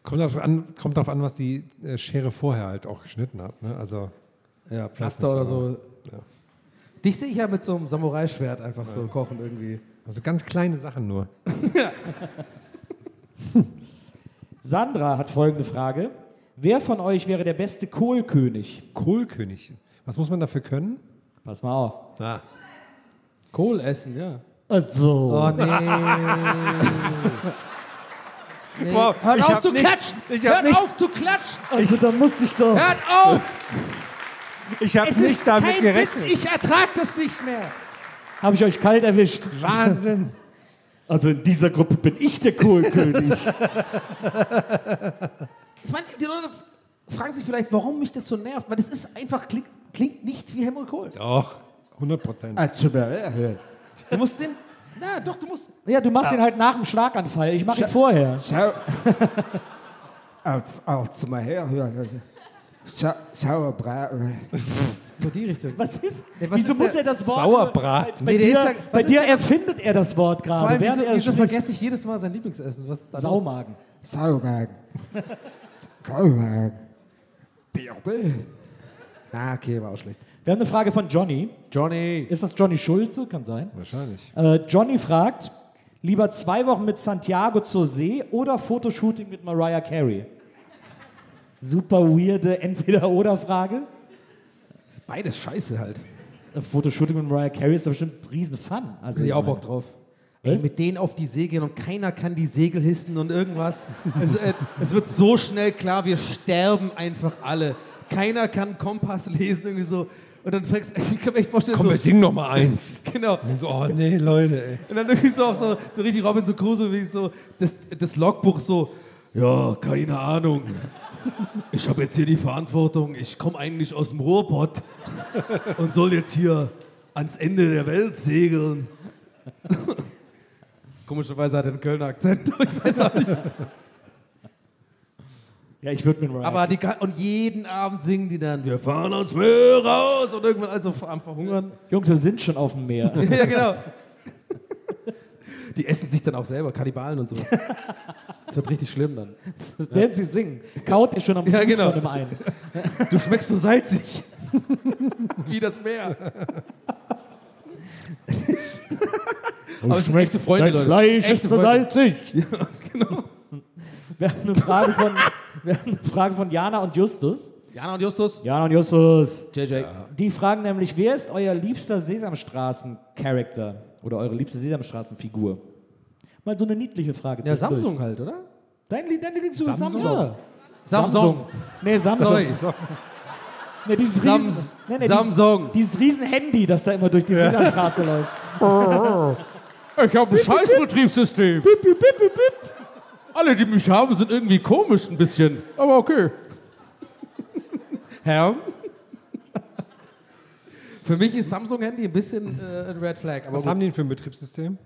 Speaker 5: Kommt darauf an, kommt drauf an, was die äh, Schere vorher halt auch geschnitten hat. Ne? Also, ja,
Speaker 7: Pflaster oder so. Dich sehe ich ja mit so einem Samurai-Schwert einfach so kochen irgendwie.
Speaker 5: Also ganz kleine Sachen nur.
Speaker 3: Sandra hat folgende Frage. Wer von euch wäre der beste Kohlkönig?
Speaker 5: Kohlkönig. Was muss man dafür können?
Speaker 3: Pass mal auf.
Speaker 5: Ah.
Speaker 7: Kohl essen, ja.
Speaker 3: Also.
Speaker 7: Oh nee. nee.
Speaker 5: Hört
Speaker 7: auf zu
Speaker 5: klatschen! Ich hab nicht,
Speaker 7: zu klatschen!
Speaker 3: Also da muss ich doch.
Speaker 7: Hört auf!
Speaker 5: ich hab nicht damit gerechnet.
Speaker 7: ich ertrag das nicht mehr!
Speaker 3: Habe ich euch kalt erwischt.
Speaker 5: Wahnsinn.
Speaker 3: Also in dieser Gruppe bin ich der Kohlkönig.
Speaker 7: Ich meine, die Leute f- fragen sich vielleicht, warum mich das so nervt, weil das ist einfach, klingt, klingt nicht wie Helmut Kohl.
Speaker 5: Doch, 100 Prozent.
Speaker 7: Also, Du musst den. Na doch, du musst.
Speaker 3: ja, du machst ihn halt nach dem Schlaganfall. Ich mache ihn vorher.
Speaker 14: Schau, auf, auf zu mir herhören. Schau, Schauerbraten.
Speaker 7: So die Richtung.
Speaker 3: Was ist?
Speaker 7: was
Speaker 3: wieso
Speaker 7: ist
Speaker 3: muss
Speaker 7: der-
Speaker 3: er das Wort?
Speaker 5: Sauerbraten.
Speaker 3: Bei
Speaker 7: Nee, der
Speaker 3: dir,
Speaker 7: ist ja-
Speaker 3: bei
Speaker 7: was ist
Speaker 3: dir
Speaker 7: denn-
Speaker 3: erfindet er das Wort
Speaker 7: Vor
Speaker 3: gerade.
Speaker 7: allem,
Speaker 3: Während
Speaker 7: wieso,
Speaker 3: er es
Speaker 7: wieso
Speaker 3: spricht.
Speaker 7: vergesse ich jedes Mal sein Lieblingsessen? Was ist da los?
Speaker 3: Saumagen.
Speaker 14: Sauerbraten. Sauerbraten. Birbe.
Speaker 7: Ah, okay, war auch schlecht.
Speaker 3: Wir haben eine Frage von Johnny.
Speaker 7: Johnny.
Speaker 3: Ist das Johnny Schulze? Kann sein.
Speaker 5: Wahrscheinlich.
Speaker 3: Äh, Johnny fragt, lieber zwei Wochen mit Santiago zur See oder Fotoshooting mit Mariah Carey? Super weirde Entweder-Oder-Frage.
Speaker 7: Beides scheiße halt.
Speaker 3: Äh, Fotoshooting mit Mariah Carey ist doch bestimmt riesen Fun. Also,
Speaker 7: Bin ich auch
Speaker 3: meine-
Speaker 7: Bock drauf. Ey, mit denen auf die See gehen und keiner kann die Segel hissen und irgendwas. es, äh, es wird so schnell klar, wir sterben einfach alle. Keiner kann Kompass lesen, irgendwie so. Und dann fängst ich kann mir echt vorstellen,
Speaker 5: Komm, wir
Speaker 7: so,
Speaker 5: singen noch mal eins.
Speaker 7: genau.
Speaker 5: Und So, oh nee, Leute, ey.
Speaker 7: Und dann irgendwie so auch so, so richtig Robinson Crusoe, wie so das, das Logbuch so, ja, keine Ahnung. Ich habe jetzt hier die Verantwortung, ich komme eigentlich aus dem Ruhrpott und soll jetzt hier ans Ende der Welt segeln. Komischerweise hat er einen Kölner Akzent, aber ich weiß auch nicht.
Speaker 3: Ja, ich würde mit Mariah
Speaker 7: Aber die kann, und jeden Abend singen die dann, wir fahren aus Meer raus und irgendwann also am Verhungern.
Speaker 3: Jungs, wir sind schon auf dem Meer.
Speaker 7: ja, genau. Die essen sich dann auch selber, Kannibalen und so. Das wird richtig schlimm dann.
Speaker 3: Während sie singen, kaut ihr schon am Fuß
Speaker 7: Ja, genau.
Speaker 3: von dem einen.
Speaker 7: Du schmeckst so salzig. Wie das Meer. Aber es sind echte Freunde,
Speaker 6: Dein
Speaker 7: Leute.
Speaker 6: Fleisch ist
Speaker 7: Echte Freunde.
Speaker 6: versalzig.
Speaker 7: genau.
Speaker 3: Wir haben eine Frage von, wir haben eine Frage von Jana und Justus.
Speaker 7: Jana und Justus.
Speaker 3: Jana und Justus.
Speaker 7: JJ.
Speaker 3: Die fragen nämlich, wer ist euer liebster Sesamstraßen-Charakter oder eure liebste Sesamstraßenfigur? Mal so eine niedliche Frage.
Speaker 7: Ja,
Speaker 3: zwischendurch.
Speaker 7: Samsung halt, oder?
Speaker 3: Dein, Lie- dein Lieblingsfigur ist Samsung.
Speaker 7: Ja.
Speaker 3: Samsung.
Speaker 7: Samsung.
Speaker 3: Nee, Samsung.
Speaker 7: Sorry.
Speaker 3: Nee, dieses
Speaker 7: Sams-
Speaker 3: Riesen, nee, nee,
Speaker 7: Samsung.
Speaker 3: Dieses, dieses Riesen-Handy, das da immer durch die Sesamstraße läuft.
Speaker 4: Ich habe ein scheiß Betriebssystem. Alle, die mich haben, sind irgendwie komisch ein bisschen. Aber okay.
Speaker 7: Herr. Für mich ist Samsung-Handy ein bisschen äh, ein Red Flag. Aber
Speaker 5: Was
Speaker 7: gut.
Speaker 5: haben die denn für ein Betriebssystem?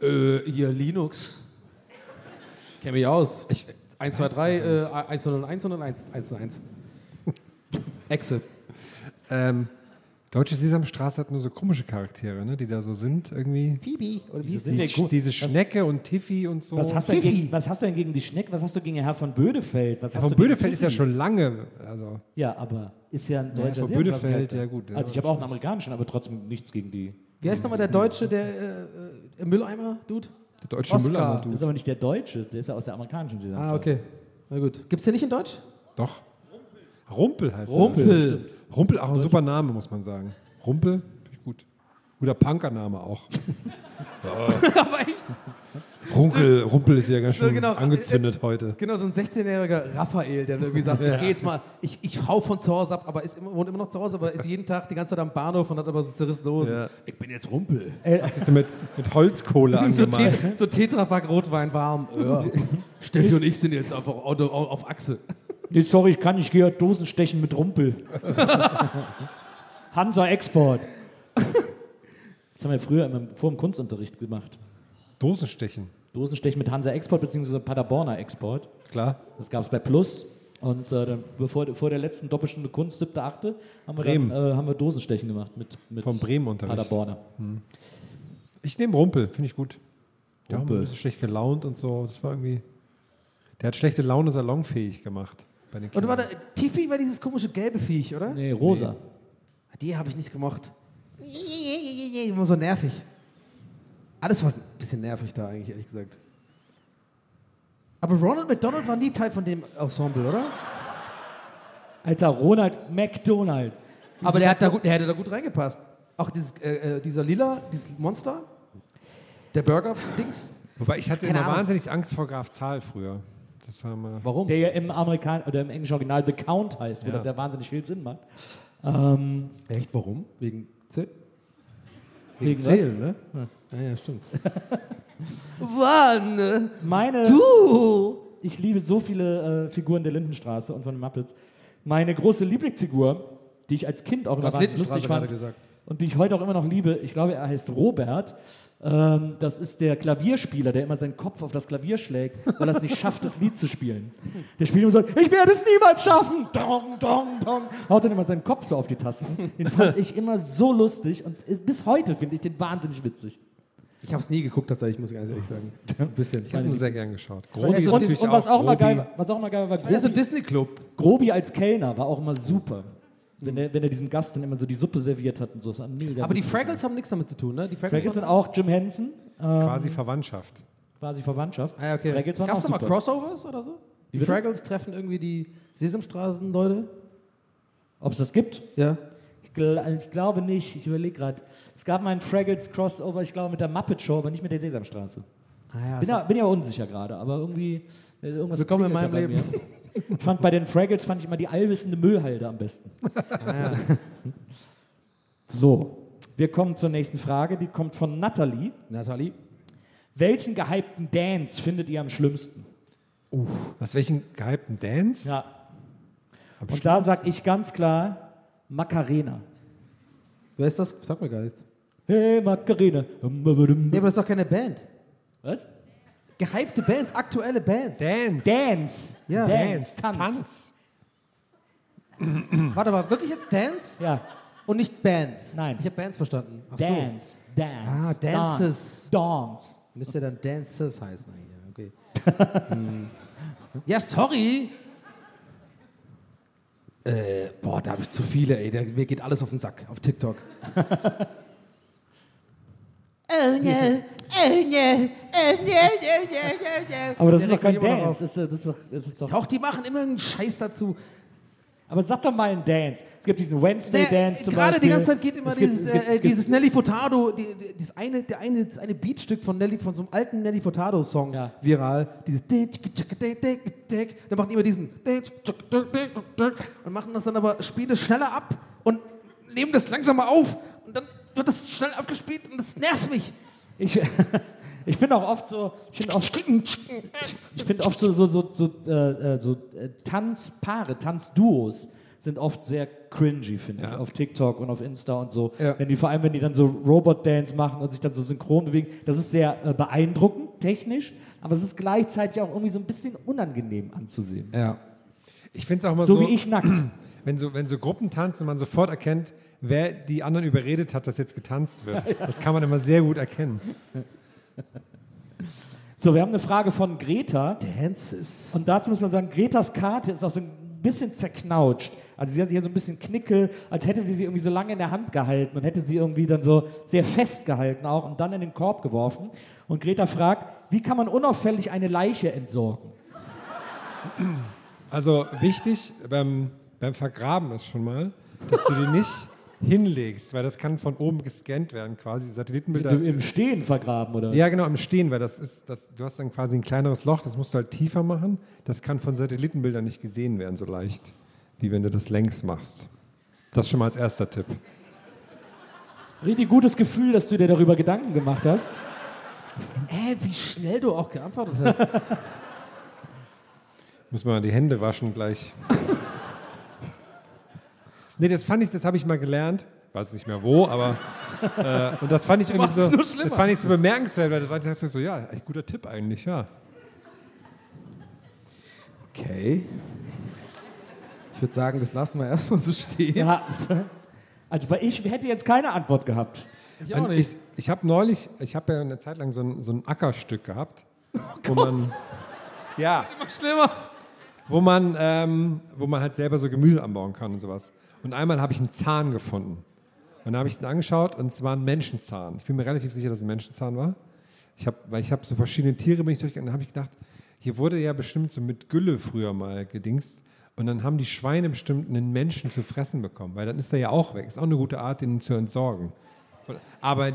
Speaker 7: Äh, hier Linux. Kenn mich aus. 1, 2, 3, äh, 1, 0, 1, 0, 1, 1, 0, 1. Exe.
Speaker 5: Ähm, Deutsche Sesamstraße hat nur so komische Charaktere, ne, die da so sind irgendwie.
Speaker 7: Bibi. Oder wie
Speaker 3: Sind
Speaker 5: Die,
Speaker 3: die cool?
Speaker 5: Sch- diese Schnecke und Tiffy und so.
Speaker 3: Was hast, du denn
Speaker 7: Fifi.
Speaker 3: gegen, was hast du denn gegen die Schneck? Was hast du gegen den Herr von Bödefeld? Was hast
Speaker 5: Von
Speaker 3: du gegen
Speaker 5: Bödefeld ist ja
Speaker 3: Fifi?
Speaker 5: schon lange. Also,
Speaker 3: Ja, aber ist ja ein deutscher
Speaker 5: von
Speaker 3: ja,
Speaker 5: Bödefeld, ja gut, ja.
Speaker 3: also ich habe auch einen amerikanischen, aber trotzdem nichts gegen die.
Speaker 7: Wie heißt nochmal der Deutsche, der äh, äh, Mülleimer-Dude?
Speaker 5: der deutsche
Speaker 7: Oscar.
Speaker 5: Müller.
Speaker 3: Das
Speaker 5: Du.
Speaker 3: ist aber nicht der deutsche, der ist ja aus der amerikanischen Sesamstraße.
Speaker 7: Ah, Na gut. Gibt's den nicht in Deutsch?
Speaker 5: Doch. Rumpel heißt er.
Speaker 7: Rumpel.
Speaker 5: Rumpel, auch ein super Name, muss man sagen. Rumpel, finde ich gut. Guter Punkername auch.
Speaker 7: Aber echt?
Speaker 5: Runkel, Rumpel ist ja ganz schön
Speaker 7: genau.
Speaker 5: angezündet heute.
Speaker 7: Genau, so ein 16-jähriger Raphael, der dann irgendwie sagt, ich gehe jetzt mal, ich, ich hau von zu Hause ab, aber ist immer, wohnt immer noch zu Hause, aber ist jeden Tag die ganze Zeit am Bahnhof und hat aber so zerrissene Hosen.
Speaker 5: Ja.
Speaker 7: Ich bin jetzt Rumpel.
Speaker 5: Hat sich so mit, mit Holzkohle
Speaker 7: So,
Speaker 5: angemalt.
Speaker 7: Te so Tetrapack Rotwein warm. Ja. Steffi und ich sind jetzt einfach au- au- auf Achse.
Speaker 3: Nee, sorry, ich kann nicht hier Dosen stechen mit Rumpel. Hansa Export. Das haben wir früher immer vor dem Kunstunterricht gemacht.
Speaker 5: Dosen stechen,
Speaker 3: Dosenstechen mit Hansa Export bzw. Paderborner Export.
Speaker 5: klar.
Speaker 3: Das gab es bei Plus. Und äh, dann, bevor, vor der letzten Doppelstunde Kunst, siebte, achte, haben wir, dann,
Speaker 5: Bremen.
Speaker 3: äh, haben wir Dosenstechen gemacht mit, mit
Speaker 5: Vom Bremen-Unterricht.
Speaker 3: Paderborner.
Speaker 5: Ich nehme Rumpel, finde ich gut. Der war
Speaker 3: Rumpel.
Speaker 5: ein bisschen schlecht gelaunt und so. Das war irgendwie. Der hat schlechte Laune salonfähig gemacht bei den
Speaker 7: Und
Speaker 5: Kindern.
Speaker 7: warte, Tiffy war dieses komische gelbe Viech, oder?
Speaker 3: Nee, Rosa.
Speaker 7: Die habe ich nicht gemocht. Immer so nervig. Alles war ein bisschen nervig da eigentlich, ehrlich gesagt. Aber Ronald McDonald war nie Teil von dem Ensemble, oder?
Speaker 3: Alter, Ronald McDonald.
Speaker 7: Aber der, hat da gut, der hätte da gut reingepasst. Auch dieses, äh, äh, dieser Lila, dieses Monster. Der Burger-Dings.
Speaker 5: Wobei ich hatte
Speaker 7: Keine
Speaker 5: immer
Speaker 7: Ahnung.
Speaker 5: wahnsinnig Angst vor Graf Zahl früher. Das haben wir.
Speaker 7: Warum?
Speaker 3: Der ja im Amerikan oder im englischen Original The Count heißt, wo das ja wahnsinnig viel Sinn macht. Ähm,
Speaker 7: Äh, Echt, warum? Wegen Zäh
Speaker 3: wegen
Speaker 7: Zählen, ne? Ja, ja, stimmt. Wann?
Speaker 3: was? Meine.
Speaker 7: Du!
Speaker 3: Ich liebe so viele äh, Figuren der Lindenstraße und von den Muppets. Meine große Lieblingsfigur, die ich als Kind auch immer
Speaker 7: hast
Speaker 3: wahnsinnig
Speaker 7: Lindenstraße
Speaker 3: lustig fand
Speaker 7: gerade gesagt.
Speaker 3: und die ich heute auch immer noch liebe, ich glaube, er heißt Robert. Ähm, das ist der Klavierspieler, der immer seinen Kopf auf das Klavier schlägt, weil er es nicht schafft, das Lied zu spielen. Der spielt immer so, ich werde es niemals schaffen. Dong, dong, dong. Haut dann immer seinen Kopf so auf die Tasten. Den fand ich immer so lustig und äh, bis heute finde ich den wahnsinnig witzig.
Speaker 7: Ich habe es nie geguckt, tatsächlich, muss ich ganz ehrlich sagen. Ein bisschen.
Speaker 5: Ich habe ihn sehr gern geschaut.
Speaker 3: Und,
Speaker 5: Grobi ist
Speaker 3: und,
Speaker 5: natürlich
Speaker 3: und was, auch immer
Speaker 5: Grobi.
Speaker 3: geil, war- was auch immer geil war,
Speaker 7: Hier ist
Speaker 3: Grobi,
Speaker 7: ein Disney-Club.
Speaker 3: Grobi als Kellner war auch immer super. Wenn er, wenn er diesem Gast dann immer so die Suppe serviert hat und so, das war mega.
Speaker 7: Aber die
Speaker 3: gut.
Speaker 7: Fraggles haben nichts damit zu tun, ne? Die Fraggles,
Speaker 3: Fraggles sind auch Jim Henson, ähm,
Speaker 5: Quasi Verwandtschaft.
Speaker 3: quasi Verwandtschaft.
Speaker 7: Ah, ja, okay.
Speaker 3: Fraggles waren
Speaker 7: Gab's
Speaker 3: auch
Speaker 7: da mal
Speaker 3: super.
Speaker 7: Crossovers oder so? Die
Speaker 3: Bitte?
Speaker 7: Fraggles treffen irgendwie die Sesamstraßen-Leute?
Speaker 3: Ob es das gibt?
Speaker 7: Ja.
Speaker 3: Ich, gl also ich glaube nicht, ich überlege gerade. Es gab mal einen Fraggles-Crossover, ich glaube mit der Muppet Show, aber nicht mit der Sesamstraße.
Speaker 7: Naja,
Speaker 3: Bin, Ah ja, bin ja unsicher gerade, aber irgendwie äh, irgendwas
Speaker 7: Willkommen in
Speaker 3: klingelt da
Speaker 7: meinem
Speaker 3: bei Mir. Ich fand bei den Fraggles fand ich immer die allwissende Müllhalde am besten. So, wir kommen zur nächsten Frage, die kommt von Natalie.
Speaker 7: Nathalie.
Speaker 3: Welchen gehypten Dance findet ihr am schlimmsten?
Speaker 5: Was, welchen gehypten Dance?
Speaker 3: Ja.
Speaker 5: Am
Speaker 3: Und da sag ich ganz klar Macarena.
Speaker 7: Wer ist das? Sag mir gar nichts.
Speaker 3: Hey Macarena.
Speaker 7: Nee, aber das ist doch keine Band.
Speaker 3: Was?
Speaker 7: Gehypte Bands, aktuelle Bands.
Speaker 5: Dance.
Speaker 3: Dance.
Speaker 7: Ja.
Speaker 3: Dance. Tanz.
Speaker 5: Tanz.
Speaker 7: Warte mal, wirklich jetzt Dance
Speaker 3: Ja.
Speaker 7: und nicht Bands?
Speaker 3: Nein.
Speaker 7: Ich habe Bands verstanden. Ach
Speaker 3: Dance. Dance.
Speaker 7: Ah, Dances.
Speaker 3: Dance.
Speaker 7: so. Müsste dann Dances heißen eigentlich. ja, Okay. Hm. Ja, sorry. Äh, boah, da habe ich zu viele, ey. Da, mir geht alles auf den Sack auf TikTok.
Speaker 15: Oh no, oh no, oh no, no, no, no, no.
Speaker 3: Aber das ist doch kein
Speaker 7: Direkt bin ich immer noch
Speaker 3: Dance. Das ist, äh, das ist doch, das ist doch,
Speaker 7: Doch, die machen immer einen Scheiß dazu.
Speaker 3: aber sag doch mal einen Dance. Es gibt diesen Wednesday
Speaker 7: Der-
Speaker 3: Dance zum
Speaker 7: Äh, Gerade
Speaker 3: Beispiel.
Speaker 7: die ganze Zeit geht immer
Speaker 3: Es gibt-
Speaker 7: dieses,
Speaker 3: es gibt-
Speaker 7: äh,
Speaker 3: es gibt-
Speaker 7: dieses Nelly Furtado, die, die, dieses eine, der eine, das eine Beatstück von Nelly, von so einem alten Nelly Furtado Song
Speaker 3: Ja.
Speaker 7: viral. Dieses dann machen die immer diesen und machen das dann aber, spielen das schneller ab und nehmen das langsamer auf und dann wird das schnell abgespielt und das nervt mich.
Speaker 3: Ich, ich bin auch oft so, ich finde oft, ich find oft so, so, so, so, äh, äh, so äh, Tanzpaare, Tanzduos sind oft sehr cringy, finde ich, auf TikTok und auf Insta und so.
Speaker 5: Ja.
Speaker 3: Wenn die, vor allem, wenn die dann so Robot-Dance machen und sich dann so synchron bewegen, das ist sehr äh, beeindruckend, technisch, aber es ist gleichzeitig auch irgendwie so ein bisschen unangenehm anzusehen.
Speaker 5: Ja. Ich finde es auch mal so,
Speaker 3: So, wie ich nackt.
Speaker 5: Wenn, so, wenn so Gruppen tanzen und man sofort erkennt, wer die anderen überredet hat, dass jetzt getanzt wird. Das kann man immer sehr gut erkennen.
Speaker 3: So, wir haben eine Frage von Greta.
Speaker 7: Dances.
Speaker 3: Und dazu muss man sagen, Gretas Karte ist auch so ein bisschen zerknautscht. Also sie hat sich ja so ein bisschen Knicke, als hätte sie sie irgendwie so lange in der Hand gehalten und hätte sie irgendwie dann so sehr fest gehalten auch und dann in den Korb geworfen. Und Greta fragt, wie kann man unauffällig eine Leiche entsorgen?
Speaker 5: Also wichtig beim, beim Vergraben ist schon mal, dass du die nicht hinlegst, weil das kann von oben gescannt werden quasi. Satellitenbilder.
Speaker 3: Im Stehen vergraben oder?
Speaker 5: Ja, genau, im Stehen, weil das ist, das, du hast dann quasi ein kleineres Loch, das musst du halt tiefer machen. Das kann von Satellitenbildern nicht gesehen werden so leicht, wie wenn du das längs machst. Das schon mal als erster Tipp.
Speaker 3: Richtig gutes Gefühl, dass du dir darüber Gedanken gemacht hast.
Speaker 7: Äh, wie schnell du auch geantwortet hast.
Speaker 5: Muss man die Hände waschen gleich. nee, das fand ich, das habe ich mal gelernt. Weiß nicht mehr wo, aber. Äh, und das fand ich irgendwie
Speaker 7: machst es
Speaker 5: so.
Speaker 7: nur schlimmer.
Speaker 5: Das fand ich so bemerkenswert, weil das war, ich dachte so, ja, echt guter Tipp eigentlich, ja.
Speaker 7: Okay. Ich würde sagen, das lassen wir erstmal so stehen.
Speaker 3: Ja. Ah. Also weil ich hätte jetzt keine Antwort gehabt.
Speaker 5: Ich, ich, habe neulich, ich habe ja eine Zeit lang so ein, so ein Ackerstück gehabt, wo man. Ja. Oh Immer schlimmer. Wo man, ähm, wo man halt selber so Gemüse anbauen kann und sowas. Und einmal habe ich einen Zahn gefunden. Und da habe ich den angeschaut und es war ein Menschenzahn. Ich bin mir relativ sicher, dass es ein Menschenzahn war. Ich hab, weil ich habe so verschiedene Tiere bin ich durchgegangen. Da habe ich gedacht, hier wurde ja bestimmt so mit Gülle früher mal gedingst. Und dann haben die Schweine bestimmt einen Menschen zu fressen bekommen, weil dann ist er ja auch weg. Ist auch eine gute Art, den zu entsorgen. Voll- Aber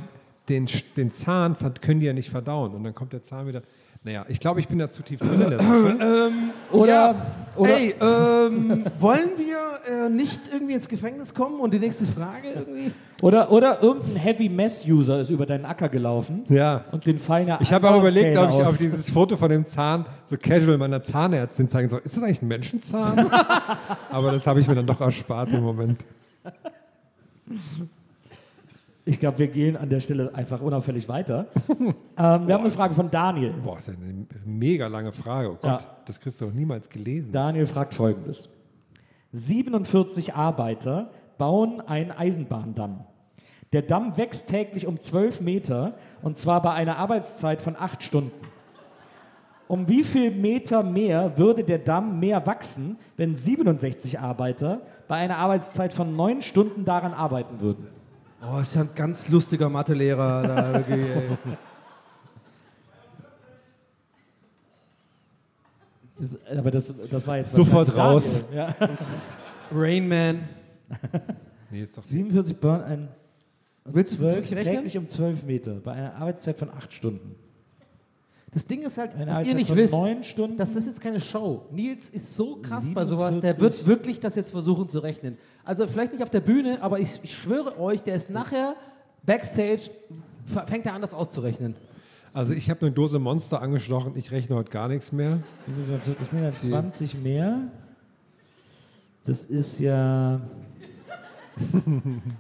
Speaker 5: den, Sch- den Zahn verd- können die ja nicht verdauen. Und dann kommt der Zahn wieder. Naja, ich glaube, ich bin da zu tief drin in der Sache.
Speaker 3: Oder, oder
Speaker 7: Hey, ähm, wollen wir äh, nicht irgendwie ins Gefängnis kommen und die nächste Frage irgendwie?
Speaker 3: Oder, oder irgendein Heavy Mess User ist über deinen Acker gelaufen
Speaker 5: Ja.
Speaker 3: und den feiner.
Speaker 5: Ich habe auch überlegt,
Speaker 3: Zähne
Speaker 5: ob ich
Speaker 3: aus-
Speaker 5: auf dieses Foto von dem Zahn so casual meiner Zahnärztin zeigen soll. Ist das eigentlich ein Menschenzahn? Aber das habe ich mir dann doch erspart im Moment.
Speaker 3: Ich glaube, wir gehen an der Stelle einfach unauffällig weiter. ähm, wir haben eine Frage von Daniel.
Speaker 5: Boah, ist ja eine mega lange Frage. Oh Gott, das kriegst du doch niemals gelesen.
Speaker 3: Daniel fragt folgendes: 47 Arbeiter bauen einen Eisenbahndamm. Der Damm wächst täglich um 12 Meter und zwar bei einer Arbeitszeit von 8 Stunden. Um wie viel Meter mehr würde der Damm mehr wachsen, wenn 67 Arbeiter bei einer Arbeitszeit von 9 Stunden daran arbeiten würden?
Speaker 7: Oh, ist ja ein ganz lustiger Mathelehrer. Da, wirklich, ey.
Speaker 3: Das, aber das, das war jetzt
Speaker 5: Sofort
Speaker 3: wahrscheinlich
Speaker 5: raus.
Speaker 3: Daniel, Ja.
Speaker 7: Rain Man.
Speaker 5: Nee, ist doch
Speaker 3: 47 Burn ein
Speaker 7: Willst du
Speaker 3: 12,
Speaker 7: wirklich rechnen?
Speaker 3: täglich um 12 Meter bei einer Arbeitszeit von 8 Stunden.
Speaker 7: Das Ding ist halt,
Speaker 3: Eine
Speaker 7: dass ihr
Speaker 3: Arbeitszeit
Speaker 7: nicht
Speaker 3: von
Speaker 7: wisst,
Speaker 3: 9 Stunden.
Speaker 7: das ist jetzt keine Show. Nils ist so krass bei sowas, der wird
Speaker 3: 47.
Speaker 7: wirklich das jetzt versuchen zu rechnen. Also vielleicht nicht auf der Bühne, aber ich, ich schwöre euch, der ist nachher Backstage, f- fängt er an, das auszurechnen.
Speaker 5: Also ich habe eine Dose Monster angeschlochen, ich rechne heute gar nichts mehr.
Speaker 3: Wie müssen wir- Das sind ja 20 mehr. Das ist ja.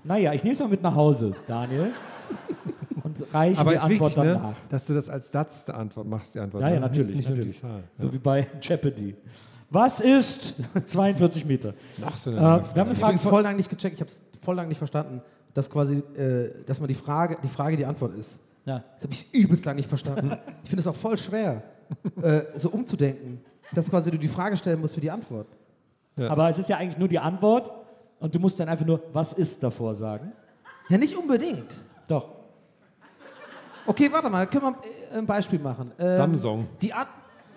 Speaker 3: naja, ich nehme es mal mit nach Hause, Daniel. Und und reichen
Speaker 5: Aber
Speaker 3: die
Speaker 5: es ist
Speaker 3: Antwort
Speaker 5: wichtig,
Speaker 3: dann
Speaker 5: ne,
Speaker 3: nach.
Speaker 5: dass du das als Satz der Antwort machst, die Antwort.
Speaker 3: Ja,
Speaker 5: ne?
Speaker 3: ja, natürlich.
Speaker 5: Nicht, nicht nur die
Speaker 3: natürlich.
Speaker 5: Zahl.
Speaker 3: So wie bei Jeopardy. Was ist 42 Meter?
Speaker 5: Noch so
Speaker 3: Äh,
Speaker 5: eine
Speaker 3: wir
Speaker 5: lange
Speaker 3: haben
Speaker 5: Frage.
Speaker 3: eine Frage
Speaker 7: Übrigens
Speaker 3: von,
Speaker 7: voll lang nicht gecheckt, ich habe es voll lang nicht verstanden, dass quasi, äh, dass man die Frage, die Frage die Antwort ist.
Speaker 3: ja.
Speaker 7: Das habe ich übelst lang nicht verstanden. Ich finde es auch voll schwer, äh, so umzudenken, dass quasi du die Frage stellen musst für die Antwort.
Speaker 3: Aber es ist ja eigentlich nur die Antwort und du musst dann einfach nur, was ist davor sagen.
Speaker 7: Ja, nicht unbedingt.
Speaker 3: Doch.
Speaker 7: Okay, warte mal, können wir äh, ein Beispiel machen. Ähm,
Speaker 5: Samsung.
Speaker 7: Die An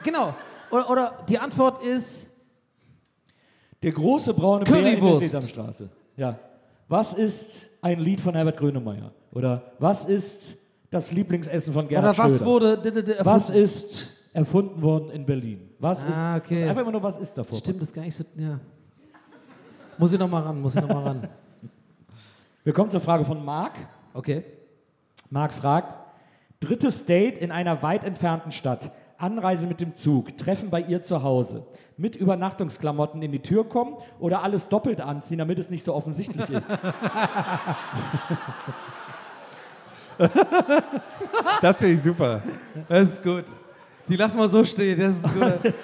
Speaker 7: genau. Oder, oder die Antwort ist,
Speaker 3: Der große braune Bär in der
Speaker 7: Currywurst.
Speaker 3: Sesamstraße. Ja. Was ist ein Lied von Herbert Grönemeyer? Oder was ist das Lieblingsessen von Gerhard
Speaker 7: oder was
Speaker 3: Schröder?
Speaker 7: wurde. d- d- d- erfunden?
Speaker 3: was ist erfunden worden in Berlin? Was
Speaker 7: Ah,
Speaker 3: ist,
Speaker 7: okay.
Speaker 3: also einfach immer nur, was ist davor?
Speaker 7: Stimmt, das ist gar nicht so. Ja. Muss ich nochmal ran, muss ich nochmal ran.
Speaker 3: Wir kommen zur Frage von Marc.
Speaker 7: Okay.
Speaker 3: Marc fragt, drittes Date in einer weit entfernten Stadt, Anreise mit dem Zug, Treffen bei ihr zu Hause, mit Übernachtungsklamotten in die Tür kommen oder alles doppelt anziehen, damit es nicht so offensichtlich ist.
Speaker 5: Das finde ich super. Das ist gut. Die lassen wir so stehen. Das ist gut.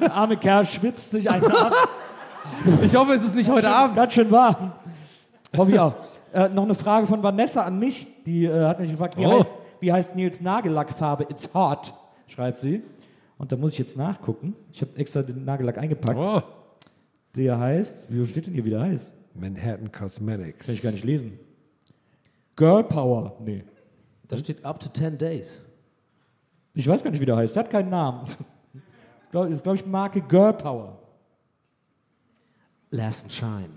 Speaker 3: Der arme Kerl schwitzt sich einen ab.
Speaker 5: Ich hoffe, es ist nicht heute Abend.
Speaker 3: Ganz schön warm. Hoffe ich auch. Äh, noch eine Frage von Vanessa an mich. Die äh, hat mich gefragt, wie,
Speaker 5: Oh.
Speaker 3: heißt, wie heißt Nils Nagellackfarbe? It's hot, schreibt sie. Und da muss ich jetzt nachgucken. Ich habe extra den Nagellack eingepackt.
Speaker 5: Oh.
Speaker 3: Der heißt, wie steht denn hier, wie der heißt?
Speaker 5: Manhattan Cosmetics.
Speaker 3: Kann ich gar nicht lesen. Girl Power. Nee.
Speaker 7: Da steht up to 10 days.
Speaker 3: Ich weiß gar nicht, wie der heißt. Der hat keinen Namen. Das ist, glaube glaub ich, Marke Girl Power.
Speaker 7: Last and Shine.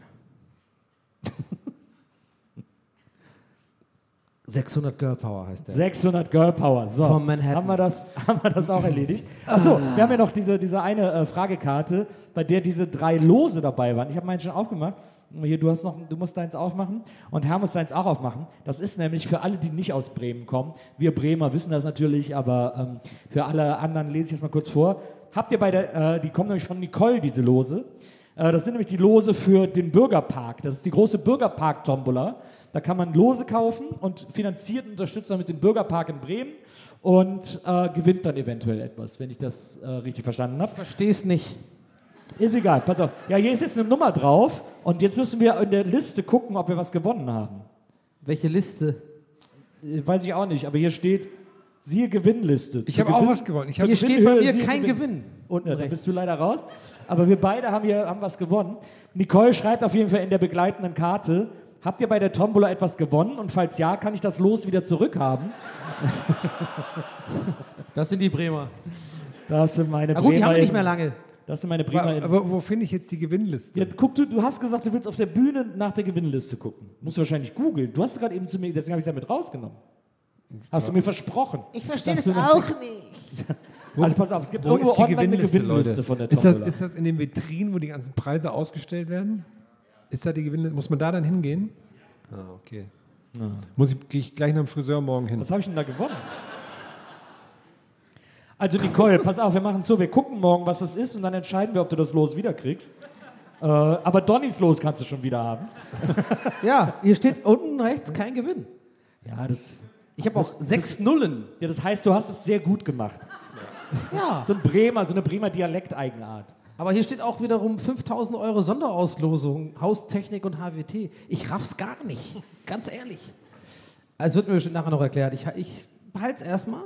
Speaker 7: 600 Girl Power heißt der.
Speaker 3: 600 Girl Power. So,
Speaker 7: Von Manhattan.
Speaker 3: Haben, wir das, haben wir das auch erledigt? Achso, wir haben ja noch diese, diese eine äh, Fragekarte, bei der diese drei Lose dabei waren. Ich habe meinen schon aufgemacht. Hier, du, hast noch, du musst deins aufmachen und Herr muss deins auch aufmachen. Das ist nämlich für alle, die nicht aus Bremen kommen. Wir Bremer wissen das natürlich, aber ähm, für alle anderen lese ich jetzt mal kurz vor. Habt ihr bei der, äh, die kommen nämlich von Nicole, diese Lose. Äh, Das sind nämlich die Lose für den Bürgerpark. Das ist die große Bürgerpark-Tombola. Da kann man Lose kaufen und finanziert und unterstützt damit den Bürgerpark in Bremen und äh, gewinnt dann eventuell etwas, wenn ich das äh, richtig verstanden habe.
Speaker 7: Versteh's nicht.
Speaker 3: Ist egal, pass auf. Ja, hier ist jetzt eine Nummer drauf und jetzt müssen wir in der Liste gucken, ob wir was gewonnen haben.
Speaker 7: Welche Liste?
Speaker 3: Äh, Weiß ich auch nicht, aber hier steht, siehe Gewinnliste.
Speaker 5: Ich habe auch was gewonnen. Ich hab,
Speaker 7: Hier steht bei
Speaker 3: Höhe,
Speaker 7: mir
Speaker 3: Sieg,
Speaker 7: kein
Speaker 3: Gewinn.
Speaker 7: Gewinn. Unten
Speaker 3: Ja, da
Speaker 7: rechts.
Speaker 3: bist du leider raus. Aber wir beide haben hier haben was gewonnen. Nicole schreibt auf jeden Fall in der begleitenden Karte: Habt ihr bei der Tombola etwas gewonnen? Und falls ja, kann ich das Los wieder zurückhaben?
Speaker 7: Das sind die Bremer.
Speaker 3: Das sind meine
Speaker 7: Na Ah, gut, die haben wir
Speaker 3: Bremerin-
Speaker 7: nicht mehr lange.
Speaker 3: Das sind meine Bremerin.
Speaker 5: aber, aber wo finde ich jetzt die Gewinnliste?
Speaker 3: ja, guck, du, du hast gesagt, du willst auf der Bühne nach der Gewinnliste gucken. Musst du wahrscheinlich googeln. Du hast gerade eben zu mir, deswegen habe ich es ja mit rausgenommen. Hast du mir versprochen.
Speaker 15: Ich verstehe
Speaker 3: Dass
Speaker 15: das
Speaker 3: du noch
Speaker 15: auch nicht.
Speaker 3: also pass auf, es gibt
Speaker 5: Wo
Speaker 3: irgendwo
Speaker 5: ist die
Speaker 3: online
Speaker 5: Gewinnliste,
Speaker 3: eine Gewinnliste
Speaker 5: Leute?
Speaker 3: von der
Speaker 5: ist das,
Speaker 3: Tombola.
Speaker 5: ist das in den Vitrinen, wo die ganzen Preise ausgestellt werden? Ist da die Gewinnliste? Muss man da dann hingehen? Ah, okay. Muss ich, gehe ich gleich nach dem Friseur morgen hin.
Speaker 3: Was habe ich denn da gewonnen? Also Nicole, pass auf, wir machen so, wir gucken morgen, was es ist und dann entscheiden wir, ob du das Los wiederkriegst. Äh, aber Donnys Los kannst du schon wieder haben.
Speaker 7: Ja, hier steht unten rechts kein Gewinn.
Speaker 3: Ja, das,
Speaker 7: Ich habe auch sechs Nullen.
Speaker 3: ja, das heißt, du hast es sehr gut gemacht.
Speaker 7: Ja.
Speaker 3: So ein Bremer, so eine Bremer Dialekteigenart.
Speaker 7: Aber hier steht auch wiederum 5000 Euro Sonderauslosung, Haustechnik und HWT. Ich raff's gar nicht. Ganz ehrlich. Also es wird mir bestimmt nachher noch erklärt. Ich, ich behalte es erstmal.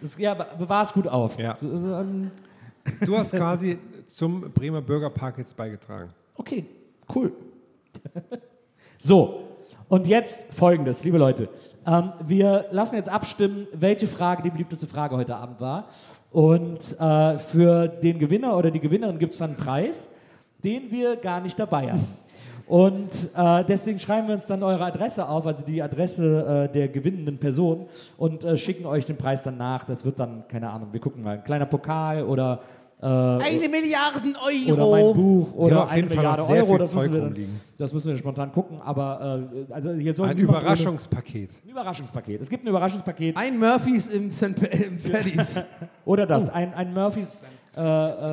Speaker 3: Das, ja, be- bewahr es gut auf.
Speaker 5: Ja.
Speaker 3: Das ist, ähm,
Speaker 5: Du hast quasi zum Bremer Bürgerpark jetzt beigetragen.
Speaker 7: Okay, cool.
Speaker 3: So, und jetzt folgendes, liebe Leute. Ähm, wir lassen jetzt abstimmen, welche Frage die beliebteste Frage heute Abend war. Und äh, für den Gewinner oder die Gewinnerin gibt es dann einen Preis, den wir gar nicht dabei haben. Und äh, deswegen schreiben wir uns dann eure Adresse auf, also die Adresse äh, der gewinnenden Person und äh, schicken euch den Preis dann nach. Das wird dann, keine Ahnung, wir gucken mal, ein kleiner Pokal oder, äh,
Speaker 15: Eine Milliarden
Speaker 3: oder mein
Speaker 15: Euro.
Speaker 3: Buch
Speaker 5: Wir
Speaker 3: oder
Speaker 5: haben auf
Speaker 3: eine
Speaker 5: jeden Fall noch
Speaker 3: Milliarde
Speaker 5: sehr
Speaker 3: Euro.
Speaker 5: viel
Speaker 3: Das müssen,
Speaker 5: Zeug
Speaker 3: wir dann,
Speaker 5: rumliegen.
Speaker 3: das müssen wir spontan gucken, aber äh, also hier soll
Speaker 5: Ein
Speaker 3: niemand ohne-
Speaker 5: Überraschungspaket.
Speaker 3: ein Überraschungspaket. Es gibt ein Überraschungspaket
Speaker 7: Ein Murphys im St. Pe- im Paddy's.
Speaker 3: oder das.
Speaker 5: Oh.
Speaker 3: Ein, ein Murphys äh,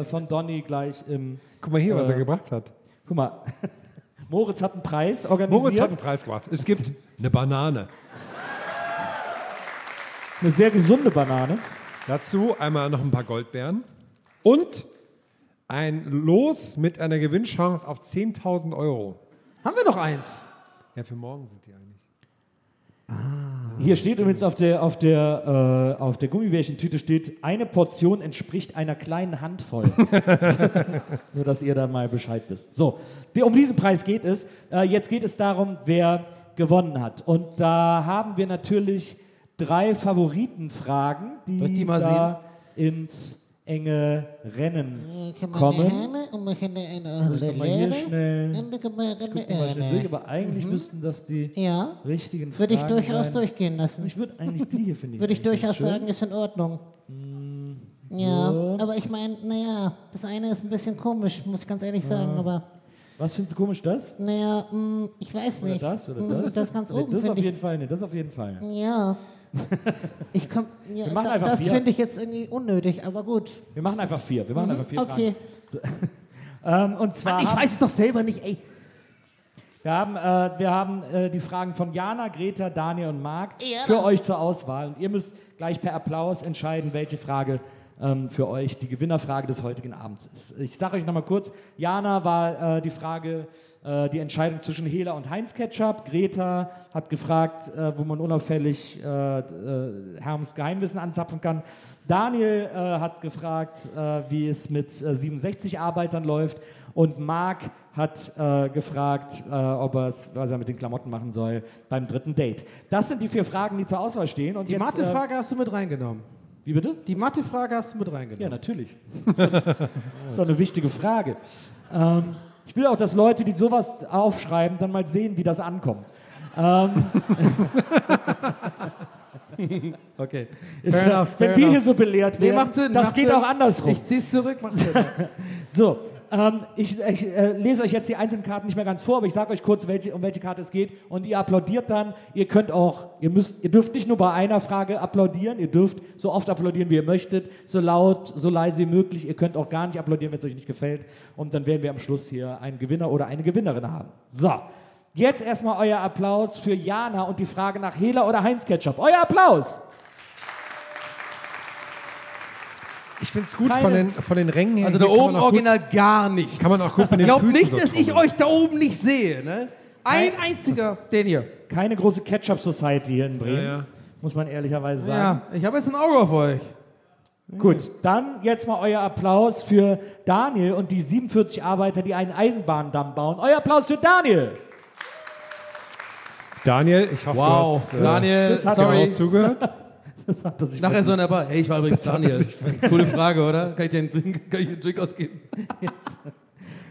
Speaker 3: äh, von Donny gleich im.
Speaker 5: Guck mal hier, was er gebracht hat.
Speaker 3: Guck mal. Moritz hat einen Preis organisiert.
Speaker 5: Moritz hat einen Preis gebracht. Es gibt eine Banane.
Speaker 3: Eine sehr gesunde Banane.
Speaker 5: Dazu einmal noch ein paar Goldbeeren und ein Los mit einer Gewinnchance auf 10.000 Euro.
Speaker 7: Haben wir noch eins?
Speaker 5: Ja, für morgen sind die eigentlich.
Speaker 3: Hier steht übrigens auf der, auf der, äh, auf der Gummibärchentüte steht, eine Portion entspricht einer kleinen Handvoll. Nur, dass ihr da mal Bescheid wisst. So, die, um diesen Preis geht es. Äh, jetzt geht es darum, wer gewonnen hat. Und da haben wir natürlich drei Favoritenfragen, die,
Speaker 7: Soll ich die mal
Speaker 3: da ins enge Rennen
Speaker 15: Ich habe meine
Speaker 3: kommen.
Speaker 15: Hände und mache eine
Speaker 3: Mal hier schnell.
Speaker 15: Und ich habe
Speaker 3: Mal schnell durch,
Speaker 15: eine
Speaker 3: aber eigentlich müssten das die
Speaker 15: Mhm. Ja,
Speaker 3: richtigen Fragen
Speaker 15: würde ich durchaus
Speaker 3: sein.
Speaker 15: durchgehen lassen.
Speaker 3: Ich würde eigentlich die hier finden.
Speaker 15: Würde ich durchaus sagen, ist in Ordnung. Ja,
Speaker 3: Mm, so.
Speaker 15: aber ich meine, naja, das eine ist ein bisschen komisch, muss ich ganz ehrlich sagen, aber
Speaker 3: Was findest du komisch, das?
Speaker 15: naja, hm, ich weiß
Speaker 3: Oder
Speaker 15: nicht.
Speaker 3: das oder
Speaker 15: Hm,
Speaker 3: das?
Speaker 15: Das ganz
Speaker 3: Nee,
Speaker 15: oben
Speaker 3: das auf
Speaker 15: finde ich. Mhm.
Speaker 3: jeden Fall, nee, das auf jeden Fall.
Speaker 15: Ja. Ich komm, ja,
Speaker 3: Wir machen
Speaker 15: da,
Speaker 3: einfach
Speaker 15: das
Speaker 3: vier.
Speaker 15: finde ich jetzt irgendwie unnötig, aber gut.
Speaker 3: Wir machen einfach vier. Wir machen einfach vier
Speaker 15: Mhm. Okay.
Speaker 3: Fragen. Ähm, und zwar
Speaker 7: Ich weiß es doch selber nicht, ey.
Speaker 3: wir haben, äh, wir haben äh, die Fragen von Jana, Greta, Daniel und Marc
Speaker 15: Jana.
Speaker 3: für euch zur Auswahl. Und ihr müsst gleich per Applaus entscheiden, welche Frage ähm, für euch die Gewinnerfrage des heutigen Abends ist. Ich sage euch nochmal kurz, Jana war äh, die Frage, äh, die Entscheidung zwischen Hela und Heinz Ketchup. Greta hat gefragt, äh, wo man unauffällig äh, äh, Herms Geheimwissen anzapfen kann. Daniel äh, hat gefragt, äh, wie es mit äh, 67 Arbeitern läuft. Und Marc hat äh, gefragt, äh, ob er es, was er mit den Klamotten machen soll beim dritten Date. Das sind die vier Fragen, die zur Auswahl stehen. Und
Speaker 7: Die
Speaker 3: jetzt,
Speaker 7: Mathefrage hast du mit reingenommen.
Speaker 3: Äh, wie bitte?
Speaker 7: Die Mathefrage hast du mit
Speaker 3: Ja,
Speaker 7: reingenommen.
Speaker 3: natürlich. Das ist doch eine wichtige Frage. Ähm, ich will auch, dass Leute, die sowas aufschreiben, dann mal sehen, wie das ankommt. Ähm,
Speaker 7: Okay.
Speaker 3: ist,
Speaker 7: Fair enough, fair
Speaker 3: wenn wir
Speaker 7: enough.
Speaker 3: hier so belehrt
Speaker 7: Nee,
Speaker 3: werden,
Speaker 7: macht Sinn.
Speaker 3: das
Speaker 7: macht
Speaker 3: geht
Speaker 7: Sinn.
Speaker 3: auch andersrum.
Speaker 7: Ich zieh's zurück, macht Sinn.
Speaker 3: So, ähm, ich, ich äh, lese euch jetzt die einzelnen Karten nicht mehr ganz vor, aber ich sage euch kurz, welche, um welche Karte es geht. Und ihr applaudiert dann. Ihr könnt auch, ihr müsst, ihr dürft nicht nur bei einer Frage applaudieren, ihr dürft so oft applaudieren, wie ihr möchtet, so laut, so leise wie möglich. Ihr könnt auch gar nicht applaudieren, wenn es euch nicht gefällt. Und dann werden wir am Schluss hier einen Gewinner oder eine Gewinnerin haben. So. Jetzt erstmal euer Applaus für Jana und die Frage nach Hela oder Heinz Ketchup. Euer Applaus!
Speaker 5: Ich finde es gut,
Speaker 3: Keine-
Speaker 5: von den, von den Rängen her.
Speaker 7: Also da
Speaker 5: hier kann man
Speaker 7: oben
Speaker 5: auch gut-
Speaker 7: original gar nichts.
Speaker 5: Kann man auch gut mit den
Speaker 7: Glaubt
Speaker 5: Füßen
Speaker 7: nicht,
Speaker 5: so
Speaker 7: dass ich
Speaker 5: trommeln.
Speaker 7: euch da oben nicht sehe, ne? Ein einziger, den hier.
Speaker 3: Keine große Ketchup-Society hier in Bremen,
Speaker 5: Ja, ja.
Speaker 3: muss man ehrlicherweise sagen.
Speaker 7: Ja, ich habe jetzt ein Auge auf euch.
Speaker 3: Gut, dann jetzt mal euer Applaus für Daniel und die 47 Arbeiter, die einen Eisenbahndamm bauen. Euer Applaus für Daniel.
Speaker 5: Daniel, ich hoffe,
Speaker 7: Wow,
Speaker 5: du hast äh,
Speaker 7: Daniel,
Speaker 3: das hat
Speaker 5: genau
Speaker 7: sorry.
Speaker 5: zugehört.
Speaker 3: Das hat er sich
Speaker 7: Nachher so in der Bar. Hey, ich war übrigens Daniel. Coole Frage, oder? Kann ich dir einen, kann ich dir einen Drink ausgeben?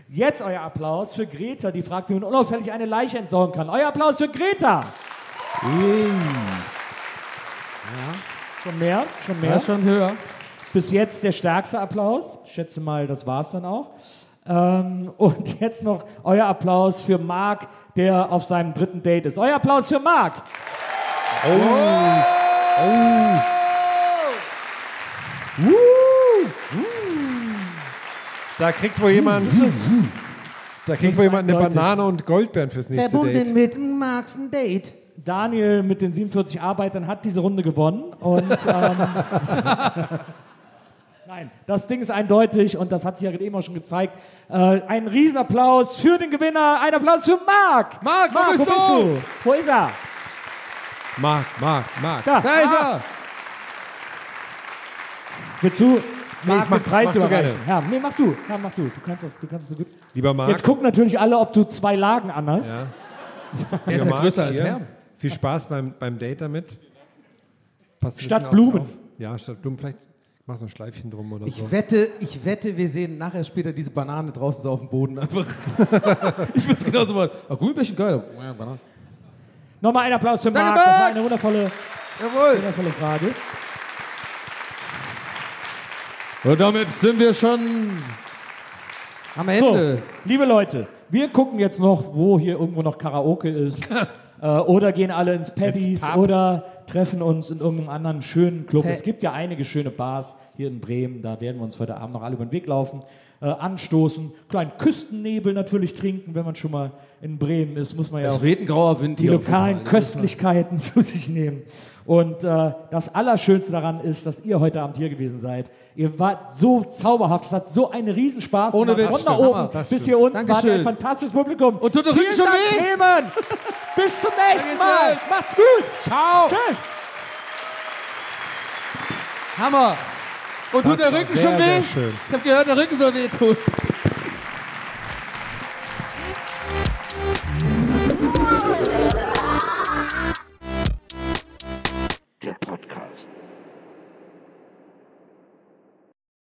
Speaker 3: Jetzt euer Applaus für Greta, die fragt, wie man unauffällig eine Leiche entsorgen kann. Euer Applaus für Greta. Schon mehr, schon mehr.
Speaker 7: schon höher.
Speaker 3: Bis jetzt der stärkste Applaus. Ich schätze mal, das war's dann auch. Ähm, und jetzt noch euer Applaus für Marc, der auf seinem dritten Date ist. Euer Applaus für Marc.
Speaker 5: Da kriegt wohl jemand, da kriegt wohl jemand eine
Speaker 3: eindeutig.
Speaker 5: Banane und Goldbeeren fürs nächste Date.
Speaker 7: Verbunden mit Max ein Date.
Speaker 3: Daniel mit den 47 Arbeitern hat diese Runde gewonnen. Und, ähm, Nein, das Ding ist eindeutig und das hat sich ja eben auch schon gezeigt. Äh, ein Riesenapplaus für den Gewinner. Ein Applaus für Marc.
Speaker 7: Marc, wo bist du?
Speaker 3: Wo ist er?
Speaker 5: Marc, Marc, Marc.
Speaker 3: Da.
Speaker 7: Da Ah. ist
Speaker 3: Marc,
Speaker 7: er.
Speaker 3: Willst du Marc
Speaker 5: mach-
Speaker 3: den Preis
Speaker 5: mach du
Speaker 3: überreichen? Ja, nee, mach du. Ja, mach du. Du kannst das, du kannst das gut.
Speaker 5: Lieber
Speaker 3: Jetzt
Speaker 5: Marc,
Speaker 3: gucken natürlich alle, ob du zwei Lagen anhast.
Speaker 5: Ja.
Speaker 7: Der ist
Speaker 5: lieber
Speaker 7: ja
Speaker 5: Marc,
Speaker 7: größer als
Speaker 5: hier.
Speaker 7: Herm.
Speaker 5: Viel Spaß beim, beim Date damit. Passt ein
Speaker 3: Statt
Speaker 5: bisschen auf-
Speaker 3: Blumen.
Speaker 5: auf. Ja, statt Blumen. Vielleicht machst du ein Schleifchen drum oder so.
Speaker 7: Ich wette, ich wette, wir sehen nachher später diese Banane draußen so auf dem Boden einfach. ich würde es genauso machen. Oh, Gummibärchen, geil. Ja, Banane.
Speaker 3: Nochmal ein Applaus für
Speaker 7: Danke,
Speaker 3: Marc. Das war
Speaker 7: Marc.
Speaker 3: eine wundervolle,
Speaker 7: Jawohl.
Speaker 3: wundervolle Frage.
Speaker 7: Und damit sind wir schon am Ende.
Speaker 3: So, liebe Leute, wir gucken jetzt noch, wo hier irgendwo noch Karaoke ist. äh, oder gehen alle ins Paddy's oder treffen uns in irgendeinem anderen schönen Club.
Speaker 7: Hey.
Speaker 3: Es gibt ja einige schöne Bars hier in Bremen. Da werden wir uns heute Abend noch alle über den Weg laufen, äh, anstoßen, kleinen Küstennebel natürlich trinken, wenn man schon mal in Bremen ist, muss man ja
Speaker 7: Es
Speaker 3: auch
Speaker 7: weht ein grauer Wind
Speaker 3: die
Speaker 7: hier auf jeden
Speaker 3: lokalen
Speaker 7: Fall.
Speaker 3: Köstlichkeiten zu sich nehmen. Und äh, das Allerschönste daran ist, dass ihr heute Abend hier gewesen seid. Ihr wart so zauberhaft, es hat so einen Riesenspaß
Speaker 7: Ohne
Speaker 3: gemacht.
Speaker 7: Witz,
Speaker 3: Von da
Speaker 7: stimmt.
Speaker 3: oben
Speaker 7: Das
Speaker 3: bis
Speaker 7: stimmt.
Speaker 3: hier unten
Speaker 7: Dankeschön.
Speaker 3: wart ihr ein fantastisches Publikum.
Speaker 7: Und tut der
Speaker 3: Vielen
Speaker 7: Rücken schon
Speaker 3: Dank,
Speaker 7: weh?
Speaker 3: Bremen! bis zum nächsten Mal!
Speaker 7: Dankeschön.
Speaker 3: Macht's gut!
Speaker 7: Ciao.
Speaker 3: Tschüss!
Speaker 7: Hammer. Und tut der
Speaker 5: war
Speaker 7: Rücken
Speaker 5: sehr,
Speaker 7: schon
Speaker 5: sehr
Speaker 7: weh?
Speaker 5: schön.
Speaker 7: Ich habe gehört, der Rücken soll weh tun.